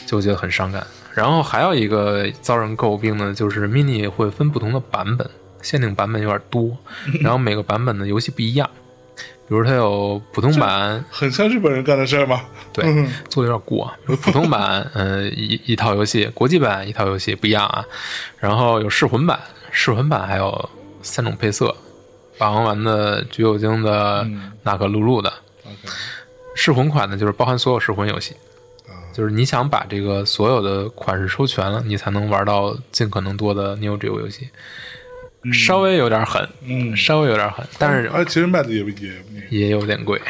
[SPEAKER 4] 就觉得很伤感。然后还有一个遭人诟病的就是 Mini 会分不同的版本，限定版本有点多，
[SPEAKER 1] 嗯
[SPEAKER 4] 然后每个版本的游戏不一样，比如它有普通版，
[SPEAKER 1] 很像日本人干的事儿吗？
[SPEAKER 4] 对，做的有点过。比如普通版， 呃，一一套游戏，国际版一套游戏不一样啊。然后有噬魂版，噬魂版还有三种配色：霸王丸的、橘右京的
[SPEAKER 1] 嗯、
[SPEAKER 4] 纳可露露的。
[SPEAKER 1] ，OK，
[SPEAKER 4] 噬魂款呢，就是包含所有噬魂游戏，
[SPEAKER 1] 啊，
[SPEAKER 4] 就是你想把这个所有的款式收全了，你才能玩到尽可能多的 Neo Geo 游戏。稍微有点狠，
[SPEAKER 1] 嗯，呃
[SPEAKER 4] 稍微有点狠，但是
[SPEAKER 1] 而且其实卖的也也也
[SPEAKER 4] 也有点贵。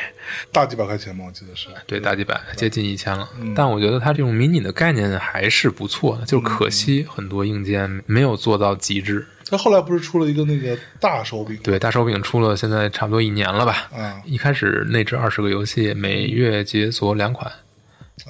[SPEAKER 1] 大几百块钱吧，我记得是。
[SPEAKER 4] 对，大几百，接近一千了。
[SPEAKER 1] 嗯
[SPEAKER 4] 但我觉得它这种迷你的概念还是不错的，就是可惜
[SPEAKER 1] 嗯
[SPEAKER 4] 很多硬件没有做到极致。
[SPEAKER 1] 他后来不是出了一个那个大手柄？
[SPEAKER 4] 对，大手柄出了现在差不多一年了吧？
[SPEAKER 1] 啊
[SPEAKER 4] 一开始内置二十个游戏，每月解锁两款，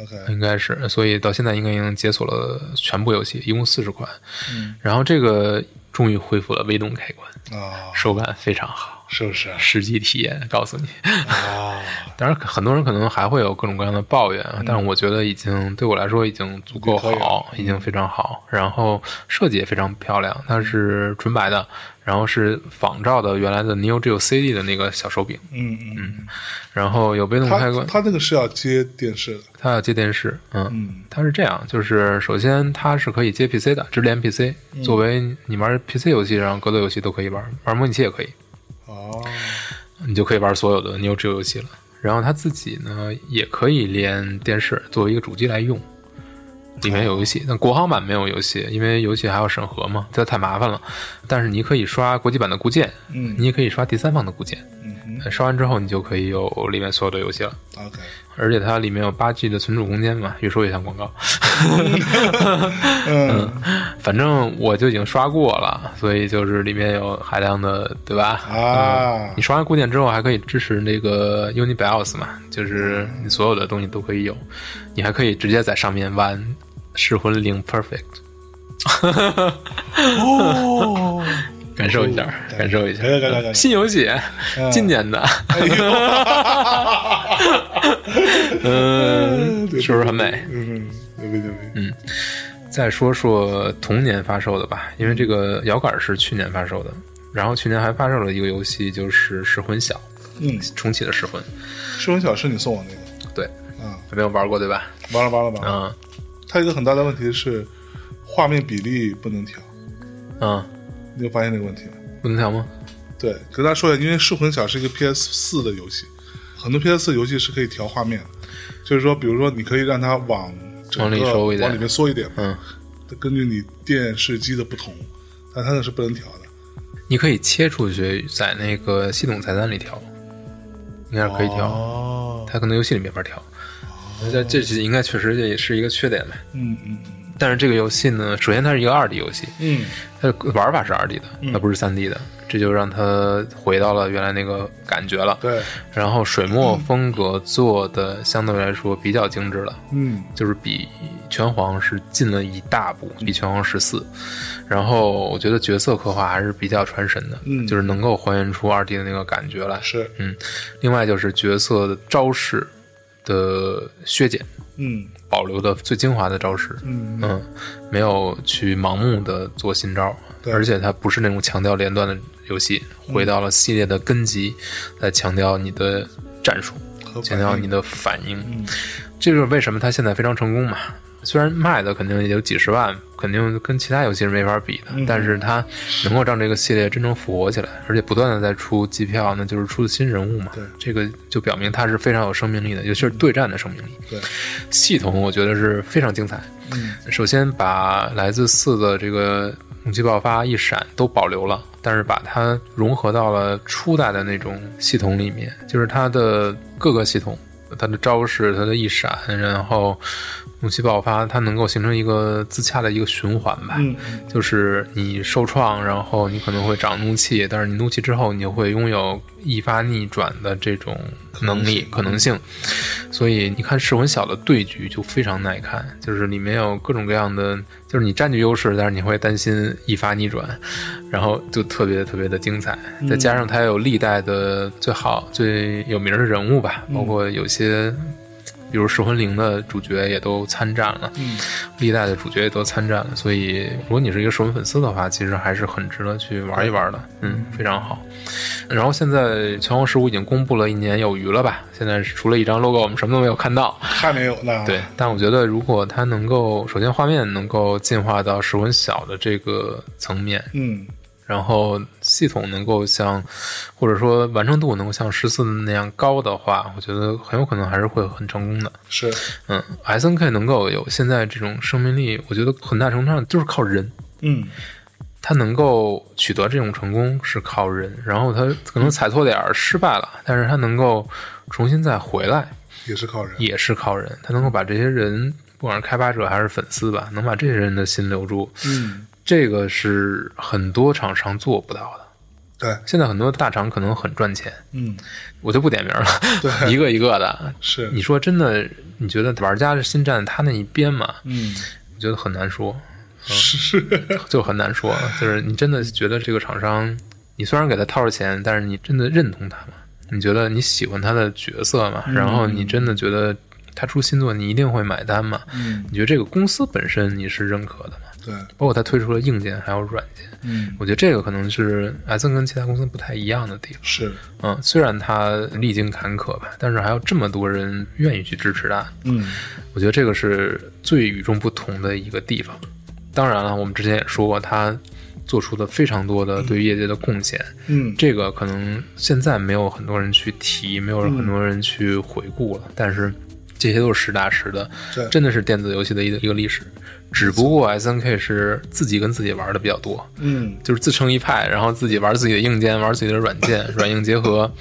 [SPEAKER 1] ，OK，
[SPEAKER 4] 应该是，所以到现在应该已经解锁了全部游戏，一共四十款。
[SPEAKER 1] 嗯
[SPEAKER 4] 然后这个终于恢复了微动开关，
[SPEAKER 1] 啊，
[SPEAKER 4] 手感非常好，
[SPEAKER 1] 是 不是啊？
[SPEAKER 4] 实际体验告诉你。哦
[SPEAKER 1] 啊，
[SPEAKER 4] 当然，很多人可能还会有各种各样的抱怨，啊但是我觉得已经对我来说已经足够
[SPEAKER 1] 嗯已经可以了
[SPEAKER 4] 好，已经非常好。然后设计也非常漂亮，
[SPEAKER 1] 嗯
[SPEAKER 4] 它是纯白的，然后是仿照的原来的 Neo Geo CD 的那个小手柄，
[SPEAKER 1] 嗯嗯，
[SPEAKER 4] 然后有被动
[SPEAKER 1] 他
[SPEAKER 4] 开关，
[SPEAKER 1] 他那个是要接电视的，
[SPEAKER 4] 它要接电视，嗯。
[SPEAKER 1] 嗯
[SPEAKER 4] 它是这样，就是首先它是可以接 PC 的，直连 PC，
[SPEAKER 1] 嗯
[SPEAKER 4] 作为你玩 PC 游戏，然后格斗游戏都可以玩，玩模拟器也可以。
[SPEAKER 1] 哦，
[SPEAKER 4] 你就可以玩所有的 Neo Geo 游戏了。然后它自己呢，也可以连电视作为一个主机来用，里面有游
[SPEAKER 1] 哦
[SPEAKER 4] 戏。但国行版没有游戏，因为游戏还要审核嘛，这太麻烦了。但是你可以刷国际版的固件，
[SPEAKER 1] 嗯
[SPEAKER 4] 你也可以刷第三方的固件。
[SPEAKER 1] 嗯哼
[SPEAKER 4] 呃刷完之后，你就可以有里面所有的游戏了。
[SPEAKER 1] ，OK，
[SPEAKER 4] 而且它里面有八 G 的存储空间嘛，越说越像广告。
[SPEAKER 1] 嗯
[SPEAKER 4] 反正我就已经刷过了，所以就是里面有海量的，对吧？
[SPEAKER 1] 啊
[SPEAKER 4] 你，刷完固件之后，还可以支持那个 UniBIOS 嘛，就是你所有的东西都可以有，你还可以直接在上面玩《噬魂零 Perfect》，
[SPEAKER 1] 哦，
[SPEAKER 4] 感受一下，
[SPEAKER 1] 哦
[SPEAKER 4] 感受一下
[SPEAKER 1] 感，感感感
[SPEAKER 4] 新游戏，
[SPEAKER 1] 嗯
[SPEAKER 4] 今 年的，
[SPEAKER 1] 哎呦，
[SPEAKER 4] 嗯，
[SPEAKER 1] 对
[SPEAKER 4] 是不是很美？
[SPEAKER 1] 嗯，牛逼牛逼，
[SPEAKER 4] 再说说同年发售的吧，因为这个摇杆是去年发售的，然后去年还发售了一个游戏，就是《噬魂小》，
[SPEAKER 1] 嗯，
[SPEAKER 4] 重启的《噬魂》，
[SPEAKER 1] 是文小是你送我那个，
[SPEAKER 4] 对，
[SPEAKER 1] 嗯，
[SPEAKER 4] 没有玩过对吧？
[SPEAKER 1] 完了完了完了，
[SPEAKER 4] 嗯
[SPEAKER 1] 它有一个很大的问题是画面比例不能调，
[SPEAKER 4] 嗯，
[SPEAKER 1] 你有发现这个问题吗？
[SPEAKER 4] 不能调吗？
[SPEAKER 1] 对，跟大家说一下，因为《噬魂小》是一个 PS 四的游戏，很多 PS 四游戏是可以调画面的，就是说，比如说你可以让它往整
[SPEAKER 4] 往里
[SPEAKER 1] 个
[SPEAKER 4] 收一点
[SPEAKER 1] 往里面缩一点，
[SPEAKER 4] 嗯，
[SPEAKER 1] 根据你电视机的不同，但它那是不能调的。
[SPEAKER 4] 你可以切出去，在那个系统菜单里调，应该是可以调，
[SPEAKER 1] 哦，
[SPEAKER 4] 它可能游戏里没法调。这这这应该确实这也是一个缺点吧。
[SPEAKER 1] 嗯嗯嗯
[SPEAKER 4] 但是这个游戏呢，首先它是一个二 D 游戏，
[SPEAKER 1] 嗯，
[SPEAKER 4] 它的玩法是二 D 的，它不是三 D 的，这就让它回到了原来那个感觉了。
[SPEAKER 1] 对，
[SPEAKER 4] 然后水墨风格做的相对来说比较精致了，
[SPEAKER 1] 嗯
[SPEAKER 4] 就是比拳皇是进了一大步，比拳皇十四。然后我觉得角色刻画还是比较传神的，
[SPEAKER 1] 嗯
[SPEAKER 4] 就是能够还原出二 D 的那个感觉来。
[SPEAKER 1] 是，
[SPEAKER 4] 嗯，另外就是角色的招式的削减，
[SPEAKER 1] 嗯
[SPEAKER 4] 保留的最精华的招式。
[SPEAKER 1] 嗯
[SPEAKER 4] 嗯，没有去盲目的做新招，
[SPEAKER 1] 对嗯
[SPEAKER 4] 而且它不是那种强调连段的游戏，回到了系列的根基，来强调你的战术，
[SPEAKER 1] 和反
[SPEAKER 4] 强调
[SPEAKER 1] 应
[SPEAKER 4] 你的反应。
[SPEAKER 1] 嗯
[SPEAKER 4] 这就是为什么它现在非常成功嘛。虽然卖的肯定也有几十万，肯定跟其他游戏是没法比的，
[SPEAKER 1] 嗯
[SPEAKER 4] 但是它能够让这个系列真正复活起来，而且不断的在出机票，那就是出新人物嘛。
[SPEAKER 1] 对
[SPEAKER 4] 这个就表明它是非常有生命力的，尤其是对战的生命力。
[SPEAKER 1] 对，
[SPEAKER 4] 系统我觉得是非常精彩。
[SPEAKER 1] 嗯，
[SPEAKER 4] 首先把来自四的这个武器爆发、一闪都保留了，但是把它融合到了初代的那种系统里面，就是它的各个系统，它的招式、它的一闪，然后武器爆发，它能够形成一个自洽的一个循环吧。
[SPEAKER 1] 嗯，
[SPEAKER 4] 就是你受创，然后你可能会长怒气，但是你怒气之后，你就会拥有一发逆转的这种能力可能性。所以你看噬魂小的对局就非常耐看，就是里面有各种各样的，就是你占据优势，但是你会担心一发逆转，然后就特别特别的精彩。再加上它有历代的最好最有名的人物吧，包括有些。比如《噬魂灵》的主角也都参战了，
[SPEAKER 1] 嗯，
[SPEAKER 4] 历代的主角也都参战了，所以如果你是一个噬魂粉丝的话，其实还是很值得去玩一玩的，嗯，非常好。然后现在《拳皇十五》已经公布了一年有余了吧？现在是除了一张 logo，我们什么都没有看到。
[SPEAKER 1] 还没有呢。
[SPEAKER 4] 对，，但我觉得如果它能够，首先画面能够进化到石文小的这个层面，
[SPEAKER 1] 嗯，
[SPEAKER 4] 然后系统能够像，或者说完成度能够像十四那样高的话，我觉得很有可能还是会很成功的。
[SPEAKER 1] 是，
[SPEAKER 4] 嗯，S N K 能够有现在这种生命力，我觉得很大程度上就是靠人。
[SPEAKER 1] 嗯，
[SPEAKER 4] 他能够取得这种成功是靠人，然后他可能踩错点儿失败了，但是他能够重新再回来
[SPEAKER 1] 也是靠人。
[SPEAKER 4] 也是靠人，他能够把这些人，不管是开发者还是粉丝吧，能把这些人的心留住，
[SPEAKER 1] 嗯，
[SPEAKER 4] 这个是很多厂商做不到的。
[SPEAKER 1] 对，
[SPEAKER 4] 现在很多大厂可能很赚钱，
[SPEAKER 1] 嗯，
[SPEAKER 4] 我就不点名了，
[SPEAKER 1] 对
[SPEAKER 4] 一个一个的。
[SPEAKER 1] 是，
[SPEAKER 4] 你说真的，你觉得玩家新站他那一边嘛？
[SPEAKER 1] 嗯，
[SPEAKER 4] 我觉得很难说，
[SPEAKER 1] 是，
[SPEAKER 4] 就很难说，啊就是你真的觉得这个厂商，你虽然给他掏着钱，但是你真的认同他吗？你觉得你喜欢他的角色吗？
[SPEAKER 1] 嗯
[SPEAKER 4] 然后你真的觉得他出新作你一定会买单吗？
[SPEAKER 1] 嗯，
[SPEAKER 4] 你觉得这个公司本身你是认可的吗？
[SPEAKER 1] 对，
[SPEAKER 4] 包括他推出了硬件还有软件，
[SPEAKER 1] 嗯，
[SPEAKER 4] 我觉得这个可能是 S N 跟其他公司不太一样的地方。
[SPEAKER 1] 是，
[SPEAKER 4] 嗯，虽然他历经坎坷吧，但是还有这么多人愿意去支持他，
[SPEAKER 1] 嗯，
[SPEAKER 4] 我觉得这个是最与众不同的一个地方。当然了，我们之前也说过，他做出了非常多的对于业界的贡献，
[SPEAKER 1] 嗯，
[SPEAKER 4] 这个可能现在没有很多人去提，没有很多人去回顾了，但是。这些都是实打实的
[SPEAKER 1] 对，
[SPEAKER 4] 真的是电子游戏的一个一个历史。只不过 S N K 是自己跟自己玩的比较多，
[SPEAKER 1] 嗯，
[SPEAKER 4] 就是自成一派，然后自己玩自己的硬件，玩自己的软件，软硬结合。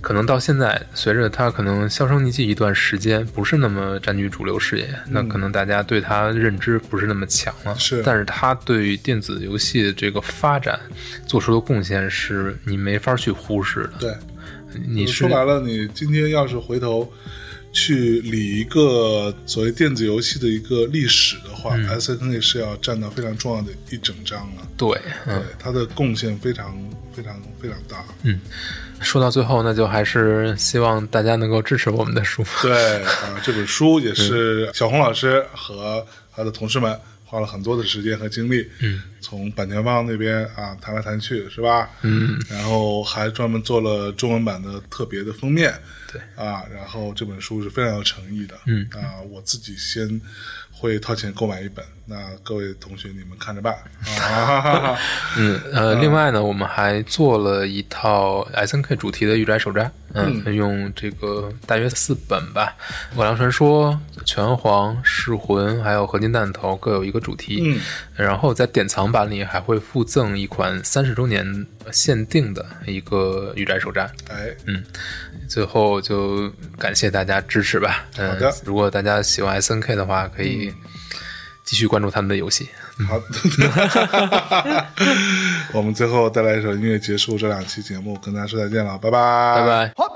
[SPEAKER 4] 可能到现在，随着它可能销声匿迹一段时间，不是那么占据主流视野，那
[SPEAKER 1] 嗯
[SPEAKER 4] 可能大家对它认知不是那么强了。
[SPEAKER 1] 是
[SPEAKER 4] 但是它对于电子游戏的这个发展做出的贡献，是你没法去忽视的。
[SPEAKER 1] 对。
[SPEAKER 4] 你是
[SPEAKER 1] 说白了，你今天要是回头去理一个所谓电子游戏的一个历史的话、s
[SPEAKER 4] 嗯
[SPEAKER 1] N K 是要占到非常重要的一整章了。
[SPEAKER 4] 对，嗯
[SPEAKER 1] 对，，它的贡献非常非常非常大。
[SPEAKER 4] 说到最后，那就还是希望大家能够支持我们的书。
[SPEAKER 1] 对啊，这本书也是
[SPEAKER 4] 嗯
[SPEAKER 1] 小红老师和他的同事们花了很多的时间和精力，嗯，从版权方那边啊谈来谈去，是吧？嗯，然后还专门做了中文版的特别的封面，
[SPEAKER 4] 对
[SPEAKER 1] 啊，然后这本书是非常有诚意的，
[SPEAKER 4] 嗯
[SPEAKER 1] 啊，我自己先会掏钱购买一本，那各位同学你们看着办啊，
[SPEAKER 4] 嗯，呃，另外呢，我们还做了一套 S N K 主题的御宅手札，嗯，用这个大约四本吧，《我良传说》《拳皇》《噬魂》还有《合金弹头》各有一个主题，
[SPEAKER 1] 嗯，
[SPEAKER 4] 然后在典藏版里还会附赠一款三十周年限定的一个御宅手札，
[SPEAKER 1] 哎，
[SPEAKER 4] 最后就感谢大家支持吧，嗯、
[SPEAKER 1] 好的
[SPEAKER 4] 如果大家喜欢 S N K 的话，可以继续关注他们的游戏，
[SPEAKER 1] 好，我们最后带来一首音乐结束这两期节目，跟大家说再见了，拜拜，
[SPEAKER 4] 拜拜。
[SPEAKER 3] はっ